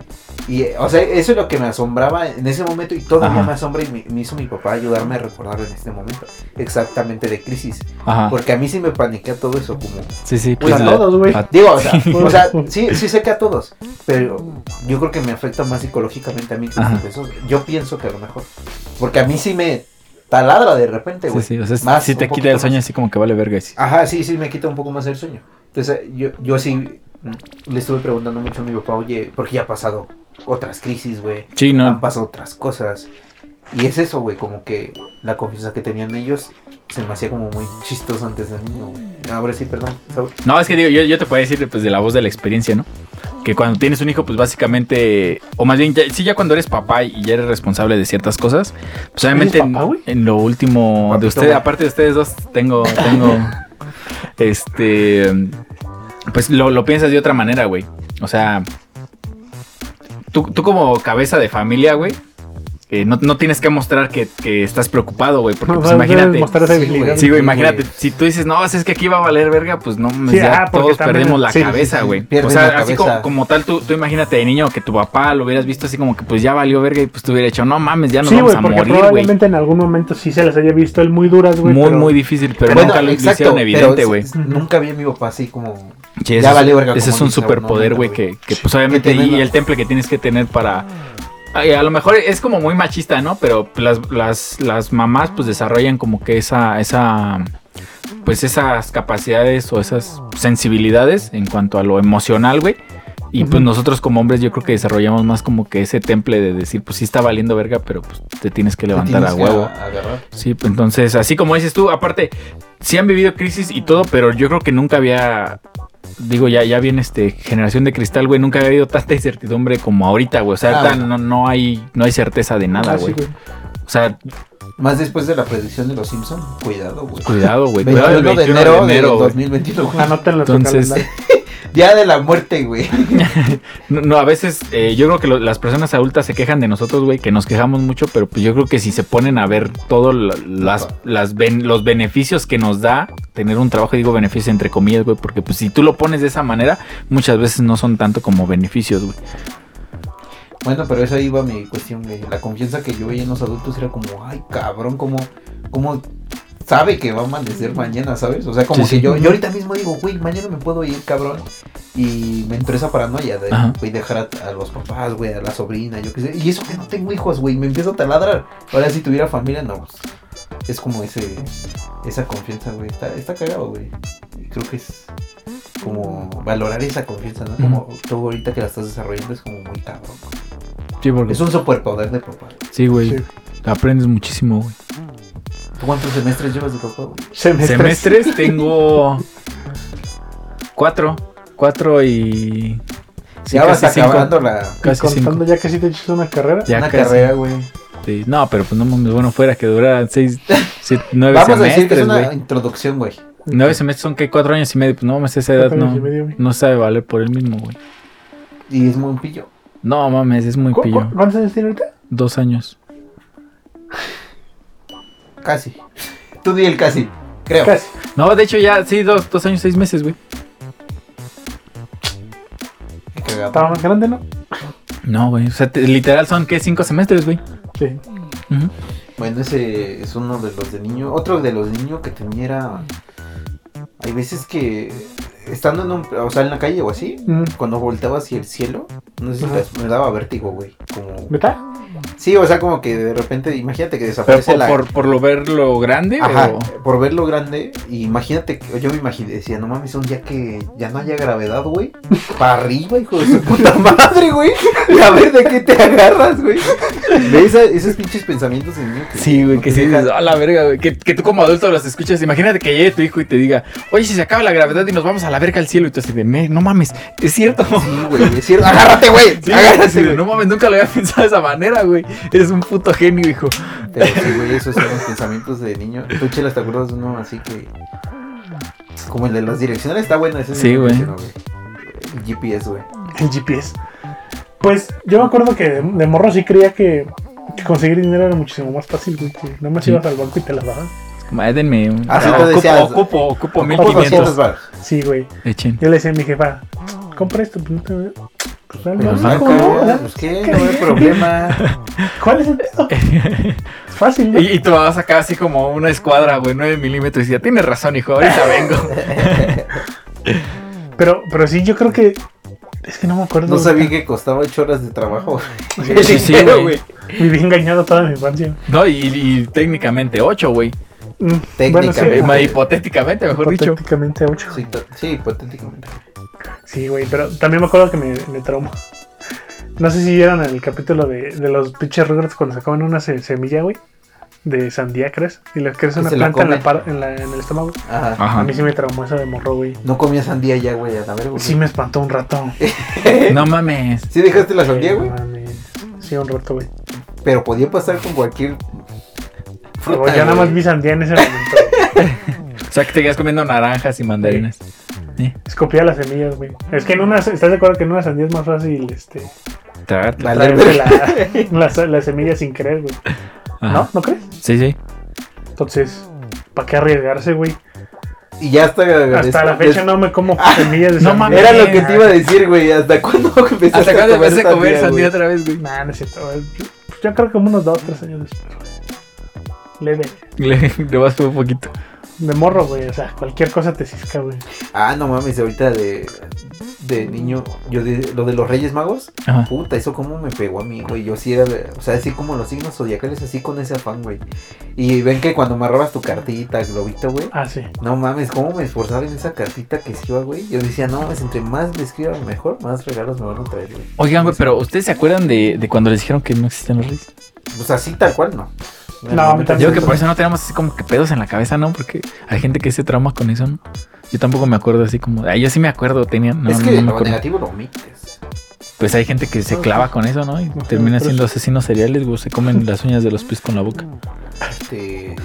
Speaker 2: Y, eh, o sea, eso es lo que me asombraba en ese momento y todavía
Speaker 1: Ajá.
Speaker 2: me asombra y me, me hizo mi papá ayudarme a recordarlo en este momento, exactamente de crisis.
Speaker 1: Ajá.
Speaker 2: Porque a mí sí me paniquea todo eso, como,
Speaker 1: Sí, sí.
Speaker 3: Pues a
Speaker 1: la-
Speaker 3: todos, güey.
Speaker 1: a-
Speaker 2: Digo, o sea, o sea, sí, sí sé que a todos, pero yo creo que me afecta más psicológicamente a mí que
Speaker 1: Ajá.
Speaker 2: eso. Yo pienso que a lo mejor. Porque a mí sí me taladra de repente,
Speaker 1: Sí,
Speaker 2: güey.
Speaker 1: sí. O sea,
Speaker 2: Más,
Speaker 1: si te
Speaker 2: un
Speaker 1: quita el
Speaker 2: poquito
Speaker 1: sueño
Speaker 2: más.
Speaker 1: así como que vale verga. y sí.
Speaker 2: Ajá, sí, sí, me quita un poco más el sueño. Entonces, yo, yo sí mm, le estuve preguntando mucho a mi papá, oye, porque ya ha pasado otras crisis, güey.
Speaker 1: Sí,
Speaker 2: Han
Speaker 1: no.
Speaker 2: pasado otras cosas. Y es eso, güey, como que la confianza que tenían ellos se me hacía como muy chistoso antes de mí, güey. Ahora sí, perdón. Saúl.
Speaker 1: No, es que digo, yo, yo te puedo decir pues de la voz de la experiencia, ¿no? Que cuando tienes un hijo, pues básicamente, o más bien, ya, sí, ya cuando eres papá y ya eres responsable de ciertas cosas, pues obviamente en,
Speaker 3: papá, güey?
Speaker 1: en lo último de
Speaker 2: Papito,
Speaker 1: ustedes,
Speaker 2: güey.
Speaker 1: aparte de ustedes dos, tengo, tengo, este, pues lo, lo piensas de otra manera, güey. O sea, tú, tú como cabeza de familia, güey, eh, no, no tienes que mostrar que, que estás preocupado, güey. Porque
Speaker 3: No,
Speaker 1: pues
Speaker 3: vas a
Speaker 1: imagínate.
Speaker 3: mostrar esa
Speaker 2: Sí,
Speaker 3: habilidad.
Speaker 2: güey.
Speaker 1: Sí, güey,
Speaker 2: Sí,
Speaker 1: imagínate,
Speaker 2: güey.
Speaker 1: si tú dices, no, es que aquí va a valer verga, pues no,
Speaker 3: Sí,
Speaker 1: ya
Speaker 3: ah, porque
Speaker 1: todos
Speaker 3: también-
Speaker 1: perdemos la
Speaker 3: sí, sí,
Speaker 2: sí,
Speaker 1: cabeza,
Speaker 2: sí,
Speaker 1: güey. O
Speaker 2: pierdes la
Speaker 1: sea, así
Speaker 2: cabeza.
Speaker 1: como, como tal, tú, tú imagínate de niño que tu papá lo hubieras visto así como que pues ya valió verga y pues te hubiera hecho, no mames, ya nos
Speaker 3: Sí,
Speaker 1: vamos
Speaker 3: güey,
Speaker 1: a
Speaker 3: porque
Speaker 1: morir, güey.
Speaker 3: probablemente en algún momento sí se las haya visto él muy duras, güey.
Speaker 1: Muy,
Speaker 3: pero-
Speaker 1: muy difícil, pero,
Speaker 2: Bueno,
Speaker 1: nunca lo
Speaker 2: exacto,
Speaker 1: hicieron
Speaker 2: pero
Speaker 1: evidente,
Speaker 2: es-
Speaker 1: güey.
Speaker 2: es- Nunca vi a mi papá así como.
Speaker 1: Sí,
Speaker 2: ya
Speaker 1: es-
Speaker 2: valió verga
Speaker 1: Ese
Speaker 2: como
Speaker 1: es un
Speaker 2: dice,
Speaker 1: superpoder,
Speaker 2: no,
Speaker 1: güey,
Speaker 2: güey.
Speaker 1: que, que, pues obviamente,
Speaker 2: Que tenés
Speaker 1: y
Speaker 2: la-
Speaker 1: el temple que tienes que tener para... Ay, A lo mejor es como muy machista, ¿no? Pero las, las, las mamás pues desarrollan como que esa, esa, pues esas capacidades o esas sensibilidades en cuanto a lo emocional, güey. Y pues
Speaker 3: Ujú.
Speaker 1: nosotros como hombres yo creo que desarrollamos más como que ese temple de decir, pues sí está valiendo verga, pero pues te tienes que levantar
Speaker 2: tienes
Speaker 1: a
Speaker 2: que
Speaker 1: huevo.
Speaker 2: agarrar.
Speaker 1: Sí, pues, entonces, así como dices tú, aparte, sí han vivido crisis y todo, pero yo creo que nunca había, digo, ya, ya bien, este, generación de cristal, güey, nunca había habido tanta incertidumbre como ahorita, güey. O sea,
Speaker 2: Ah,
Speaker 1: ahorita
Speaker 2: bueno.
Speaker 1: no, no hay, no hay certeza de nada,
Speaker 3: Ah, sí,
Speaker 1: güey. O sea,
Speaker 2: Más después de la predicción de los Simpsons, cuidado, güey.
Speaker 1: cuidado, güey. cuidado el
Speaker 2: 21 de
Speaker 1: 21
Speaker 2: enero de
Speaker 1: güey. Ah,
Speaker 2: 2021. güey.
Speaker 3: Anótenlo en su
Speaker 1: Entonces-
Speaker 3: calendario.
Speaker 2: Día de la muerte, güey.
Speaker 1: No, no, a veces eh, yo creo que lo- las personas adultas se quejan de nosotros, güey, que nos quejamos mucho, pero pues yo creo que si se ponen a ver todos las, las ben- los beneficios que nos da tener un trabajo, y digo beneficios entre comillas, güey, porque pues si tú lo pones de esa manera, muchas veces no son tanto como beneficios, güey.
Speaker 2: Bueno, pero eso iba mi cuestión, güey. La confianza que yo veía en los adultos era como, ay, cabrón, como, como sabe que va a amanecer mañana, ¿sabes? O sea, como
Speaker 1: Sí,
Speaker 2: que
Speaker 1: sí.
Speaker 2: Yo, yo ahorita mismo digo, güey, mañana me puedo ir, cabrón. Y me entró esa paranoia de,
Speaker 1: Ajá.
Speaker 2: güey, dejar a, a los papás, güey, a la sobrina, yo qué sé. Y eso que no tengo hijos, güey, me empiezo a taladrar. Ahora, si tuviera familia, no. pues, Es como ese, esa confianza, güey. Está, está cagado, güey. Y Creo que es como valorar esa confianza, ¿no? Como tú ahorita que la estás desarrollando es como muy cabrón. güey.
Speaker 1: Sí, porque
Speaker 2: Es un superpoder de papá.
Speaker 1: sí, güey.
Speaker 3: Sí.
Speaker 1: Aprendes muchísimo, güey.
Speaker 2: ¿Tú cuántos semestres llevas de papá, güey?
Speaker 3: Semestres.
Speaker 1: Semestres tengo cuatro. Cuatro y. sí,
Speaker 2: ya vas
Speaker 1: casi cinco.
Speaker 2: acabando la
Speaker 3: Y
Speaker 1: Casi cinco.
Speaker 3: contando ya casi te echas una carrera.
Speaker 1: Ya
Speaker 2: una
Speaker 1: casi.
Speaker 2: carrera, güey.
Speaker 1: Sí, No, pero pues no mames, bueno, fuera que durara seis, siete, nueve
Speaker 2: Vamos a
Speaker 1: semestres,
Speaker 2: decir que es una
Speaker 1: güey.
Speaker 2: introducción, güey.
Speaker 1: Nueve semestres son que cuatro años y medio. Pues no mames, esa edad
Speaker 3: Cuatro años
Speaker 1: no,
Speaker 3: y medio, güey.
Speaker 1: no sabe valer por él mismo, güey.
Speaker 2: Y es muy pillo.
Speaker 1: No mames, es muy
Speaker 3: ¿Cu-
Speaker 1: pillo.
Speaker 3: cu- ¿Cuántos años tiene ahorita?
Speaker 1: Dos años.
Speaker 2: Casi. Tú di el casi, creo.
Speaker 3: Casi.
Speaker 1: No, de hecho ya, sí, dos, dos años, seis meses, güey.
Speaker 2: Qué cagado.
Speaker 3: Estaba más grande, ¿no?
Speaker 1: No, güey. O sea, te- literal son que cinco semestres, güey.
Speaker 3: Sí.
Speaker 1: Ujú.
Speaker 2: Bueno, ese es uno de los de niño. Otro de los de niño que tenía era... Hay veces que estando en un... O sea, en la calle o así,
Speaker 3: Mm.
Speaker 2: cuando volteaba hacia el cielo, no sé si
Speaker 3: Ajá.
Speaker 2: las- me daba vértigo, güey. Como...
Speaker 3: ¿Neta?
Speaker 2: Sí, o sea, como que de repente, imagínate que
Speaker 1: Pero
Speaker 2: desaparece
Speaker 1: por,
Speaker 2: la...
Speaker 1: por, por lo ver lo grande,
Speaker 2: Ajá,
Speaker 1: o-
Speaker 2: por verlo grande, imagínate, que- yo me imaginé, decía, no mames, un día que ya no haya gravedad, güey, para arriba, hijo de su puta madre, güey, y a ver de qué te agarras, güey. De esa- esos pinches pensamientos en mí.
Speaker 1: Sí, güey, que
Speaker 2: no te
Speaker 1: sí dices,
Speaker 2: dejan-
Speaker 1: a la verga, güey. Que, que tú como adulto los escuchas. Imagínate que llegue tu hijo y te diga, oye, si se acaba la gravedad y nos vamos a la verga al cielo. Y tú así de, "Me- no mames, es cierto.
Speaker 2: Sí, güey, es cierto, agárrate, güey,
Speaker 1: Sí,
Speaker 2: agárrate,
Speaker 1: sí,
Speaker 2: güey.
Speaker 1: no mames, nunca lo había pensado de esa manera, güey. Eres un puto genio, hijo.
Speaker 2: Pero sí, güey, esos son los pensamientos de niño. Tú, Chelas, ¿te acuerdas de uno así que... Como el de las direcciones, está bueno ese. es
Speaker 1: Sí,
Speaker 2: el que
Speaker 1: güey.
Speaker 2: mencionó, El GPS, güey.
Speaker 3: El GPS. Pues yo me acuerdo que de, de morro sí creía que, que conseguir dinero era muchísimo más fácil, güey. Que nada más
Speaker 1: Sí.
Speaker 3: ibas al banco y te las daban.
Speaker 1: Como, "Ay, denme un...
Speaker 2: Así te
Speaker 1: ocupo,
Speaker 2: decías.
Speaker 1: ocupo, ocupo
Speaker 2: Ocupo 200
Speaker 1: 1500.
Speaker 2: varos.
Speaker 3: Sí, güey.
Speaker 1: Echen.
Speaker 3: Yo le decía a mi jefa, compra esto, pues no te pues, dale,
Speaker 2: Pero
Speaker 1: Pues
Speaker 3: ¿no?
Speaker 1: banco,
Speaker 3: ¿Cómo no? O
Speaker 2: saca,
Speaker 3: sea,
Speaker 2: pues qué, no hay problema.
Speaker 3: ¿Cuál es el pedo? Es fácil, ¿no?
Speaker 1: Y, y tú vas acá así como una escuadra, güey, 9 milímetros. Y ya tienes razón, hijo, ahorita vengo.
Speaker 3: Pero, pero sí, yo creo que. Es que no me acuerdo.
Speaker 2: No sabía que costaba 8 horas de trabajo.
Speaker 1: Sí, sí,
Speaker 2: Pero,
Speaker 1: güey.
Speaker 3: Viví engañado toda mi infancia.
Speaker 1: No, y, y técnicamente 8, güey. Eh,
Speaker 3: Mm,
Speaker 2: Técnicamente.
Speaker 3: Bueno,
Speaker 1: Ma- Hipotéticamente, mejor
Speaker 3: sí,
Speaker 1: dicho.
Speaker 3: prácticamente ocho.
Speaker 2: Sí, to- sí, hipotéticamente.
Speaker 3: Sí, güey, pero también me acuerdo que me, me traumó. No sé si vieron el capítulo de, de los pinches Rugrats cuando sacaban una se- semilla, güey, de sandía, ¿crees? Y les crece
Speaker 2: Que
Speaker 3: una
Speaker 2: se la
Speaker 3: planta en, la
Speaker 2: come.
Speaker 3: par- en, la- en el estómago.
Speaker 2: Ajá.
Speaker 3: A
Speaker 1: Ajá.
Speaker 3: mí sí me traumó esa de morro, güey.
Speaker 2: No comía sandía ya, güey. A la verga, güey.
Speaker 3: Sí me espantó un rato.
Speaker 1: No mames.
Speaker 2: Sí dejaste la sandía,
Speaker 3: Eh,
Speaker 2: güey.
Speaker 3: no mames. Sí, un rato, güey.
Speaker 2: Pero podía pasar con cualquier.
Speaker 3: Pero
Speaker 2: fruta,
Speaker 3: yo nada
Speaker 2: güey.
Speaker 3: más vi sandía en ese momento. güey.
Speaker 1: O sea, que te quedas comiendo naranjas y mandarinas.
Speaker 3: Escupía las semillas, güey. Es que en una, ¿estás de acuerdo que en una sandía es más fácil, este,
Speaker 1: tragarte.
Speaker 2: Vale,
Speaker 3: Traerte
Speaker 2: verga.
Speaker 3: la, la, la semilla sin querer, güey. ¿No?
Speaker 1: Ajá.
Speaker 3: ¿No crees?
Speaker 1: Sí, sí.
Speaker 3: Entonces, ¿para qué arriesgarse, güey?
Speaker 2: Y ya hasta.
Speaker 3: Hasta la fecha no me como semillas de
Speaker 5: no
Speaker 3: sandía.
Speaker 5: mames.
Speaker 2: Ah, Era lo que te iba a decir, güey. ¿Hasta cuándo empezaste
Speaker 1: ¿Hasta cuándo empecé a comer
Speaker 2: sandía, güey?
Speaker 1: sandía otra vez, güey?
Speaker 3: Nah, no es cierto. güey. Yo, yo creo que como unos 2, 3 años después, güey. Leve.
Speaker 1: Le, le vas por un poquito.
Speaker 3: De morro, güey. O sea, cualquier cosa te cisca, güey.
Speaker 2: Ah, no mames, ahorita de, de niño, yo de, lo de los Reyes Magos,
Speaker 1: Ajá.
Speaker 2: puta, eso como me pegó a mí, güey. Yo sí era, de- o sea, así como los signos zodiacales, así con ese afán, güey. Y ven que cuando amarrabas tu cartita, globito, güey,
Speaker 3: Ah, sí.
Speaker 2: no mames, cómo me esforzaba en esa cartita que escriba, güey. Yo decía, no mames, entre más le escriba mejor, más regalos me van a traer, güey.
Speaker 1: Oigan, güey, pero ¿ustedes se acuerdan de, de cuando les dijeron que no existían los reyes?
Speaker 2: Pues así tal cual, no.
Speaker 3: No, a mí
Speaker 1: Digo
Speaker 3: también.
Speaker 1: que por eso no tenemos así como que pedos en la cabeza, ¿no? Porque hay gente que se trauma con eso, ¿no? Yo tampoco me acuerdo así como... Ah, yo sí me acuerdo, tenían... No,
Speaker 2: es
Speaker 1: no,
Speaker 2: que
Speaker 1: no me
Speaker 2: lo
Speaker 1: acuerdo.
Speaker 2: negativo lo omites.
Speaker 1: Pues hay gente que se clava con eso, ¿no? Y termina
Speaker 3: pero
Speaker 1: siendo asesinos seriales, güey. Se comen las uñas de los pies con la boca.
Speaker 2: Este,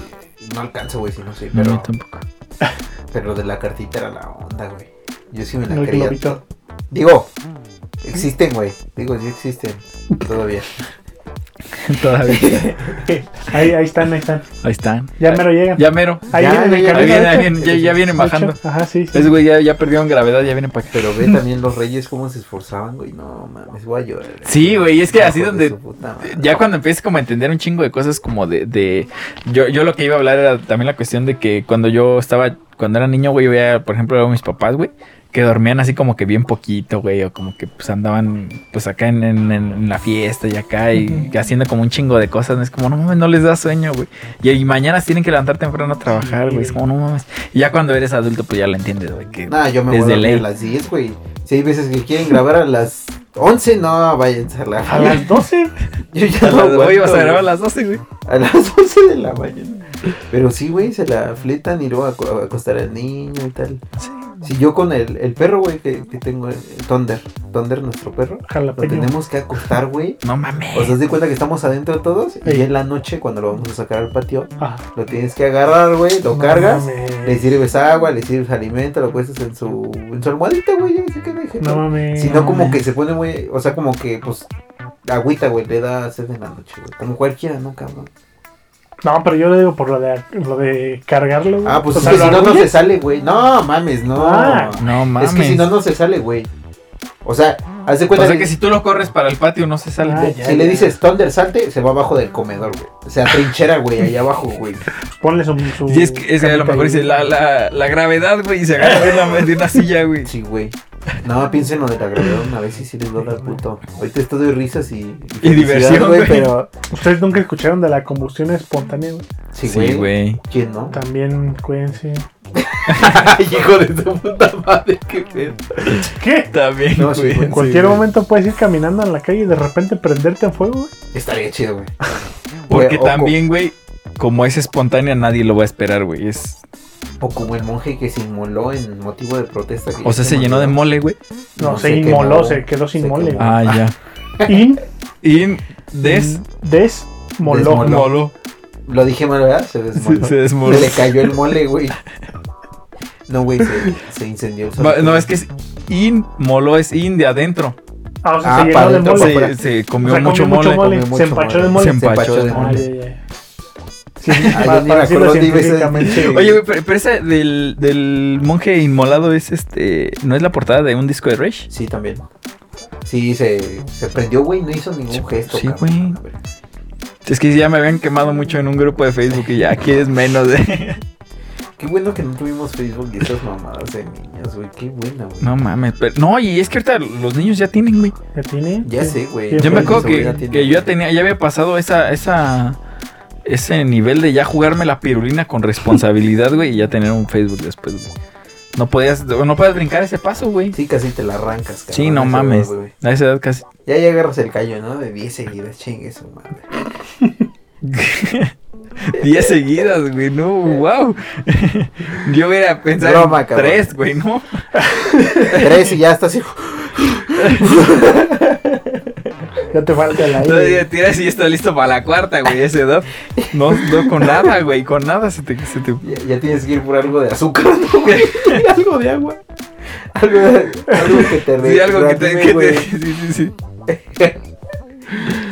Speaker 2: no alcanzo, güey, si no sé,
Speaker 1: No,
Speaker 2: pero...
Speaker 1: yo tampoco.
Speaker 2: Pero de la cartita era la onda, güey. Yo sí me la
Speaker 3: El
Speaker 2: creía.
Speaker 3: globito.
Speaker 2: Digo, existen, güey. Digo, sí existen. Todavía.
Speaker 1: Todavía.
Speaker 3: Ahí, ahí están, ahí están.
Speaker 1: Ahí están.
Speaker 3: Ya mero llegan.
Speaker 1: Ya mero.
Speaker 3: Ahí
Speaker 2: Ya,
Speaker 3: vienen en
Speaker 2: ya,
Speaker 3: el
Speaker 2: ya.
Speaker 1: Ahí
Speaker 3: camino.
Speaker 1: vienen,
Speaker 3: de
Speaker 1: ahí
Speaker 3: hecho.
Speaker 1: vienen, ya, ya vienen
Speaker 3: De
Speaker 1: bajando.
Speaker 3: hecho, Ajá, sí. sí.
Speaker 1: Es, güey, ya, ya perdieron gravedad, ya vienen para acá.
Speaker 2: Pero ve también los reyes cómo se esforzaban, güey. No mames, voy a llorar.
Speaker 1: Sí, güey, es que así
Speaker 2: Hijo
Speaker 1: donde-
Speaker 2: de su puta madre.
Speaker 1: Ya cuando empieces como a entender un chingo de cosas como de... de- yo, yo lo que iba a hablar era también la cuestión de que cuando yo estaba... Cuando era niño, güey, yo veía, por ejemplo, a mis papás, güey, que dormían así como que bien poquito, güey, o como que pues andaban pues acá en, en- en- en la fiesta y acá y haciendo como un chingo de cosas. ¿no? Es como, no mames, no les da sueño, güey. Y, y mañana se tienen que levantar temprano a trabajar, güey. Es como, no mames. Y ya cuando eres adulto, pues ya lo entiendes, güey. Que
Speaker 2: Nah, yo me voy a
Speaker 1: desde
Speaker 2: dormir
Speaker 1: ley.
Speaker 2: a las 10, güey. Si hay veces que quieren grabar a las 11, no vayan a la
Speaker 3: A las 12.
Speaker 2: Yo ya no aguanto,
Speaker 1: Hoy ibas a grabar a
Speaker 2: güey.
Speaker 1: las 12, güey.
Speaker 2: a las 11 de la mañana. Pero sí, güey, se la fletan y luego a, a acostar al niño y tal. Si yo con el, el perro, güey, que, que tengo, el Thunder, Thunder, nuestro perro, lo
Speaker 3: Jalapeño.
Speaker 2: tenemos que acostar, güey.
Speaker 1: No mames.
Speaker 2: O sea, haz de cuenta que estamos adentro todos y
Speaker 3: Sí.
Speaker 2: ya en la noche, cuando lo vamos a sacar al patio,
Speaker 3: Ah,
Speaker 2: lo tienes que agarrar, güey, lo
Speaker 3: no
Speaker 2: cargas,
Speaker 3: mames.
Speaker 2: le sirves agua, le sirves alimento, lo puestas en su, en su almohadita, güey, así que deje.
Speaker 3: No mames.
Speaker 2: Si no, como que se pone muy, o sea, como que, pues, agüita, güey, le da sed en la noche, güey. Como cualquiera, ¿no, cabrón?
Speaker 3: No, pero yo lo digo por lo de, lo de cargarlo. güey.
Speaker 2: Ah, pues
Speaker 3: O
Speaker 2: es
Speaker 3: sea,
Speaker 2: que
Speaker 3: ¿lo
Speaker 2: si no, no se
Speaker 3: arrullas?
Speaker 2: sale, güey. No, mames, no.
Speaker 3: Ah,
Speaker 1: No mames.
Speaker 2: Es que si no, no se sale, güey. O sea, haz de cuenta
Speaker 1: O sea que si tú lo corres para el patio, no se sale.
Speaker 3: Ah, ya,
Speaker 2: Si le
Speaker 3: ya.
Speaker 2: dices Thunder salte, se va abajo del comedor, güey. O sea, trinchera, güey, ahí abajo, güey.
Speaker 3: Ponle su. su
Speaker 1: Y es que, es que a lo
Speaker 3: capita
Speaker 1: mejor
Speaker 3: ahí.
Speaker 1: dice la, la, la gravedad, güey, y se agarra de una, de una silla, güey.
Speaker 2: Sí, güey. No, piensa en lo de la gravedad una vez y si les doy al puto. Ahorita estoy de risas y...
Speaker 1: Y diversión,
Speaker 2: felicidad,
Speaker 1: güey.
Speaker 2: Pero...
Speaker 3: Ustedes nunca escucharon de la combustión espontánea, güey.
Speaker 2: Sí, güey.
Speaker 1: güey.
Speaker 2: ¿Quién no?
Speaker 3: También, cuídense.
Speaker 2: Ay, hijo de tu puta madre, qué pedo.
Speaker 3: ¿Qué?
Speaker 1: También,
Speaker 2: No, sí,
Speaker 1: güey.
Speaker 2: güey.
Speaker 3: En cualquier
Speaker 1: güey.
Speaker 3: momento puedes ir caminando en la calle y de repente prenderte en fuego, güey.
Speaker 2: Estaría chido, güey.
Speaker 1: Porque
Speaker 2: Güey, o
Speaker 1: también, güey, como es espontánea, nadie lo va a esperar, güey. Es,
Speaker 2: O como el monje que se inmoló en motivo de protesta. que
Speaker 1: o sea,
Speaker 2: ya
Speaker 1: se llenó de
Speaker 2: murió.
Speaker 1: mole, güey.
Speaker 3: No,
Speaker 2: No,
Speaker 3: se,
Speaker 2: se
Speaker 3: inmoló,
Speaker 2: quemó.
Speaker 3: se quedó sin
Speaker 2: Se
Speaker 3: mole.
Speaker 2: quemó.
Speaker 3: güey.
Speaker 1: Ah, ya.
Speaker 3: In,
Speaker 1: Y
Speaker 3: Mm.
Speaker 1: des...
Speaker 3: desmoló.
Speaker 2: Desmoló.
Speaker 3: No,
Speaker 1: Molo.
Speaker 2: Lo dije mal, ¿verdad? Se
Speaker 1: Se,
Speaker 2: desmoló.
Speaker 1: se desmoló.
Speaker 2: Se le cayó el mole, güey. No, güey, se, se incendió el sol.
Speaker 1: Va- No, es que es in, molo es in de adentro.
Speaker 3: Ah, o sea,
Speaker 2: Ah,
Speaker 3: se
Speaker 2: para
Speaker 3: llenó de
Speaker 2: adentro,
Speaker 3: mole.
Speaker 2: para
Speaker 1: Se, se comió
Speaker 3: O sea,
Speaker 1: mucho
Speaker 3: comió mucho
Speaker 1: mole.
Speaker 3: mole, se empachó de mole.
Speaker 1: Se empachó de
Speaker 3: Ah,
Speaker 1: mole.
Speaker 3: ya, ya. Sí,
Speaker 2: Ah,
Speaker 3: para,
Speaker 2: yo ni
Speaker 3: para
Speaker 2: me
Speaker 3: decirlo
Speaker 2: acuerdo dónde iba ese-
Speaker 3: científicamente.
Speaker 1: Oye, güey, pero, pero esa del, del monje inmolado es este. ¿No es la portada de un disco de Rage?
Speaker 2: Sí, también. Sí, se, se prendió, güey, no hizo ningún
Speaker 1: Sí,
Speaker 2: gesto.
Speaker 1: sí,
Speaker 2: cabrón.
Speaker 1: Es que ya me habían quemado mucho en un grupo de Facebook y ya quieres menos de.
Speaker 2: Qué bueno que no tuvimos Facebook y esas mamadas de niños, güey. Qué bueno, güey.
Speaker 1: No mames, pero. No, y es que ahorita los niños ya tienen, güey.
Speaker 3: ¿Ya tiene?
Speaker 2: Ya
Speaker 3: Sí.
Speaker 2: sé, güey.
Speaker 3: Yo
Speaker 1: Yo me
Speaker 2: Mi
Speaker 1: acuerdo
Speaker 2: sobrina
Speaker 1: que,
Speaker 2: tiene-
Speaker 1: que yo ya tenía, ya había pasado esa, esa. Ese nivel de ya jugarme la pirulina con responsabilidad, güey, y ya tener un Facebook después, güey. No podías, no podías brincar ese paso, güey.
Speaker 2: Sí, casi te la arrancas, cabrón.
Speaker 1: Sí, no
Speaker 2: esa
Speaker 1: mames.
Speaker 2: güey.
Speaker 1: A esa edad casi.
Speaker 2: Ya, ya agarras el callo, ¿no? De 10 seguidas, chingue su madre.
Speaker 1: 10 seguidas, güey, no, wow. Yo hubiera pensado
Speaker 2: Broma,
Speaker 1: en
Speaker 2: cabrón.
Speaker 1: tres, güey, ¿no?
Speaker 2: Tres y ya estás así.
Speaker 3: Ya te falta el aire.
Speaker 1: Todavía tiras y está listo para la cuarta, güey, esa edad. No, no con nada, güey, con nada se te... Se te...
Speaker 2: Ya, ya tienes que ir por algo de azúcar, ¿no, güey? algo de agua. Algo, algo que te
Speaker 1: Sí, algo que te...
Speaker 2: reanime,
Speaker 1: que te-
Speaker 2: güey.
Speaker 1: sí, sí, sí.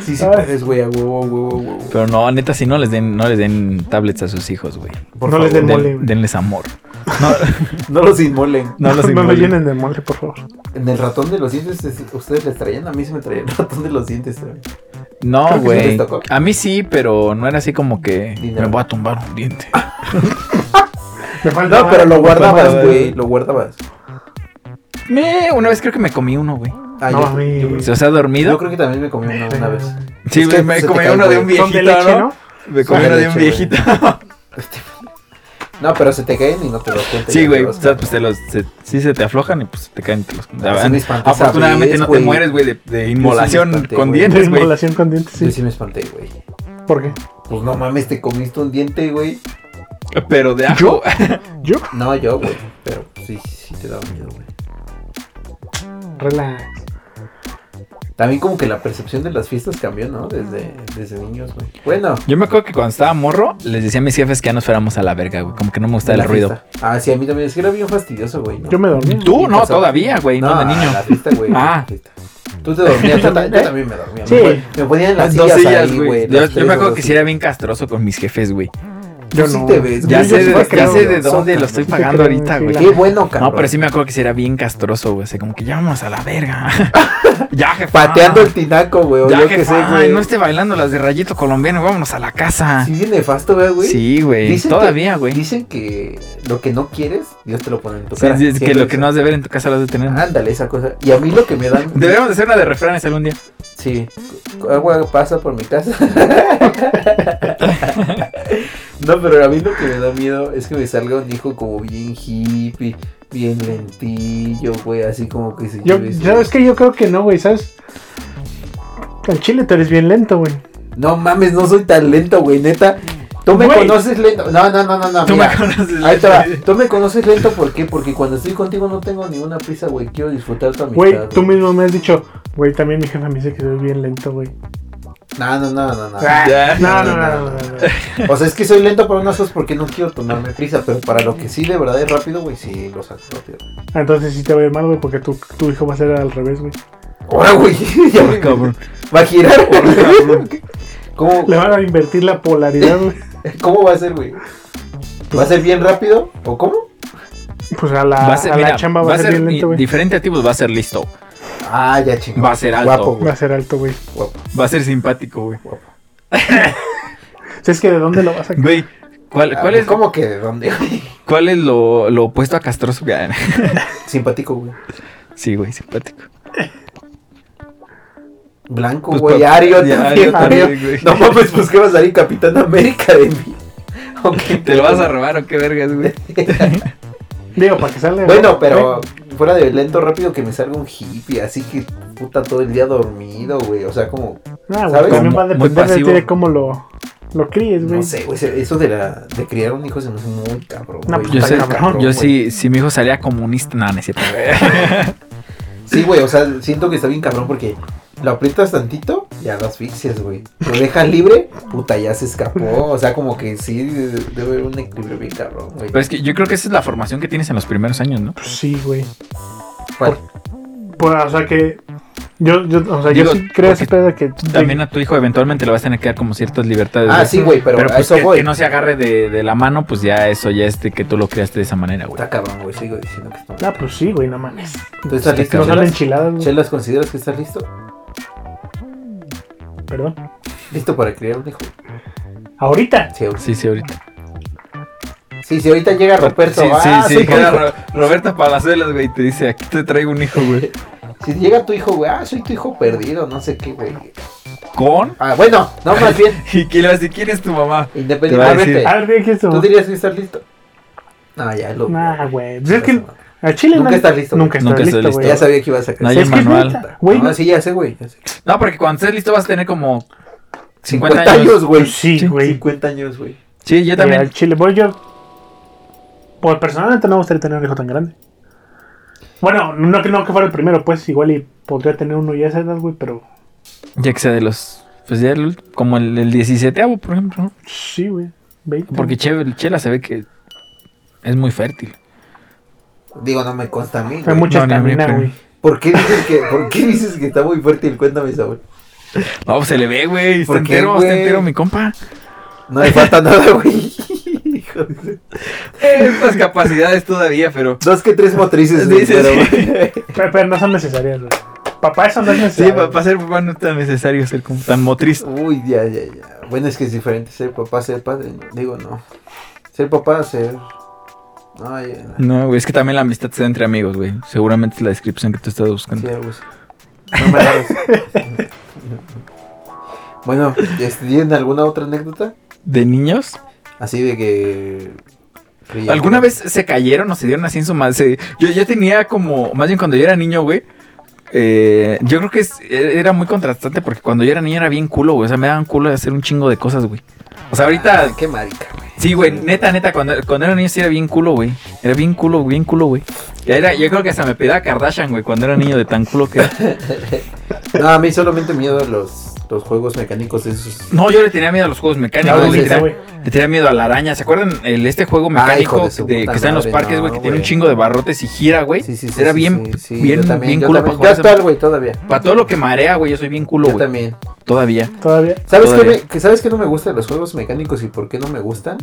Speaker 2: Sí, sí
Speaker 3: Ay.
Speaker 2: puedes, güey, a huevo, a huevo, a huevo.
Speaker 1: Pero no, neta, si no les den, no les den tablets a sus hijos, güey.
Speaker 2: Por
Speaker 3: no les
Speaker 2: favor,
Speaker 3: den
Speaker 1: Den-
Speaker 3: mole, güey.
Speaker 1: denles amor. No,
Speaker 2: No los inmolen.
Speaker 1: no los
Speaker 3: no lo
Speaker 1: inmolen.
Speaker 3: llenen de mole, por favor.
Speaker 2: En el ratón de los dientes, es- ¿ustedes les traían? A mí se me traía el ratón de los dientes. güey. Creo
Speaker 1: No,
Speaker 2: que sí les
Speaker 1: güey.
Speaker 2: tocó.
Speaker 1: A mí sí, pero no era así como que
Speaker 2: Dinero.
Speaker 1: me voy a tumbar un diente.
Speaker 3: Me falta
Speaker 2: No, pero lo guardabas,
Speaker 1: guardabas.
Speaker 2: güey. Lo guardabas.
Speaker 1: Me, una vez creo que me comí uno, güey.
Speaker 2: Ah,
Speaker 3: No,
Speaker 2: yo-
Speaker 3: a mí-
Speaker 2: yo, creo-
Speaker 1: O sea,
Speaker 2: yo
Speaker 1: dormido.
Speaker 2: creo que también me comí una, una vez.
Speaker 1: Sí,
Speaker 2: es que
Speaker 1: güey, me
Speaker 2: se te
Speaker 1: comí
Speaker 2: cae,
Speaker 1: uno de
Speaker 2: güey.
Speaker 1: un
Speaker 3: Son
Speaker 1: viejito,
Speaker 3: de leche,
Speaker 1: ¿no?
Speaker 3: ¿no?
Speaker 1: Me
Speaker 2: Son
Speaker 1: comí
Speaker 2: de
Speaker 1: uno de un
Speaker 2: leche, güey.
Speaker 1: viejito.
Speaker 2: No, pero se te caen y no te das cuenta.
Speaker 1: Sí,
Speaker 2: Ya
Speaker 1: güey.
Speaker 2: te
Speaker 1: O
Speaker 2: vas-
Speaker 1: sea, pues te los. se- sí, se te aflojan y pues se te caen. y Te los,
Speaker 2: Ah, sí me espanté esa
Speaker 1: afortunadamente
Speaker 2: vez,
Speaker 1: no te
Speaker 2: güey.
Speaker 1: mueres, güey, de, de inmolación
Speaker 2: espanté,
Speaker 1: con
Speaker 2: güey.
Speaker 1: dientes, güey.
Speaker 3: Inmolación con dientes,
Speaker 2: Yo
Speaker 3: sí.
Speaker 2: sí me espanté, güey.
Speaker 3: ¿Por qué?
Speaker 2: Pues no mames, te comiste un diente, güey.
Speaker 1: Pero de ajo.
Speaker 3: Yo.
Speaker 2: No, yo, güey. Pero sí, sí te da miedo, güey.
Speaker 3: Relax.
Speaker 2: También como que la percepción de las fiestas cambió, ¿no? Desde,
Speaker 3: Ah.
Speaker 2: desde niños, güey. Bueno.
Speaker 1: Yo me acuerdo que cuando estaba morro, les decía a mis jefes que ya nos fuéramos a la verga, güey. Como que no me gustaba
Speaker 2: de
Speaker 1: el
Speaker 2: la
Speaker 1: ruido.
Speaker 2: fiesta. Ah, sí, a mí también. Es que era bien fastidioso, güey. ¿no?
Speaker 3: Yo me dormí.
Speaker 1: Tú
Speaker 2: Y
Speaker 1: no,
Speaker 2: pasaba.
Speaker 1: todavía, güey, no, de niño.
Speaker 2: La fiesta, güey.
Speaker 1: Ah.
Speaker 2: la fiesta. Tú te dormías, yo, ta- yo también me dormía.
Speaker 3: ¿Eh? Sí.
Speaker 2: Me, pon- me ponía en las
Speaker 1: Dos
Speaker 2: sillas,
Speaker 1: sillas,
Speaker 2: ahí,
Speaker 1: güey.
Speaker 2: güey.
Speaker 1: Yo,
Speaker 2: las
Speaker 1: yo me
Speaker 2: tres,
Speaker 1: acuerdo que
Speaker 2: dos
Speaker 1: sí era bien castroso con mis jefes, güey.
Speaker 3: Yo
Speaker 2: Tú sí
Speaker 3: no.
Speaker 2: te ves,
Speaker 1: Ya
Speaker 2: Yo- yo
Speaker 1: sé,
Speaker 2: sí
Speaker 1: de,
Speaker 2: me
Speaker 1: ya
Speaker 2: creo,
Speaker 1: sé
Speaker 2: yo
Speaker 1: de
Speaker 2: sí
Speaker 1: dónde
Speaker 2: te
Speaker 1: lo estoy
Speaker 3: creo,
Speaker 1: pagando
Speaker 3: sí,
Speaker 1: ahorita,
Speaker 3: la-
Speaker 1: güey.
Speaker 2: Qué bueno, cabrón.
Speaker 1: No, pero sí me acuerdo que sí era bien castroso, güey. Así como que ya vámonos a la verga. ya, jefa.
Speaker 2: Pateando el tinaco, güey. o
Speaker 1: Ah. Ya,
Speaker 2: Yo
Speaker 1: jefa.
Speaker 2: qué sé,
Speaker 1: Ay,
Speaker 2: güey.
Speaker 1: no esté bailando las de rayito colombiano. Vámonos a la casa.
Speaker 2: Sí, bien nefasto, güey, güey.
Speaker 1: Sí, güey.
Speaker 2: Dicen
Speaker 1: Todavía,
Speaker 2: que-
Speaker 1: güey.
Speaker 2: Dicen que lo que no quieres, Dios te lo pone en tu
Speaker 1: Sí,
Speaker 2: cara.
Speaker 1: sí, es que
Speaker 2: Siempre
Speaker 1: lo que no has de ver en tu casa lo has de tener.
Speaker 2: Ándale, esa cosa. Y a mí lo que me dan.
Speaker 1: Deberíamos de hacer una de refranes algún día.
Speaker 2: Sí. Agua pasa por mi casa. no, pero a mí lo que me da miedo es que me salga un hijo como bien hippie, bien lentillo, güey. Así como que se
Speaker 3: Yo,
Speaker 2: lleve su-
Speaker 3: ¿Sabes qué? Yo creo que no, güey, ¿sabes? Al chile tú eres bien lento, güey.
Speaker 2: No mames, no soy tan lento, güey, neta. Tú me
Speaker 3: Güey.
Speaker 2: conoces lento. No, no, no, no, no.
Speaker 1: Tú
Speaker 2: Ah, mira.
Speaker 1: me conoces.
Speaker 2: Ahí te va. Tú me conoces lento, ¿por qué? Porque cuando estoy contigo no tengo ninguna prisa, güey. Quiero disfrutar tu amistad.
Speaker 3: Güey, tú mismo me has dicho, güey, también mi jefa me dice que soy bien lento, güey.
Speaker 2: No, no, no, Ah, no, no.
Speaker 3: Ah.
Speaker 1: Ya.
Speaker 3: No, no, no, no, no, no.
Speaker 2: O sea, es que soy lento para unas cosas porque no quiero tomarme prisa, pero para lo que sí de verdad es rápido, güey, sí lo saco rápido.
Speaker 3: Ah, Entonces sí te va a ir mal, güey, porque tu, tu hijo va a ser al revés, güey.
Speaker 2: Ahora, güey, ya me-
Speaker 1: Cabrón.
Speaker 2: va a girar. ¿Cómo,
Speaker 3: Le van a invertir la polaridad, güey.
Speaker 2: ¿Cómo va a ser, güey? ¿Va a ser bien rápido o cómo?
Speaker 3: Pues a la,
Speaker 1: Va
Speaker 3: a
Speaker 1: a ser,
Speaker 3: la
Speaker 1: mira,
Speaker 3: chamba va a ser bien
Speaker 1: di-
Speaker 3: lento, güey.
Speaker 1: diferente a ti, pues va a ser listo.
Speaker 2: Ah, ya chingón.
Speaker 1: Va a ser alto.
Speaker 2: Guapo,
Speaker 3: Va
Speaker 2: güey.
Speaker 3: a ser alto, güey.
Speaker 2: guapo.
Speaker 1: Va a ser simpático, güey.
Speaker 3: ¿Sabes que de dónde lo vas a
Speaker 1: Güey, ¿cuál,
Speaker 2: Ah,
Speaker 1: cuál es,
Speaker 2: ¿Cómo que de dónde?
Speaker 1: cuál es lo, lo opuesto a castroso?
Speaker 2: Simpático, güey.
Speaker 1: sí, güey, simpático.
Speaker 2: Blanco,
Speaker 1: Pues,
Speaker 2: güey.
Speaker 1: pa-
Speaker 2: Ario
Speaker 1: ya,
Speaker 2: también,
Speaker 1: Ario también,
Speaker 2: Ario.
Speaker 1: güey.
Speaker 2: No mames, pues que va a salir Capitán América de mí. Ok.
Speaker 1: ¿Te lo vas a robar o qué vergas, güey?
Speaker 3: Digo, para que salga.
Speaker 2: Bueno, pero fuera de lento rápido que me salga un hippie, así que puta todo el día dormido, güey. O sea, como,
Speaker 3: No,
Speaker 2: ¿sabes?
Speaker 3: Ah, güey, también va a
Speaker 1: Muy
Speaker 3: depender de ti
Speaker 1: pasivo.
Speaker 3: de cómo lo, lo críes, güey.
Speaker 2: no sé, güey. se- Eso de la de criar un hijo se me hace muy cabrón.
Speaker 3: No,
Speaker 2: güey,
Speaker 3: pues,
Speaker 1: Yo,
Speaker 2: está
Speaker 1: sé,
Speaker 3: cabrón,
Speaker 1: yo
Speaker 2: güey.
Speaker 1: sí, si mi hijo salía comunista, nada, no es cierto.
Speaker 2: Sí, güey, o sea, siento que está bien cabrón porque lo aprietas tantito y a las asfixias, güey. Lo dejas libre, puta, ya se escapó. O sea, como que sí, debe haber un equilibrio bien cabrón, güey.
Speaker 1: Pero es que yo creo que esa es la formación que tienes en los primeros años, ¿no?
Speaker 3: Pues sí, güey.
Speaker 2: ¿Cuál?
Speaker 3: Pues, o sea que. Yo, yo, o sea,
Speaker 1: Digo,
Speaker 3: yo sí creo ese
Speaker 1: porque
Speaker 3: pedo de que.
Speaker 1: También a tu hijo eventualmente le vas a tener que dar como ciertas libertades.
Speaker 2: Ah,
Speaker 1: güey.
Speaker 2: sí, güey, pero,
Speaker 1: Pero
Speaker 2: a
Speaker 1: pues,
Speaker 2: eso
Speaker 1: que,
Speaker 2: voy.
Speaker 1: que no se agarre de, de la mano, pues ya eso ya es de que tú lo creaste de esa manera, güey.
Speaker 2: Está cabrón, güey, sigo diciendo que está
Speaker 3: Ah, pues sí, güey, no mames.
Speaker 2: ¿Tú estás
Speaker 1: está
Speaker 2: listo,
Speaker 1: cabrón.
Speaker 3: No son
Speaker 2: Chelas?
Speaker 3: enchiladas, güey.
Speaker 2: Chelas, ¿consideras que estás listo?
Speaker 3: Perdón.
Speaker 2: ¿Listo para criar un hijo?
Speaker 3: Ahorita.
Speaker 2: Sí,
Speaker 1: Sí, sí, ahorita.
Speaker 2: Sí, si ahorita llega Roberto,
Speaker 1: sí,
Speaker 2: ah,
Speaker 1: sí,
Speaker 2: soy tu
Speaker 1: dijera
Speaker 2: hijo.
Speaker 1: Ro- Roberta Palazuelas, güey, te dice, aquí te traigo un hijo, güey.
Speaker 2: Si llega tu hijo, güey, ah, soy tu hijo perdido, no sé qué, güey.
Speaker 1: ¿Con?
Speaker 2: Ah, bueno, no, más bien,
Speaker 1: Y que le vas a decir, ¿quién es tu mamá? Te va a decir,
Speaker 2: independientemente,
Speaker 3: A ver, ¿qué es
Speaker 2: ¿tú
Speaker 3: esto?
Speaker 2: dirías que estás listo? No, ya lo...
Speaker 3: Nah, güey. Pues es que a Chile
Speaker 2: Nunca
Speaker 3: no-
Speaker 2: estás listo,
Speaker 3: Nunca estás
Speaker 1: Nunca estás
Speaker 3: listo,
Speaker 1: listo.
Speaker 3: güey.
Speaker 2: Ya sabía que iba a sacar.
Speaker 1: No hay
Speaker 2: Sí.
Speaker 3: es
Speaker 1: un
Speaker 3: que es
Speaker 1: manual.
Speaker 3: neta, güey.
Speaker 2: No,
Speaker 3: no-
Speaker 2: sí, ya sé, güey, ya sé.
Speaker 1: No, porque cuando estés listo vas a tener como 50,
Speaker 2: 50
Speaker 1: años.
Speaker 2: años, güey.
Speaker 3: Sí, güey.
Speaker 2: 50 años, güey.
Speaker 1: Sí, yo
Speaker 3: Y
Speaker 1: también.
Speaker 3: al Chile, voy yo. Pues personalmente no me gustaría tener un hijo tan grande. Bueno, no que no que fuera el primero, pues igual y podría tener uno ya a esa edad, güey, pero
Speaker 1: Ya que sea de los. Pues ya el ult- como el, el 17 por ejemplo, ¿no?
Speaker 3: sí, güey. 20.
Speaker 1: Porque Che- Chela se ve que es muy fértil.
Speaker 2: Digo, no me consta a mí,
Speaker 3: hay
Speaker 2: güey.
Speaker 3: mucha
Speaker 1: No, ni a mí,
Speaker 3: estamina,
Speaker 1: pero-
Speaker 3: güey.
Speaker 2: ¿Por qué dices que, por qué dices que está muy fuerte el cuéntame, Saúl?
Speaker 1: No, pues se le ve, güey. Está
Speaker 2: ¿Por qué,
Speaker 1: entero, está
Speaker 2: güey?
Speaker 1: entero, mi compa.
Speaker 2: No le falta nada, güey. Hijo de-
Speaker 1: Las capacidades todavía, pero.
Speaker 2: Dos que tres motrices, güey,
Speaker 1: Dices,
Speaker 2: pero-
Speaker 3: Pero, pero no son necesarias, güey. Papá, eso no es
Speaker 1: Sí,
Speaker 3: necesario.
Speaker 1: para, ser papá no es tan necesario ser como tan motriz.
Speaker 2: Uy, ya, ya, ya. Bueno, es que es diferente ser papá, ser padre. ¿no? Digo, no. Ser papá, ser. No, ya.
Speaker 1: No, güey, es que también la amistad se da entre amigos, güey. Seguramente es la descripción que tú estás
Speaker 2: Sí,
Speaker 1: buscando.
Speaker 2: algo así. No me hagas. Bueno, este, ¿tienen alguna otra anécdota?
Speaker 1: ¿De niños?
Speaker 2: Así de que. que ya-
Speaker 1: ¿Alguna vez se cayeron o se dieron así en su madre? Yo, yo tenía como, más bien cuando yo era niño, güey. eh, yo creo que es- era muy contrastante porque cuando yo era niño era bien culo, güey. O sea, me daban culo de hacer un chingo de cosas, güey. O sea, ahorita,
Speaker 2: Ah, qué marica, güey.
Speaker 1: sí, güey, neta, neta, cuando, cuando era niño sí era bien culo, güey. Era bien culo, bien culo, güey. Ya Era, yo creo que hasta me pedía Kardashian, güey, cuando era niño de tan culo que era.
Speaker 2: No, a mí solamente miedo los, los juegos mecánicos esos.
Speaker 1: No, yo le tenía miedo a los juegos mecánicos,
Speaker 2: No,
Speaker 1: güey,
Speaker 2: sí,
Speaker 1: le
Speaker 2: sí,
Speaker 1: tenía-
Speaker 3: güey.
Speaker 1: Le tenía miedo a la araña. ¿Se acuerdan el, este juego
Speaker 2: Ah, hijo
Speaker 1: mecánico
Speaker 2: de su
Speaker 1: de-
Speaker 2: puta
Speaker 1: que está en los
Speaker 2: madre,
Speaker 1: parques, güey?
Speaker 2: no,
Speaker 1: que tiene un
Speaker 2: güey.
Speaker 1: chingo de barrotes y gira, güey.
Speaker 2: Sí, sí, sí.
Speaker 1: Era
Speaker 2: sí,
Speaker 1: bien,
Speaker 2: sí, sí,
Speaker 1: bien,
Speaker 2: yo también,
Speaker 1: bien
Speaker 2: yo
Speaker 1: culo
Speaker 2: también.
Speaker 1: para
Speaker 2: Yo
Speaker 1: jugar.
Speaker 2: actual, güey, todavía.
Speaker 1: Para todo lo que marea, güey. Yo soy bien culo,
Speaker 2: Yo
Speaker 1: güey.
Speaker 2: también.
Speaker 1: Todavía.
Speaker 3: Todavía.
Speaker 2: ¿Sabes qué,
Speaker 1: Todavía.
Speaker 2: me- que, ¿Sabes qué no me gustan los juegos mecánicos y por qué no me gustan?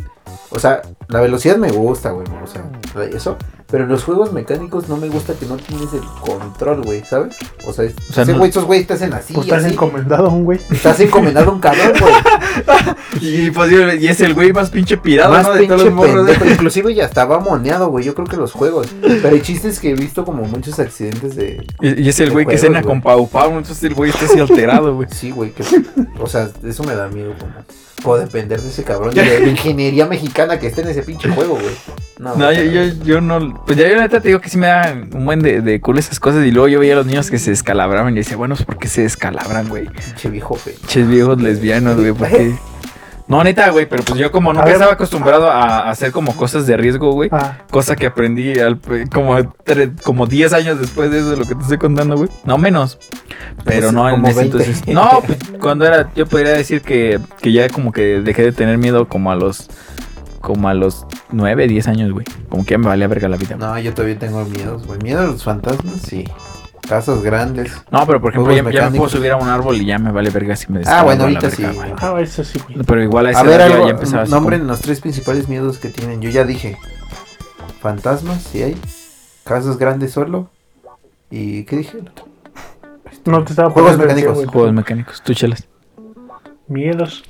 Speaker 2: O sea, la velocidad me gusta, güey. O sea, eso. Pero los juegos mecánicos no me gusta que no tienes el control, güey, ¿sabes? O sea, es-
Speaker 1: O sea,
Speaker 2: ese
Speaker 1: no-
Speaker 2: güey, esos güeyes te hacen así.
Speaker 3: Pues estás
Speaker 2: así.
Speaker 3: encomendado a un güey.
Speaker 2: Estás encomendado un cabrón, güey.
Speaker 1: Y, pues, yo- y es el güey más pinche pirado,
Speaker 2: Más
Speaker 1: ¿no? De todos
Speaker 2: pinche
Speaker 1: los morros.
Speaker 2: pendejo. Inclusive ya estaba moneado, güey. Yo creo que los juegos. Pero el chiste es que he visto como muchos accidentes de.
Speaker 1: Y, y es el
Speaker 2: De
Speaker 1: güey que
Speaker 2: juegos,
Speaker 1: cena
Speaker 2: güey.
Speaker 1: con Pau Pau. Entonces el güey está así alterado, güey.
Speaker 2: Sí, güey. Que... O sea, eso me da miedo, como. Como depender de ese cabrón. y De la ingeniería mexicana que esté en ese pinche juego, güey.
Speaker 1: No,
Speaker 2: güey,
Speaker 1: yo, yo, yo no. Pues ya yo la neta te digo que sí me da un buen de, de culo esas cosas. Y luego yo veía a los niños que se descalabraban. Y decía, bueno, pues ¿por qué se descalabran, güey?
Speaker 2: Pinche viejo fe.
Speaker 1: Ches viejos lesbianos, güey, porque. No, neta, güey, pero pues yo como nunca
Speaker 3: ver.
Speaker 1: estaba acostumbrado a hacer como cosas de riesgo, güey.
Speaker 3: Ah,
Speaker 1: Cosa que aprendí al- como, tre- como 10 años después de eso de lo que te estoy contando, güey. No menos. Pero
Speaker 2: Pues,
Speaker 1: no, en
Speaker 2: como
Speaker 1: ese
Speaker 2: 20.
Speaker 1: entonces. No, pues, cuando era. Yo podría decir que, que ya como que dejé de tener miedo como a los. Como a los 9, 10 años, güey. Como que ya me valía verga la vida. güey.
Speaker 2: No, yo todavía tengo miedos, güey. Miedo a los fantasmas, sí. Casas grandes.
Speaker 1: No, pero por ejemplo, ya, ya me
Speaker 2: Juegos
Speaker 1: puedo
Speaker 2: mecánicos.
Speaker 1: subir a un árbol y ya me vale verga si me
Speaker 2: Ah,
Speaker 1: descalabro
Speaker 2: bueno,
Speaker 1: a la
Speaker 2: ahorita sí.
Speaker 1: verga,
Speaker 2: güey.
Speaker 1: güey.
Speaker 3: ah, eso sí, güey.
Speaker 1: Pero igual a esa
Speaker 2: A ver,
Speaker 1: edad ya-
Speaker 2: algo,
Speaker 1: ya empezaba así como-
Speaker 2: nombren los tres principales miedos que tienen. Yo ya dije. Fantasmas, sí hay. Casas grandes solo. ¿Y qué dije?
Speaker 3: No te estaba
Speaker 2: Juegos
Speaker 3: poniendo atención,
Speaker 2: mecánicos.
Speaker 3: güey.
Speaker 1: Juegos mecánicos, tú chelas.
Speaker 3: Miedos.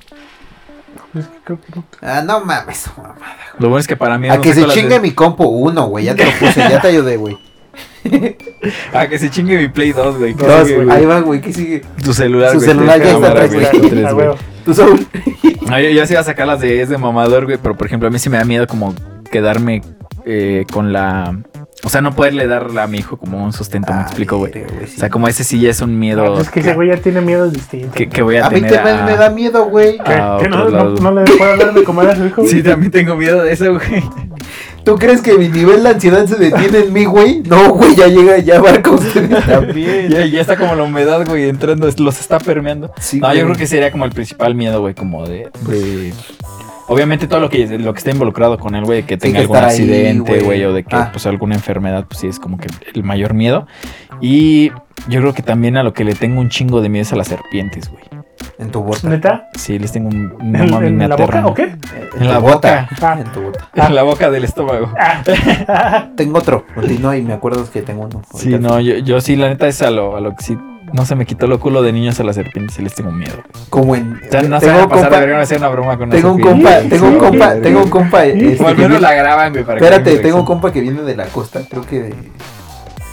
Speaker 3: Es que creo que no.
Speaker 2: Ah, no mames, mamá.
Speaker 1: Lo bueno es que para mí.
Speaker 2: A
Speaker 1: no
Speaker 2: que
Speaker 1: saco
Speaker 2: se
Speaker 1: las de-
Speaker 2: chingue mi compo uno, güey. Ya te lo puse, ya te ayudé, güey.
Speaker 1: A que se chingue mi Play 2, güey.
Speaker 3: Dos,
Speaker 1: Sí,
Speaker 3: güey.
Speaker 2: Ahí va, güey, ¿qué sigue?
Speaker 1: Tu celular,
Speaker 2: Su
Speaker 1: güey,
Speaker 2: celular
Speaker 1: tres,
Speaker 2: Ah, ya está
Speaker 1: cámara,
Speaker 2: atrás,
Speaker 1: güey,
Speaker 2: güey.
Speaker 1: tres,
Speaker 3: Ah,
Speaker 1: güey.
Speaker 3: güey.
Speaker 2: Tú Saúl.
Speaker 1: No, yo, yo sí iba a sacar las de es de mamador, güey. Pero por ejemplo, a mí sí me da miedo como quedarme eh, con la. O sea, no poderle dar a mi hijo como un sustento, me
Speaker 2: Ah,
Speaker 1: explico, güey.
Speaker 2: mire,
Speaker 1: O sea, como ese sí ya es un miedo
Speaker 3: Es que ese güey ya tiene miedos distintos.
Speaker 1: que, que voy a,
Speaker 2: A mí
Speaker 1: tener.
Speaker 2: también
Speaker 1: a-
Speaker 2: me da miedo, güey.
Speaker 3: ¿Qué?
Speaker 1: Ah,
Speaker 3: ¿Qué? ¿No,
Speaker 1: otros
Speaker 3: no,
Speaker 1: lados.
Speaker 3: no le puedo dar de comer a su hijo?
Speaker 1: Sí, también tengo miedo de eso, güey.
Speaker 2: ¿Tú crees que mi nivel de ansiedad se detiene en mí, güey? No, güey, ya llega, ya barco usted.
Speaker 1: También. Ya, ya está como la humedad, güey, entrando, es- los está permeando.
Speaker 2: Sí,
Speaker 1: no, yo
Speaker 2: güey.
Speaker 1: creo que sería como el principal miedo, güey, como de, de- Obviamente todo lo que, lo que esté involucrado con él, güey, que tenga
Speaker 2: que
Speaker 1: algún
Speaker 2: estar ahí,
Speaker 1: accidente,
Speaker 2: güey.
Speaker 1: güey, o de que
Speaker 2: Ah.
Speaker 1: pues alguna enfermedad, pues sí es como que el mayor miedo. Y yo creo que también a lo que le tengo un chingo de miedo es a las serpientes, güey.
Speaker 2: En tu bota.
Speaker 3: ¿Neta?
Speaker 1: Sí, les tengo un...
Speaker 3: ¿En,
Speaker 1: no mames,
Speaker 3: en
Speaker 1: me
Speaker 3: la boca
Speaker 1: aterran.
Speaker 3: o qué?
Speaker 1: En la
Speaker 2: tu
Speaker 1: boca.
Speaker 3: Ah.
Speaker 2: En tu bota.
Speaker 1: En la boca del estómago.
Speaker 3: Ah.
Speaker 2: Tengo otro. Continúa y me acuerdo que tengo uno.
Speaker 1: Sí,
Speaker 2: Ahorita.
Speaker 1: no, yo, yo sí, la neta es a lo, a lo que sí... No se me quitó lo culo de niños a las serpientes y les tengo miedo.
Speaker 2: Como en.
Speaker 1: O sea, no se
Speaker 2: tengo
Speaker 1: van a
Speaker 2: un
Speaker 1: pasar de
Speaker 2: compa-
Speaker 1: verga, van a hacer una broma con una
Speaker 2: Tengo un
Speaker 1: serpiente.
Speaker 2: compa,
Speaker 3: Sí,
Speaker 2: tengo un
Speaker 3: sí,
Speaker 2: compa,
Speaker 1: sí.
Speaker 2: tengo un compa. este,
Speaker 1: O al
Speaker 2: que
Speaker 1: menos
Speaker 2: viene-
Speaker 1: la graban, güey, para que
Speaker 2: Espérate,
Speaker 1: vean,
Speaker 2: tengo un
Speaker 1: güey.
Speaker 2: compa que viene de la costa, creo que de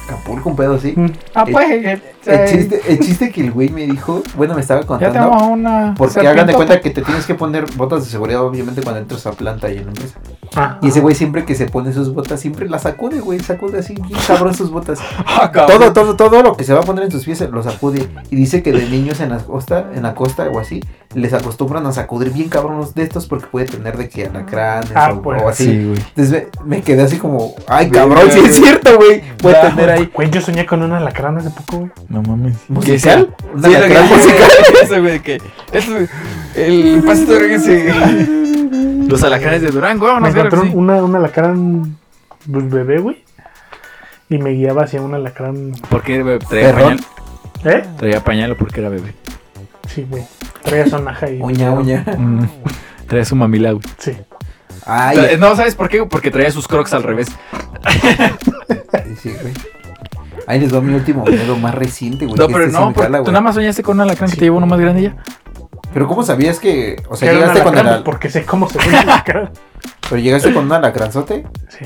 Speaker 2: Acapulco, un pedo así.
Speaker 1: Ah, pues,
Speaker 2: El
Speaker 1: eh,
Speaker 2: chiste, el chiste que el güey me dijo, bueno, me estaba
Speaker 1: Ya
Speaker 2: contando.
Speaker 1: tenemos una.
Speaker 2: Porque
Speaker 1: serpientota.
Speaker 2: hagan de cuenta que te tienes que poner botas de seguridad, obviamente, cuando entras a planta y en la empresa.
Speaker 3: Ah.
Speaker 2: Y ese güey siempre que se pone sus botas, siempre las sacude, güey. Sacude así, bien cabrón sus botas.
Speaker 1: Ah, cabrón.
Speaker 2: Todo, todo, todo lo que se va a poner en sus pies lo sacude. Y dice que de niños en la costa, en la costa o así, les acostumbran a sacudir bien cabrón los de estos porque puede tener de que alacranes
Speaker 3: Ah,
Speaker 2: o,
Speaker 3: pues,
Speaker 2: o así.
Speaker 1: Sí, güey.
Speaker 2: Entonces me, me quedé así como, ay
Speaker 1: Verga,
Speaker 2: cabrón, sí es
Speaker 1: güey.
Speaker 2: cierto, güey. Puede
Speaker 1: Ya,
Speaker 2: tener ahí.
Speaker 3: Güey, yo soñé con una alacrán hace poco, güey.
Speaker 1: No mames.
Speaker 2: ¿Musical?
Speaker 1: Sí,
Speaker 2: ¿Un
Speaker 1: lo que
Speaker 2: alacrán
Speaker 1: dije,
Speaker 2: musical?
Speaker 1: Eso, güey, que. Eso, el pastor que se. Los alacranes de Durango,
Speaker 3: Me
Speaker 1: vámonos,
Speaker 3: encontré
Speaker 1: claro que
Speaker 3: un-
Speaker 1: Ah, sí.
Speaker 3: una, una alacrán pues, bebé, güey. Y me guiaba hacia un alacrán.
Speaker 1: ¿Por qué güey, traía
Speaker 2: Perrón.
Speaker 1: pañal?
Speaker 3: ¿Eh?
Speaker 1: Traía pañal porque era bebé.
Speaker 3: Sí, güey. Traía sonaja y.
Speaker 2: Uña, uña.
Speaker 1: Mm. Trae su mamila, güey.
Speaker 3: Sí.
Speaker 2: Ay,
Speaker 1: No, ¿sabes por qué? Porque traía sus crocs al revés.
Speaker 2: sí, güey. Ahí les doy mi último miedo más reciente, güey.
Speaker 1: No,
Speaker 2: que
Speaker 1: pero
Speaker 2: este se
Speaker 1: no,
Speaker 2: me
Speaker 1: porque
Speaker 2: cala,
Speaker 1: tú
Speaker 2: güey.
Speaker 1: nada más soñaste con una alacrán que te llevó uno más grande y ya.
Speaker 2: Pero ¿cómo sabías que...? O sea,
Speaker 3: Era un
Speaker 2: llegaste con el...
Speaker 3: alacrán,
Speaker 2: al-
Speaker 3: Porque sé cómo se ve el alacrán.
Speaker 2: Pero llegaste con un alacranzote. Ah,
Speaker 3: Sí.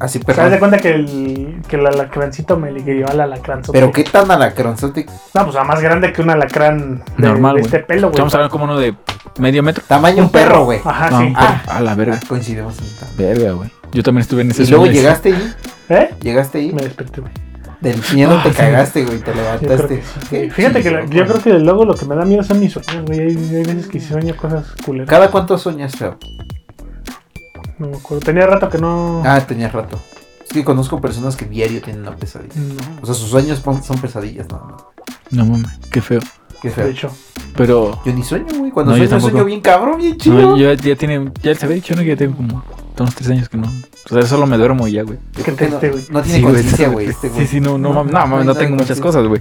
Speaker 2: Así,
Speaker 3: Pero haz de
Speaker 2: pero...
Speaker 3: cuenta que el, que el alacrancito me ligueó al alacrán.
Speaker 2: Pero qué tan alacranzote.
Speaker 3: No, pues a más grande que un alacrán de,
Speaker 1: Normal,
Speaker 3: de
Speaker 1: güey.
Speaker 3: este pelo, güey.
Speaker 1: Estamos hablando como uno de medio metro.
Speaker 2: Tamaño un perro, güey.
Speaker 3: Ajá,
Speaker 1: No,
Speaker 3: sí.
Speaker 1: un
Speaker 2: Ah.
Speaker 1: perro. A la verga.
Speaker 2: Coincidimos en tanto.
Speaker 1: Verga, güey. Yo también estuve en ese
Speaker 2: Y luego
Speaker 1: sueño.
Speaker 2: llegaste ahí.
Speaker 3: ¿Eh?
Speaker 2: Llegaste ahí.
Speaker 3: Me desperté, güey.
Speaker 2: Del miedo te
Speaker 1: Ah, sí.
Speaker 2: cagaste, güey. Te
Speaker 3: Yo creo que
Speaker 2: levantaste.
Speaker 3: sí.
Speaker 2: Qué
Speaker 3: Fíjate que la-
Speaker 2: chido,
Speaker 3: yo
Speaker 2: güey.
Speaker 3: creo que luego lo que me da miedo son mis sueños, güey. Hay, hay veces que sí sueño cosas culeras.
Speaker 2: ¿Cada cuánto sueñas, feo?
Speaker 3: No me acuerdo. Tenía rato que no.
Speaker 2: Ah, tenía rato. Es que conozco personas que diario tienen una pesadilla.
Speaker 3: no,
Speaker 2: O sea, sus sueños pon- son pesadillas, nada más.
Speaker 1: No mames, qué feo.
Speaker 2: Qué
Speaker 3: de
Speaker 2: feo.
Speaker 3: hecho.
Speaker 1: Pero.
Speaker 2: Yo ni sueño, güey. Cuando
Speaker 1: No, yo
Speaker 2: sueño,
Speaker 1: tampoco.
Speaker 2: sueño bien cabrón, bien chido.
Speaker 1: No, yo ya tiene. Ya se había dicho, ¿no? Que ya tengo como unos tres años que no. O sea, solo me duermo y ya, güey.
Speaker 2: Yo
Speaker 3: Qué
Speaker 2: creo que no-
Speaker 3: triste, güey.
Speaker 2: No tiene
Speaker 1: Sí, güey,
Speaker 2: conciencia,
Speaker 1: eso-
Speaker 2: güey. Este, güey.
Speaker 1: Sí, sí, no, no mames. No, mames, no
Speaker 2: no hay
Speaker 1: tengo muchas
Speaker 2: conciencia.
Speaker 1: cosas, güey.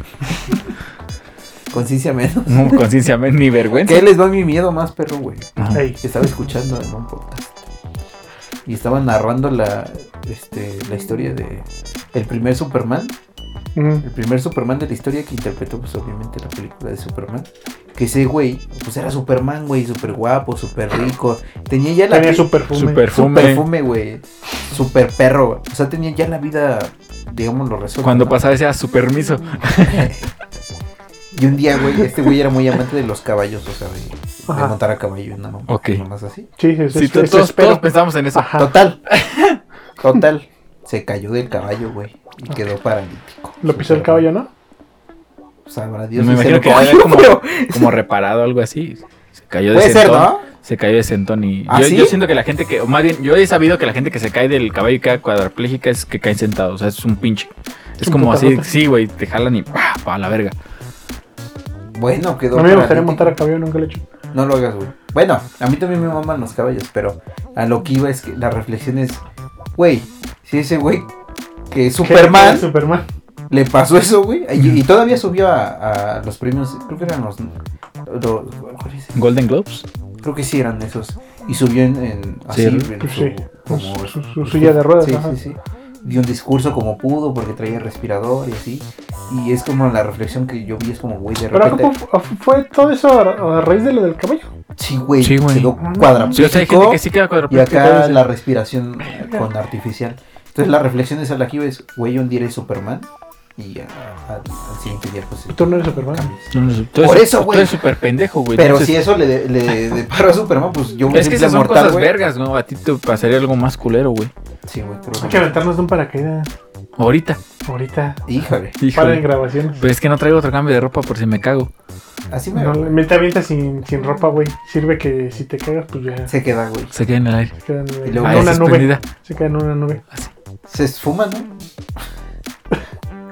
Speaker 2: Conciencia menos.
Speaker 1: No, conciencia, men, ni vergüenza.
Speaker 2: ¿Qué les va mi miedo más, perro, güey?
Speaker 1: Ajá.
Speaker 3: Ey,
Speaker 2: Que Estaba escuchando en un podcast. Y estaba narrando la, este, la historia de el primer Superman.
Speaker 3: mm,
Speaker 2: El primer Superman de la historia que interpretó, pues obviamente, la película de Superman. Que ese güey, pues era Superman, güey, súper guapo, súper rico. Tenía ya la
Speaker 3: Tenía
Speaker 2: vi-
Speaker 3: su perfume.
Speaker 1: Su
Speaker 2: su
Speaker 1: perfume.
Speaker 2: perfume, güey. Súper perro. güey. O sea, tenía ya la vida, digamos, lo resuelto.
Speaker 1: Cuando
Speaker 2: pues ¿no?
Speaker 1: pasaba ah, decía su permiso.
Speaker 2: Y un día, güey, este güey era muy amante de los caballos, o sea, de, de
Speaker 3: Ajá.
Speaker 2: montar a caballo, nada más.
Speaker 1: Ok.
Speaker 2: Nada más así.
Speaker 3: Sí, es,
Speaker 1: Sí,
Speaker 3: es-
Speaker 1: to-
Speaker 3: es-
Speaker 1: todos,
Speaker 3: espero.
Speaker 1: todos pensamos en eso.
Speaker 3: Ajá.
Speaker 2: Total. Total. Se cayó del caballo, güey. Y quedó paralítico.
Speaker 3: Lo pisó el caballo, ¿no?
Speaker 2: Sabrá Dios.
Speaker 1: Me
Speaker 2: si se
Speaker 1: imagino
Speaker 2: lo
Speaker 1: que
Speaker 2: comió,
Speaker 1: era como,
Speaker 2: pero-
Speaker 1: como reparado algo así. Se cayó de
Speaker 2: Puede ser,
Speaker 1: sentón.
Speaker 2: ¿no?
Speaker 1: Se cayó de sentón y.
Speaker 2: ¿Ah,
Speaker 1: yo,
Speaker 2: sí?
Speaker 1: yo siento que la gente que. o Más bien, yo he sabido que la gente que se cae del caballo y queda cuadraplégica es que caen sentados. O sea, es un pinche. Es
Speaker 3: Un
Speaker 1: como así,
Speaker 3: putazote.
Speaker 1: sí, güey, te jalan y pa, pa, a la verga.
Speaker 2: Bueno, quedó
Speaker 3: A mí me gustaría
Speaker 2: paralítico.
Speaker 3: montar a caballo, nunca lo he hecho.
Speaker 2: No lo hagas, güey. Bueno, a mí también me maman los caballos, pero a lo que iba es que la reflexión es, güey, si ese güey que es Superman
Speaker 3: Superman.
Speaker 2: le pasó eso, güey, y, y todavía subió a, a los premios, creo que eran los, los- ¿cuáles?
Speaker 1: Golden Globes.
Speaker 2: creo que sí eran esos, y subió en, en- así,
Speaker 1: Sí,
Speaker 2: en
Speaker 3: pues
Speaker 2: su-
Speaker 3: sí,
Speaker 2: como-
Speaker 3: su- su- su silla de ruedas,
Speaker 2: sí,
Speaker 3: ajá.
Speaker 2: sí, sí. Dio un discurso como pudo porque traía respirador y así, y es como la reflexión que yo vi es como, güey, de
Speaker 3: Pero ¿a
Speaker 2: repente,
Speaker 3: poco fu- fue todo eso a, a raíz de lo del caballo.
Speaker 2: sí, güey,
Speaker 1: Sí, güey.
Speaker 2: quedó
Speaker 1: Sí, o sea, hay gente
Speaker 2: cuadrapléjico.
Speaker 1: que sí queda
Speaker 2: Y
Speaker 1: cuadraplégica.
Speaker 2: acá la respiración con artificial. Entonces la reflexión es a la que iba es, güey, un día eres Superman y a- a- al siguiente día pues
Speaker 3: Tú no eres Superman.
Speaker 2: cambias.
Speaker 1: No, no, tú eres-
Speaker 2: Por eso, güey.
Speaker 1: Tú eres súper pendejo, güey.
Speaker 2: Pero
Speaker 1: Entonces,
Speaker 2: si eso le, le deparó a Superman, pues yo un
Speaker 1: Es que
Speaker 2: simple
Speaker 1: esas son
Speaker 2: mortal,
Speaker 1: cosas
Speaker 2: güey.
Speaker 1: vergas, ¿no? A ti te pasaría algo más culero, güey.
Speaker 2: Sí, güey,
Speaker 3: Hay que
Speaker 2: creo que...
Speaker 3: aventarnos de un paracaídas
Speaker 1: Ahorita.
Speaker 3: ahorita.
Speaker 2: Híjole,
Speaker 1: Híjole.
Speaker 3: Para en grabaciones.
Speaker 1: Pero es que no traigo otro cambio de ropa por si me cago.
Speaker 2: así me...
Speaker 3: No, me te avientas sin, sin ropa, güey. Sirve que si te cagas, pues ya se
Speaker 2: Se queda, güey.
Speaker 1: Se queda en el aire.
Speaker 3: queda en,
Speaker 2: Y luego
Speaker 3: en
Speaker 1: Ahí
Speaker 3: una nube.
Speaker 1: suspendida.
Speaker 3: Se queda en una nube.
Speaker 2: Se esfuma, ¿no?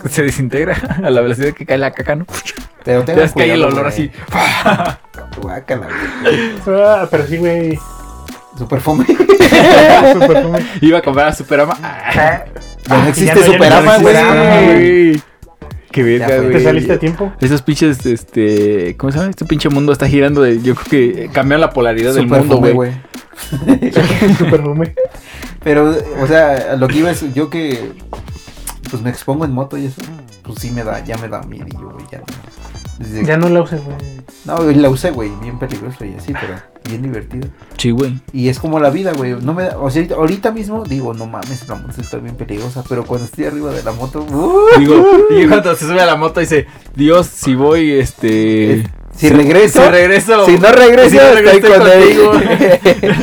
Speaker 1: Se desintegra a la velocidad que cae la caca, ¿no?
Speaker 2: Pero tengo
Speaker 1: Ya es que hay el olor así.
Speaker 2: Guácala, güey.
Speaker 3: Ah, pero sí, güey.
Speaker 2: Su perfume.
Speaker 3: Su perfume.
Speaker 1: Iba a comprar a Superama. Ah,
Speaker 2: Ya no
Speaker 3: ya
Speaker 2: existe
Speaker 3: no, ya no
Speaker 2: Superama,
Speaker 3: existe
Speaker 2: güey.
Speaker 3: Superama, güey.
Speaker 1: Qué
Speaker 2: Ya,
Speaker 1: verga,
Speaker 2: güey.
Speaker 1: güey.
Speaker 3: Te saliste a tiempo.
Speaker 1: Esos pinches, este. ¿Cómo se llama? Este pinche mundo está girando. De, yo creo que cambiaron la polaridad
Speaker 2: Su
Speaker 1: del mundo,
Speaker 2: perfume,
Speaker 1: güey.
Speaker 2: güey.
Speaker 3: Su perfume.
Speaker 2: Pero, o sea, a lo que iba es yo que pues me expongo en moto y eso, pues sí me da, ya me da miedo, güey, ya no. Desde-
Speaker 3: Ya no la uses, güey.
Speaker 2: No, güey, la usé, güey, bien peligroso y así, pero bien divertido.
Speaker 1: Sí, güey.
Speaker 2: Y es como la vida, güey, no me da, o sea, ahorita mismo digo, no mames, la moto está bien peligrosa, pero cuando estoy arriba de la moto, ¡uh!
Speaker 1: Digo, y cuando se sube a la moto dice: Dios, si voy, este.
Speaker 2: Es- Eh, si regreso,
Speaker 1: Si regreso.
Speaker 2: si no regreso,
Speaker 1: si no regreso,
Speaker 2: estoy con él.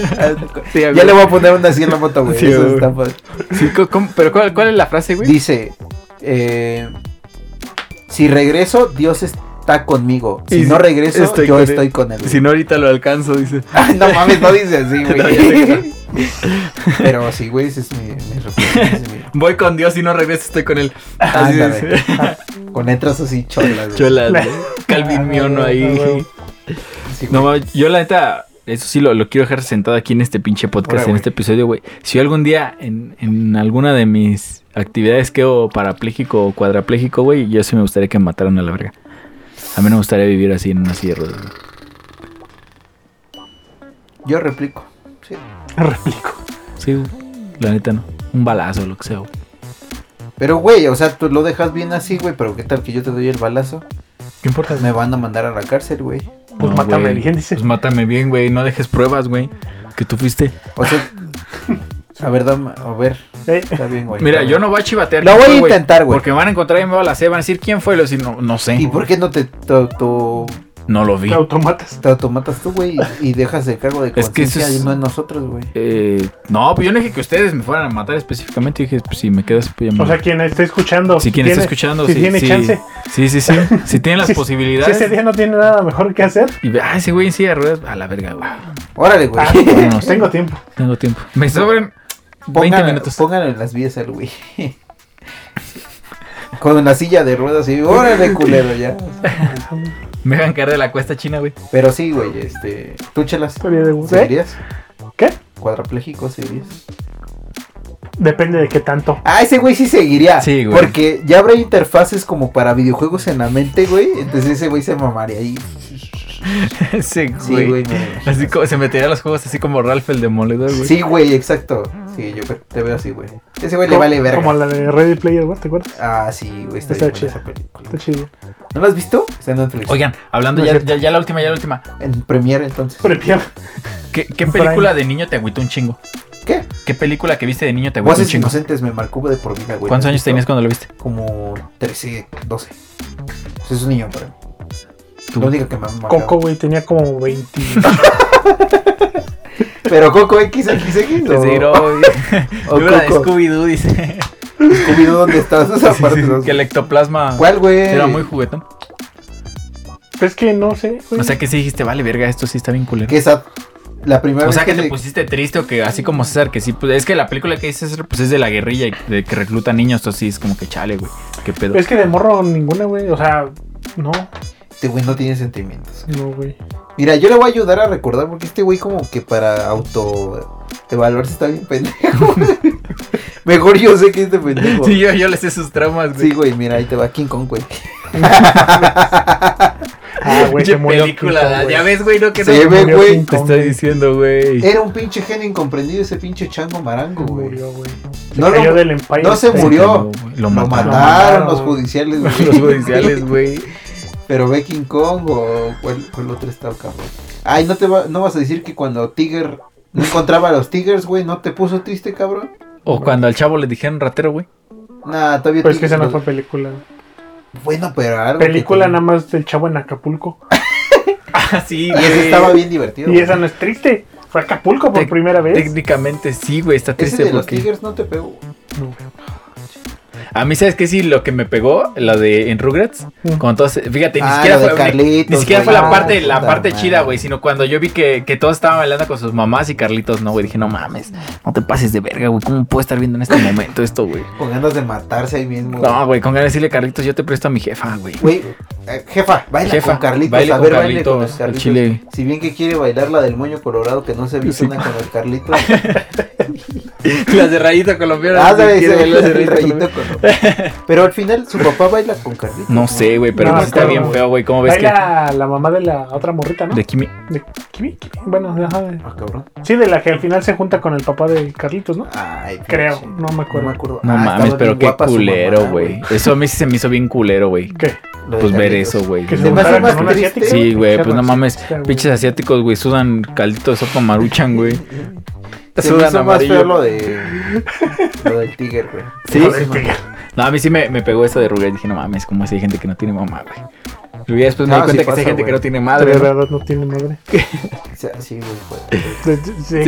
Speaker 1: Sí,
Speaker 2: ya
Speaker 1: güey.
Speaker 2: le voy a poner una así en la moto, güey.
Speaker 1: Sí,
Speaker 2: eso
Speaker 1: güey.
Speaker 2: está padre.
Speaker 1: Sí, co- ¿cómo? pero ¿cuál, cuál es la frase, güey?
Speaker 2: Dice, eh, si regreso, Dios está conmigo. Si
Speaker 1: Y
Speaker 2: no
Speaker 1: si-
Speaker 2: regreso,
Speaker 1: estoy
Speaker 2: yo
Speaker 1: con él.
Speaker 2: estoy con él. güey.
Speaker 1: Si no, ahorita lo alcanzo, dice.
Speaker 2: Ay, no mames, no dice así,
Speaker 1: No, ya sé
Speaker 2: güey.
Speaker 1: que
Speaker 2: Pero sí, güey, ese es mi, mi reflexión, ese es mi-
Speaker 1: Voy con Dios y no regreso, estoy con él. Así
Speaker 2: Ándale.
Speaker 1: dice.
Speaker 2: Con letras así cholas, güey.
Speaker 1: Chola,
Speaker 3: La- Ah,
Speaker 1: Calvin Miono
Speaker 2: Ah,
Speaker 1: ahí.
Speaker 2: Sí, güey.
Speaker 1: No, mames, yo la neta, eso sí lo, lo quiero dejar sentado aquí en este pinche podcast,
Speaker 2: Ora,
Speaker 1: en
Speaker 2: güey.
Speaker 1: este episodio, güey. Si yo algún día en, en alguna de mis actividades quedo parapléjico o cuadrapléjico, güey, yo sí me gustaría que me mataran a la verga. A mí no me gustaría vivir así en una sierra.
Speaker 2: Yo replico. Sí.
Speaker 3: Replico.
Speaker 1: Sí, güey. la neta no. Un balazo, lo que sea, güey.
Speaker 2: Pero, güey, o sea, tú lo dejas bien así, güey, pero ¿qué tal que yo te doy el balazo?
Speaker 1: ¿Qué importa?
Speaker 2: Me van a mandar a la cárcel, güey.
Speaker 3: Pues mátame bien, dice.
Speaker 1: Pues mátame bien, güey. No dejes pruebas, güey. Que tú fuiste.
Speaker 2: O sea, a ver, dame- a ver,
Speaker 3: Eh,
Speaker 2: está bien, güey.
Speaker 1: Mira, yo no voy a chivatear.
Speaker 2: Pues Lo
Speaker 1: quién
Speaker 2: voy
Speaker 1: fue,
Speaker 2: a intentar, güey.
Speaker 1: Porque me van a encontrar y me van a la van a decir quién fue. Y le voy a decir, no, no sé.
Speaker 2: ¿Y por qué no te, te, auto-
Speaker 1: No lo vi.
Speaker 3: Te eh, automatas.
Speaker 2: te automatas tú, güey, y dejas el cargo de
Speaker 1: Es que eso
Speaker 2: conciencia
Speaker 1: es-
Speaker 2: y no en nosotros, güey?
Speaker 1: Eh, no, pues yo no dije que ustedes me fueran a matar específicamente. Dije, pues si me quedas, pues ya me
Speaker 3: O sea,
Speaker 1: voy.
Speaker 3: quien está escuchando.
Speaker 1: si quien
Speaker 3: tiene-
Speaker 1: está escuchando,
Speaker 3: si
Speaker 1: sí,
Speaker 3: tiene
Speaker 1: sí,
Speaker 3: chance.
Speaker 1: Sí, sí, sí. Si tienen las
Speaker 3: Si- Si
Speaker 1: posibilidades.
Speaker 3: ese día no tiene nada mejor que hacer,
Speaker 1: Y ve, ah, ese güey en silla de ruedas. A la verga, güey.
Speaker 2: Órale, güey.
Speaker 3: ah,
Speaker 1: Vámonos.
Speaker 3: tengo tiempo.
Speaker 1: Tengo tiempo. Me sobran 20
Speaker 2: Pongan,
Speaker 1: minutos.
Speaker 2: pónganlo en las vías al güey. Con la silla de ruedas y órale, culero, ya.
Speaker 1: Me dejan caer de la cuesta china, güey.
Speaker 2: Pero sí, güey, este. ¿Tú chelas?
Speaker 3: Estaría de gusto.
Speaker 2: ¿Seguirías?
Speaker 3: ¿Qué?
Speaker 2: ¿Cuadrapléjico seguirías?
Speaker 3: Depende de qué tanto.
Speaker 2: Ah, ese güey sí seguiría.
Speaker 1: Sí, güey.
Speaker 2: Porque ya habrá interfaces como para videojuegos en la mente, güey. Entonces ese güey se mamaría ahí.
Speaker 1: Ese
Speaker 2: Sí,
Speaker 1: güey.
Speaker 2: güey. me-
Speaker 1: así como se metería a los juegos así como Ralph el Demoledor, güey.
Speaker 2: Sí, güey, exacto. Sí, yo te veo así, güey. Ese güey le
Speaker 3: Como-
Speaker 2: vale verga.
Speaker 3: Como la de Ready Player One, ¿te acuerdas?
Speaker 2: Ah, sí, güey, está,
Speaker 3: Está
Speaker 2: bien buena
Speaker 3: chida.
Speaker 2: esa película.
Speaker 3: Está chido.
Speaker 2: ¿No la has visto? Está en Netflix.
Speaker 1: Oigan, hablando
Speaker 3: No es
Speaker 1: ya,
Speaker 3: cierto.
Speaker 1: ya, ya la última, ya la última.
Speaker 2: En Premiere, entonces.
Speaker 3: Prepia.
Speaker 1: ¿Qué, qué
Speaker 3: Prime.
Speaker 1: película de niño te agüitó un chingo?
Speaker 2: ¿Qué?
Speaker 1: ¿Qué película que viste de niño te agüitó un
Speaker 2: Voces
Speaker 1: chingo?
Speaker 2: Inocentes me marcó de por vida, güey.
Speaker 1: ¿Cuántos
Speaker 2: ¿Lo has
Speaker 1: años
Speaker 2: visto?
Speaker 1: tenías cuando lo viste?
Speaker 2: Como 13, 12. Pues es un niño, pero.
Speaker 1: Tú.
Speaker 2: Lo único que me ha marcado.
Speaker 3: Coco, güey, tenía como 20.
Speaker 2: Pero Coco XXX.
Speaker 1: Te
Speaker 2: o-
Speaker 1: seguiró,
Speaker 2: o
Speaker 1: Yo era de
Speaker 2: Coco.
Speaker 1: Scooby-Doo, dice.
Speaker 2: Scooby-Doo, ¿dónde estás? Esa
Speaker 1: Sí,
Speaker 2: parte
Speaker 1: sí,
Speaker 2: no-
Speaker 1: que el ectoplasma
Speaker 2: ¿Cuál, güey?
Speaker 1: era muy juguetón.
Speaker 3: Es que no sé, güey.
Speaker 1: O sea que sí dijiste, vale, verga, esto sí está bien culero.
Speaker 2: Que esa. La primera
Speaker 1: O
Speaker 2: vez
Speaker 1: sea que
Speaker 2: que
Speaker 1: te
Speaker 2: le-
Speaker 1: pusiste triste o que así como César, que sí, pues, es que la película que dice César, pues es de la guerrilla y de que recluta niños, entonces sí es como que chale, güey, qué pedo.
Speaker 3: Es que de morro ninguna, güey. O sea, no,
Speaker 2: Este güey no tiene sentimientos.
Speaker 3: no, güey.
Speaker 2: Mira, yo le voy a ayudar a recordar porque este güey como que para auto evaluarse está bien pendejo. Mejor yo sé que este pendejo.
Speaker 1: Sí, yo, yo le sé sus traumas, güey.
Speaker 2: Sí, güey, mira, ahí te va King Kong, güey.
Speaker 3: Ah, güey,
Speaker 1: Pinche
Speaker 3: se murió.
Speaker 1: película,
Speaker 3: King Kong, güey.
Speaker 1: ya ves, güey, no que
Speaker 2: Se
Speaker 1: no.
Speaker 2: ve,
Speaker 3: murió
Speaker 2: güey.
Speaker 3: King
Speaker 1: Te
Speaker 3: Kong,
Speaker 1: estoy
Speaker 3: güey.
Speaker 1: diciendo, güey.
Speaker 2: Era un pinche genio incomprendido ese pinche chango marango, güey.
Speaker 3: Murió, güey. Se
Speaker 2: No,
Speaker 3: cayó
Speaker 2: lo-
Speaker 3: del Empire.
Speaker 2: no se
Speaker 3: State.
Speaker 2: murió.
Speaker 1: Lo
Speaker 2: Lo
Speaker 1: mataron.
Speaker 2: mataron
Speaker 3: mataron.
Speaker 2: los judiciales, güey.
Speaker 1: Los judiciales, güey.
Speaker 2: Pero ve King Kong o cuál, cuál otro está, cabrón. Ay, no te va, no vas a decir que cuando Tiger no encontraba a los Tigers, güey, no te puso triste, cabrón.
Speaker 1: O cuando al chavo le dijeron ratero, güey.
Speaker 2: Nah, todavía
Speaker 3: Pues
Speaker 2: Tigers
Speaker 3: que esa no
Speaker 2: lo-
Speaker 3: fue película.
Speaker 2: Bueno, pero algo. que
Speaker 3: Película
Speaker 2: te-
Speaker 3: nada más del chavo en Acapulco.
Speaker 1: Ah, sí,
Speaker 2: Y ese
Speaker 1: güey.
Speaker 2: estaba bien divertido.
Speaker 3: Y
Speaker 2: güey.
Speaker 3: esa no es triste. Fue Acapulco por
Speaker 1: Tec-
Speaker 3: primera vez.
Speaker 1: Técnicamente sí, güey, está
Speaker 2: Ese
Speaker 1: triste
Speaker 2: de los
Speaker 1: porque...
Speaker 2: Tigers no te pegó. güey.
Speaker 3: No, güey.
Speaker 1: A mí, ¿sabes qué? Sí, lo que me pegó, la de en Rugrats,
Speaker 3: Mm.
Speaker 1: con todos, fíjate, ni
Speaker 2: Ah,
Speaker 1: siquiera
Speaker 2: la de
Speaker 1: fue, ni-
Speaker 2: Carlitos,
Speaker 1: ni siquiera fue
Speaker 2: güey.
Speaker 1: la
Speaker 2: Ah,
Speaker 1: parte, la
Speaker 2: puta
Speaker 1: parte
Speaker 2: madre.
Speaker 1: chida, güey, sino cuando yo vi que, que todos estaban bailando con sus mamás y Carlitos, no, güey, dije, no mames, no te pases de verga, güey, ¿cómo puedo estar viendo en este momento esto, güey?
Speaker 2: Con ganas de matarse ahí mismo. güey.
Speaker 1: No, güey, con ganas de decirle, Carlitos, yo te presto a mi jefa, güey.
Speaker 2: Güey, eh, jefa, baila
Speaker 1: Jefa,
Speaker 2: con Carlitos.
Speaker 1: baile
Speaker 2: a
Speaker 1: con
Speaker 2: ver, baile
Speaker 1: Carlitos,
Speaker 2: con los
Speaker 1: al
Speaker 2: Carlitos.
Speaker 1: chile.
Speaker 2: Si bien que quiere bailar la del moño colorado que no se viste una con el Carlitos.
Speaker 1: Las de rayito colombiano.
Speaker 2: ah,
Speaker 1: no sé
Speaker 2: dale,
Speaker 1: quién,
Speaker 2: se
Speaker 1: las de
Speaker 2: el
Speaker 1: rayito
Speaker 2: rayito colorado. Pero al final, su papá baila con Carlitos.
Speaker 1: No sé, güey, pero
Speaker 3: No,
Speaker 1: sí está
Speaker 3: claro,
Speaker 1: bien
Speaker 3: güey.
Speaker 1: feo, güey, ¿cómo ves
Speaker 3: Ahí
Speaker 1: que?
Speaker 3: la, la mamá de la otra morrita, ¿no?
Speaker 1: De Kimi.
Speaker 3: De Kimi, Kimi. Bueno, ajá, de-
Speaker 2: Ah, cabrón.
Speaker 3: sí, de la que al final se junta con el papá de Carlitos, ¿no?
Speaker 2: Ay,
Speaker 3: Creo,
Speaker 2: pinche.
Speaker 3: no me
Speaker 2: No
Speaker 3: acuerdo.
Speaker 2: me acuerdo.
Speaker 1: No
Speaker 2: Ah,
Speaker 1: mames,
Speaker 2: estaba
Speaker 1: pero
Speaker 2: bien
Speaker 1: qué
Speaker 2: guapa su
Speaker 1: culero,
Speaker 2: mamá,
Speaker 1: güey. Eso a mí sí se me hizo bien culero, güey.
Speaker 3: ¿Qué?
Speaker 2: Lo de
Speaker 1: Pues ver
Speaker 2: Carlitos.
Speaker 1: eso, güey.
Speaker 3: Que
Speaker 2: Se me hace
Speaker 3: juntaran
Speaker 2: más
Speaker 3: con una
Speaker 2: triste.
Speaker 3: asiática.
Speaker 1: Sí, güey, pues no
Speaker 3: Pinche
Speaker 1: mames.
Speaker 3: racista, güey.
Speaker 1: Pinches asiáticos, güey, sudan caldito de sopa maruchan, güey.
Speaker 2: Se me
Speaker 1: Sudan
Speaker 2: hizo más feo
Speaker 1: amarillo.
Speaker 2: lo de. Lo del Tiger, güey.
Speaker 1: Sí.
Speaker 2: Lo del Tiger.
Speaker 1: No, a mí sí me, me pegó eso de Rugrats. Dije, no mames, como si hay gente que no tiene mamá, güey. Y ya después me
Speaker 2: No,
Speaker 1: di cuenta
Speaker 2: sí
Speaker 1: que sí
Speaker 2: pasa,
Speaker 1: hay gente
Speaker 2: güey.
Speaker 1: que no tiene
Speaker 3: De
Speaker 1: madre. ¿no?
Speaker 3: verdad no tiene madre.
Speaker 2: Sí, güey, güey.
Speaker 3: De-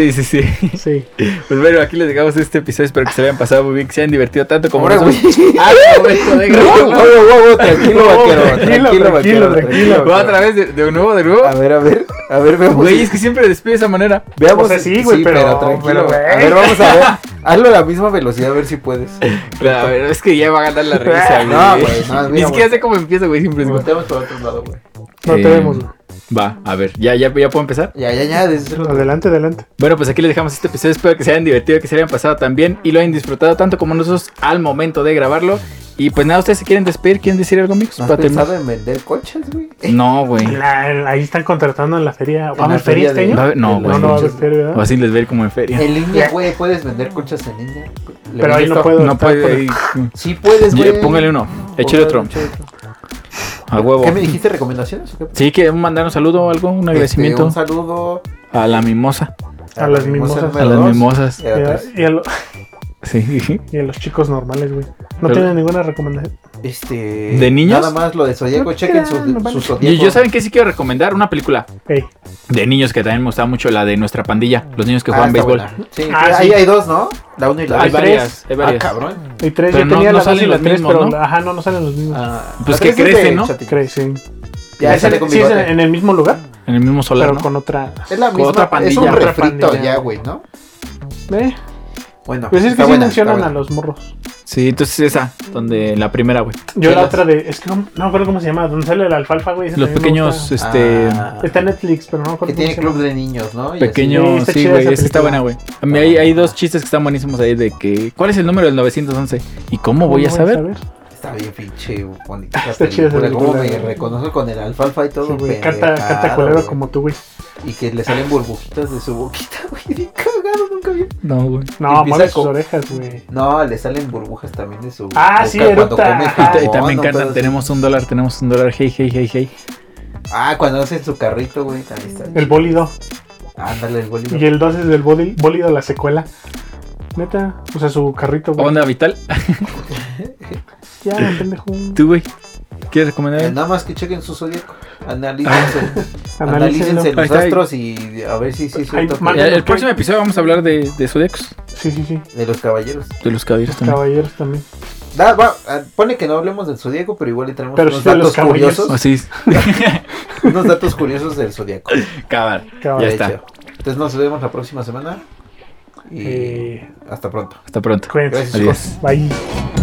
Speaker 3: de- Sí,
Speaker 1: Sí, sí, sí.
Speaker 3: sí.
Speaker 1: Pues bueno, aquí les dejamos este episodio. Espero que se lo hayan pasado muy bien, que se hayan divertido tanto como
Speaker 2: Ahora, güey.
Speaker 1: nosotros. Ah, momento de
Speaker 2: No,
Speaker 1: grabarlo.
Speaker 2: no, no, no, Tranquilo,
Speaker 3: No,
Speaker 2: vaquero.
Speaker 3: tranquilo,
Speaker 2: Tranquilo, vaquero.
Speaker 3: tranquilo, tranquilo.
Speaker 1: Va otra vez, de, de nuevo, de nuevo.
Speaker 2: A ver, a ver. A ver, veamos.
Speaker 1: Güey, es que siempre despido de esa manera.
Speaker 2: Veamos.
Speaker 3: O sea, sí, güey, pero-
Speaker 2: tranquilo.
Speaker 3: pero, güey.
Speaker 2: a ver, vamos a ver. Hazlo a la misma velocidad, a ver si puedes.
Speaker 1: Pero, a ver, es que ya va a ganar la risa, güey.
Speaker 2: No, güey, no,
Speaker 1: Ni
Speaker 2: mira,
Speaker 1: siquiera sé cómo empieza, güey. Siempre es
Speaker 2: Nos
Speaker 1: güey.
Speaker 2: volteamos para otro lado, güey.
Speaker 3: No
Speaker 1: Eh,
Speaker 3: te vemos. güey.
Speaker 1: Va, a ver, ya, ya, ya puedo empezar.
Speaker 2: Ya, ya, ya. desde el otro-
Speaker 3: Adelante, adelante.
Speaker 1: Bueno, pues aquí les dejamos este episodio. Espero que se hayan divertido, que se hayan pasado tan bien y lo hayan disfrutado tanto como nosotros al momento de grabarlo. Y pues nada, ustedes se quieren despedir, quieren decir algo, amigos.
Speaker 2: ¿No has
Speaker 1: Para terminar?
Speaker 2: pensado en vender coches, güey?
Speaker 6: No, güey.
Speaker 3: La- ahí están contratando en la feria. ¿Va a
Speaker 2: la
Speaker 3: haber
Speaker 2: feria
Speaker 3: feria este
Speaker 2: de-
Speaker 3: año?
Speaker 6: Va a haber- No,
Speaker 2: En
Speaker 3: No,
Speaker 6: güey.
Speaker 2: las
Speaker 3: no va a haber
Speaker 2: noches.
Speaker 3: feria, ¿verdad?
Speaker 6: O así les ver como en feria.
Speaker 2: En línea, güey, puedes vender coches en línea. Le
Speaker 3: Pero ahí
Speaker 2: vendes
Speaker 3: no
Speaker 2: todo.
Speaker 3: puedo.
Speaker 1: No
Speaker 3: estar
Speaker 1: puede.
Speaker 2: Sí puedes,
Speaker 1: Yo-
Speaker 2: güey.
Speaker 1: Póngale uno. Échale otro. A huevo.
Speaker 2: ¿Qué me dijiste? ¿Recomendaciones? o qué?
Speaker 1: Sí, que mandar un saludo o algo, un
Speaker 2: Este,
Speaker 1: agradecimiento
Speaker 2: un saludo
Speaker 1: a la mimosa,
Speaker 3: A las mimosas.
Speaker 2: número
Speaker 1: a las
Speaker 2: dos
Speaker 1: mimosas.
Speaker 2: y a la tres.
Speaker 3: Y a, y a lo-
Speaker 1: Sí.
Speaker 3: y a los chicos normales, güey. No
Speaker 1: Pero-
Speaker 3: tienen ninguna recomendación.
Speaker 2: Este.
Speaker 1: ¿De niños?
Speaker 2: Nada más lo de Zodíaco.
Speaker 3: No,
Speaker 2: Chequen
Speaker 3: no, no,
Speaker 2: su,
Speaker 3: vale.
Speaker 2: su Zodíaco.
Speaker 1: Y yo saben que sí quiero recomendar una película
Speaker 3: Ey,
Speaker 1: de niños que también me gustaba mucho, la de nuestra pandilla, los niños que
Speaker 2: Ah,
Speaker 1: juegan
Speaker 2: está
Speaker 1: béisbol.
Speaker 2: buena. Sí,
Speaker 3: Ah,
Speaker 2: ahí
Speaker 3: sí.
Speaker 2: hay dos, ¿no? La uno y la
Speaker 1: Hay
Speaker 2: dos.
Speaker 1: varias, hay
Speaker 2: Ah,
Speaker 1: varias.
Speaker 2: cabrón.
Speaker 3: Hay tres,
Speaker 1: Pero
Speaker 3: yo
Speaker 1: no- no
Speaker 3: tenía la dos y
Speaker 1: salen
Speaker 3: la
Speaker 1: los
Speaker 3: tres,
Speaker 1: mismos,
Speaker 3: pero.
Speaker 1: ¿no?
Speaker 3: la- Ajá, no, no salen los mismos.
Speaker 2: Ah,
Speaker 1: Pues
Speaker 2: la
Speaker 1: que
Speaker 2: tres es
Speaker 1: crece,
Speaker 2: de
Speaker 1: ¿no?
Speaker 2: Chatín.
Speaker 3: Creo, sí.
Speaker 2: Ya
Speaker 3: ¿Es en-
Speaker 2: sale con
Speaker 3: sí, es en,
Speaker 2: bigote.
Speaker 3: en el mismo lugar,
Speaker 1: En el mismo solar,
Speaker 3: pero
Speaker 1: ¿no?
Speaker 3: con otra.
Speaker 2: Es la
Speaker 1: con
Speaker 2: misma.
Speaker 1: otra
Speaker 2: es
Speaker 1: pandilla.
Speaker 2: un
Speaker 3: Otra
Speaker 2: refrito
Speaker 3: pandilla.
Speaker 2: ya, güey, ¿no?
Speaker 3: Eh,
Speaker 2: Bueno.
Speaker 3: pues es
Speaker 2: está
Speaker 3: que sí
Speaker 2: buena,
Speaker 3: mencionan
Speaker 2: está
Speaker 3: a
Speaker 2: buena.
Speaker 3: los morros.
Speaker 1: Sí, entonces esa, donde la primera, güey.
Speaker 3: Yo
Speaker 2: Sí,
Speaker 3: la
Speaker 2: las-
Speaker 3: otra de. Es que no, no me acuerdo cómo se llama. ¿Dónde sale la alfalfa, güey? Esa
Speaker 1: Los
Speaker 3: también me
Speaker 1: pequeños,
Speaker 3: gusta.
Speaker 1: este,
Speaker 2: Ah,
Speaker 3: Está en Netflix, pero no me acuerdo
Speaker 2: que
Speaker 3: cómo
Speaker 2: tiene
Speaker 3: se llama.
Speaker 2: club de niños, ¿no? Y así.
Speaker 3: Sí,
Speaker 1: pequeños,
Speaker 3: está
Speaker 1: sí,
Speaker 3: chida
Speaker 1: güey,
Speaker 3: esa
Speaker 1: esa está
Speaker 3: película.
Speaker 1: buena, güey. A mí hay, hay dos chistes que están buenísimos ahí de que, ¿cuál es el número del 911? ¿Y cómo voy a
Speaker 3: No
Speaker 1: saber?
Speaker 2: Está bien pinche bonita. esa
Speaker 3: Está chida esa
Speaker 2: película, Como me
Speaker 3: película, güey.
Speaker 2: reconozco con el alfalfa y todo.
Speaker 3: Sí, güey, Canta,
Speaker 2: pendejado,
Speaker 3: canta culero
Speaker 2: güey.
Speaker 3: como tú, güey.
Speaker 2: Y que le salen burbujitas de su boquita, güey. Bien cagado, nunca vi.
Speaker 1: No, güey.
Speaker 3: No,
Speaker 2: empieza
Speaker 3: mueve sus
Speaker 2: con-
Speaker 3: orejas, güey.
Speaker 2: No, le salen burbujas también de su
Speaker 3: Ah, sí,
Speaker 2: cuando
Speaker 3: eructa.
Speaker 2: come
Speaker 3: Ah,
Speaker 1: Y
Speaker 2: jabón,
Speaker 1: también
Speaker 2: ¿no?
Speaker 1: cantan,
Speaker 2: Pero-
Speaker 1: tenemos un dólar, tenemos un dólar, hey, hey, hey, hey.
Speaker 2: Ah, cuando hacen su carrito, güey. Ahí está.
Speaker 3: El bólido.
Speaker 2: Ándale, el bolido.
Speaker 3: Y el 2 es del boli- bólido, la secuela. Neta, o sea, su carrito, güey.
Speaker 1: Onda Vital,
Speaker 3: Ya, pendejo.
Speaker 1: tú, güey, ¿quieres recomendar?
Speaker 2: Eh, Nada más que chequen su zodíaco. Analícense.
Speaker 3: Analícenlo.
Speaker 2: analícense
Speaker 1: Ahí
Speaker 2: los
Speaker 1: está.
Speaker 2: astros y a ver si sí es
Speaker 3: Ahí,
Speaker 2: cierto. que-
Speaker 3: manda-
Speaker 1: El, el próximo episodio vamos a hablar de, de zodiacos,
Speaker 3: Sí, sí, sí.
Speaker 2: De los caballeros.
Speaker 1: de los caballeros también.
Speaker 3: Caballeros también.
Speaker 2: Da, va, ah, pone que no hablemos del zodíaco, pero igual le traemos
Speaker 3: Pero
Speaker 2: unos
Speaker 3: sí de los
Speaker 2: datos
Speaker 3: caballeros.
Speaker 2: curiosos.
Speaker 1: Así es.
Speaker 2: unos datos curiosos del zodíaco.
Speaker 1: Cabar. Ya
Speaker 3: Caballeros.
Speaker 1: está.
Speaker 2: De hecho. Entonces nos vemos la próxima semana. Y
Speaker 3: Eh,
Speaker 2: hasta pronto.
Speaker 1: Hasta pronto.
Speaker 3: cuídense.
Speaker 2: Gracias,
Speaker 1: Adiós.
Speaker 2: chicos.
Speaker 3: Bye.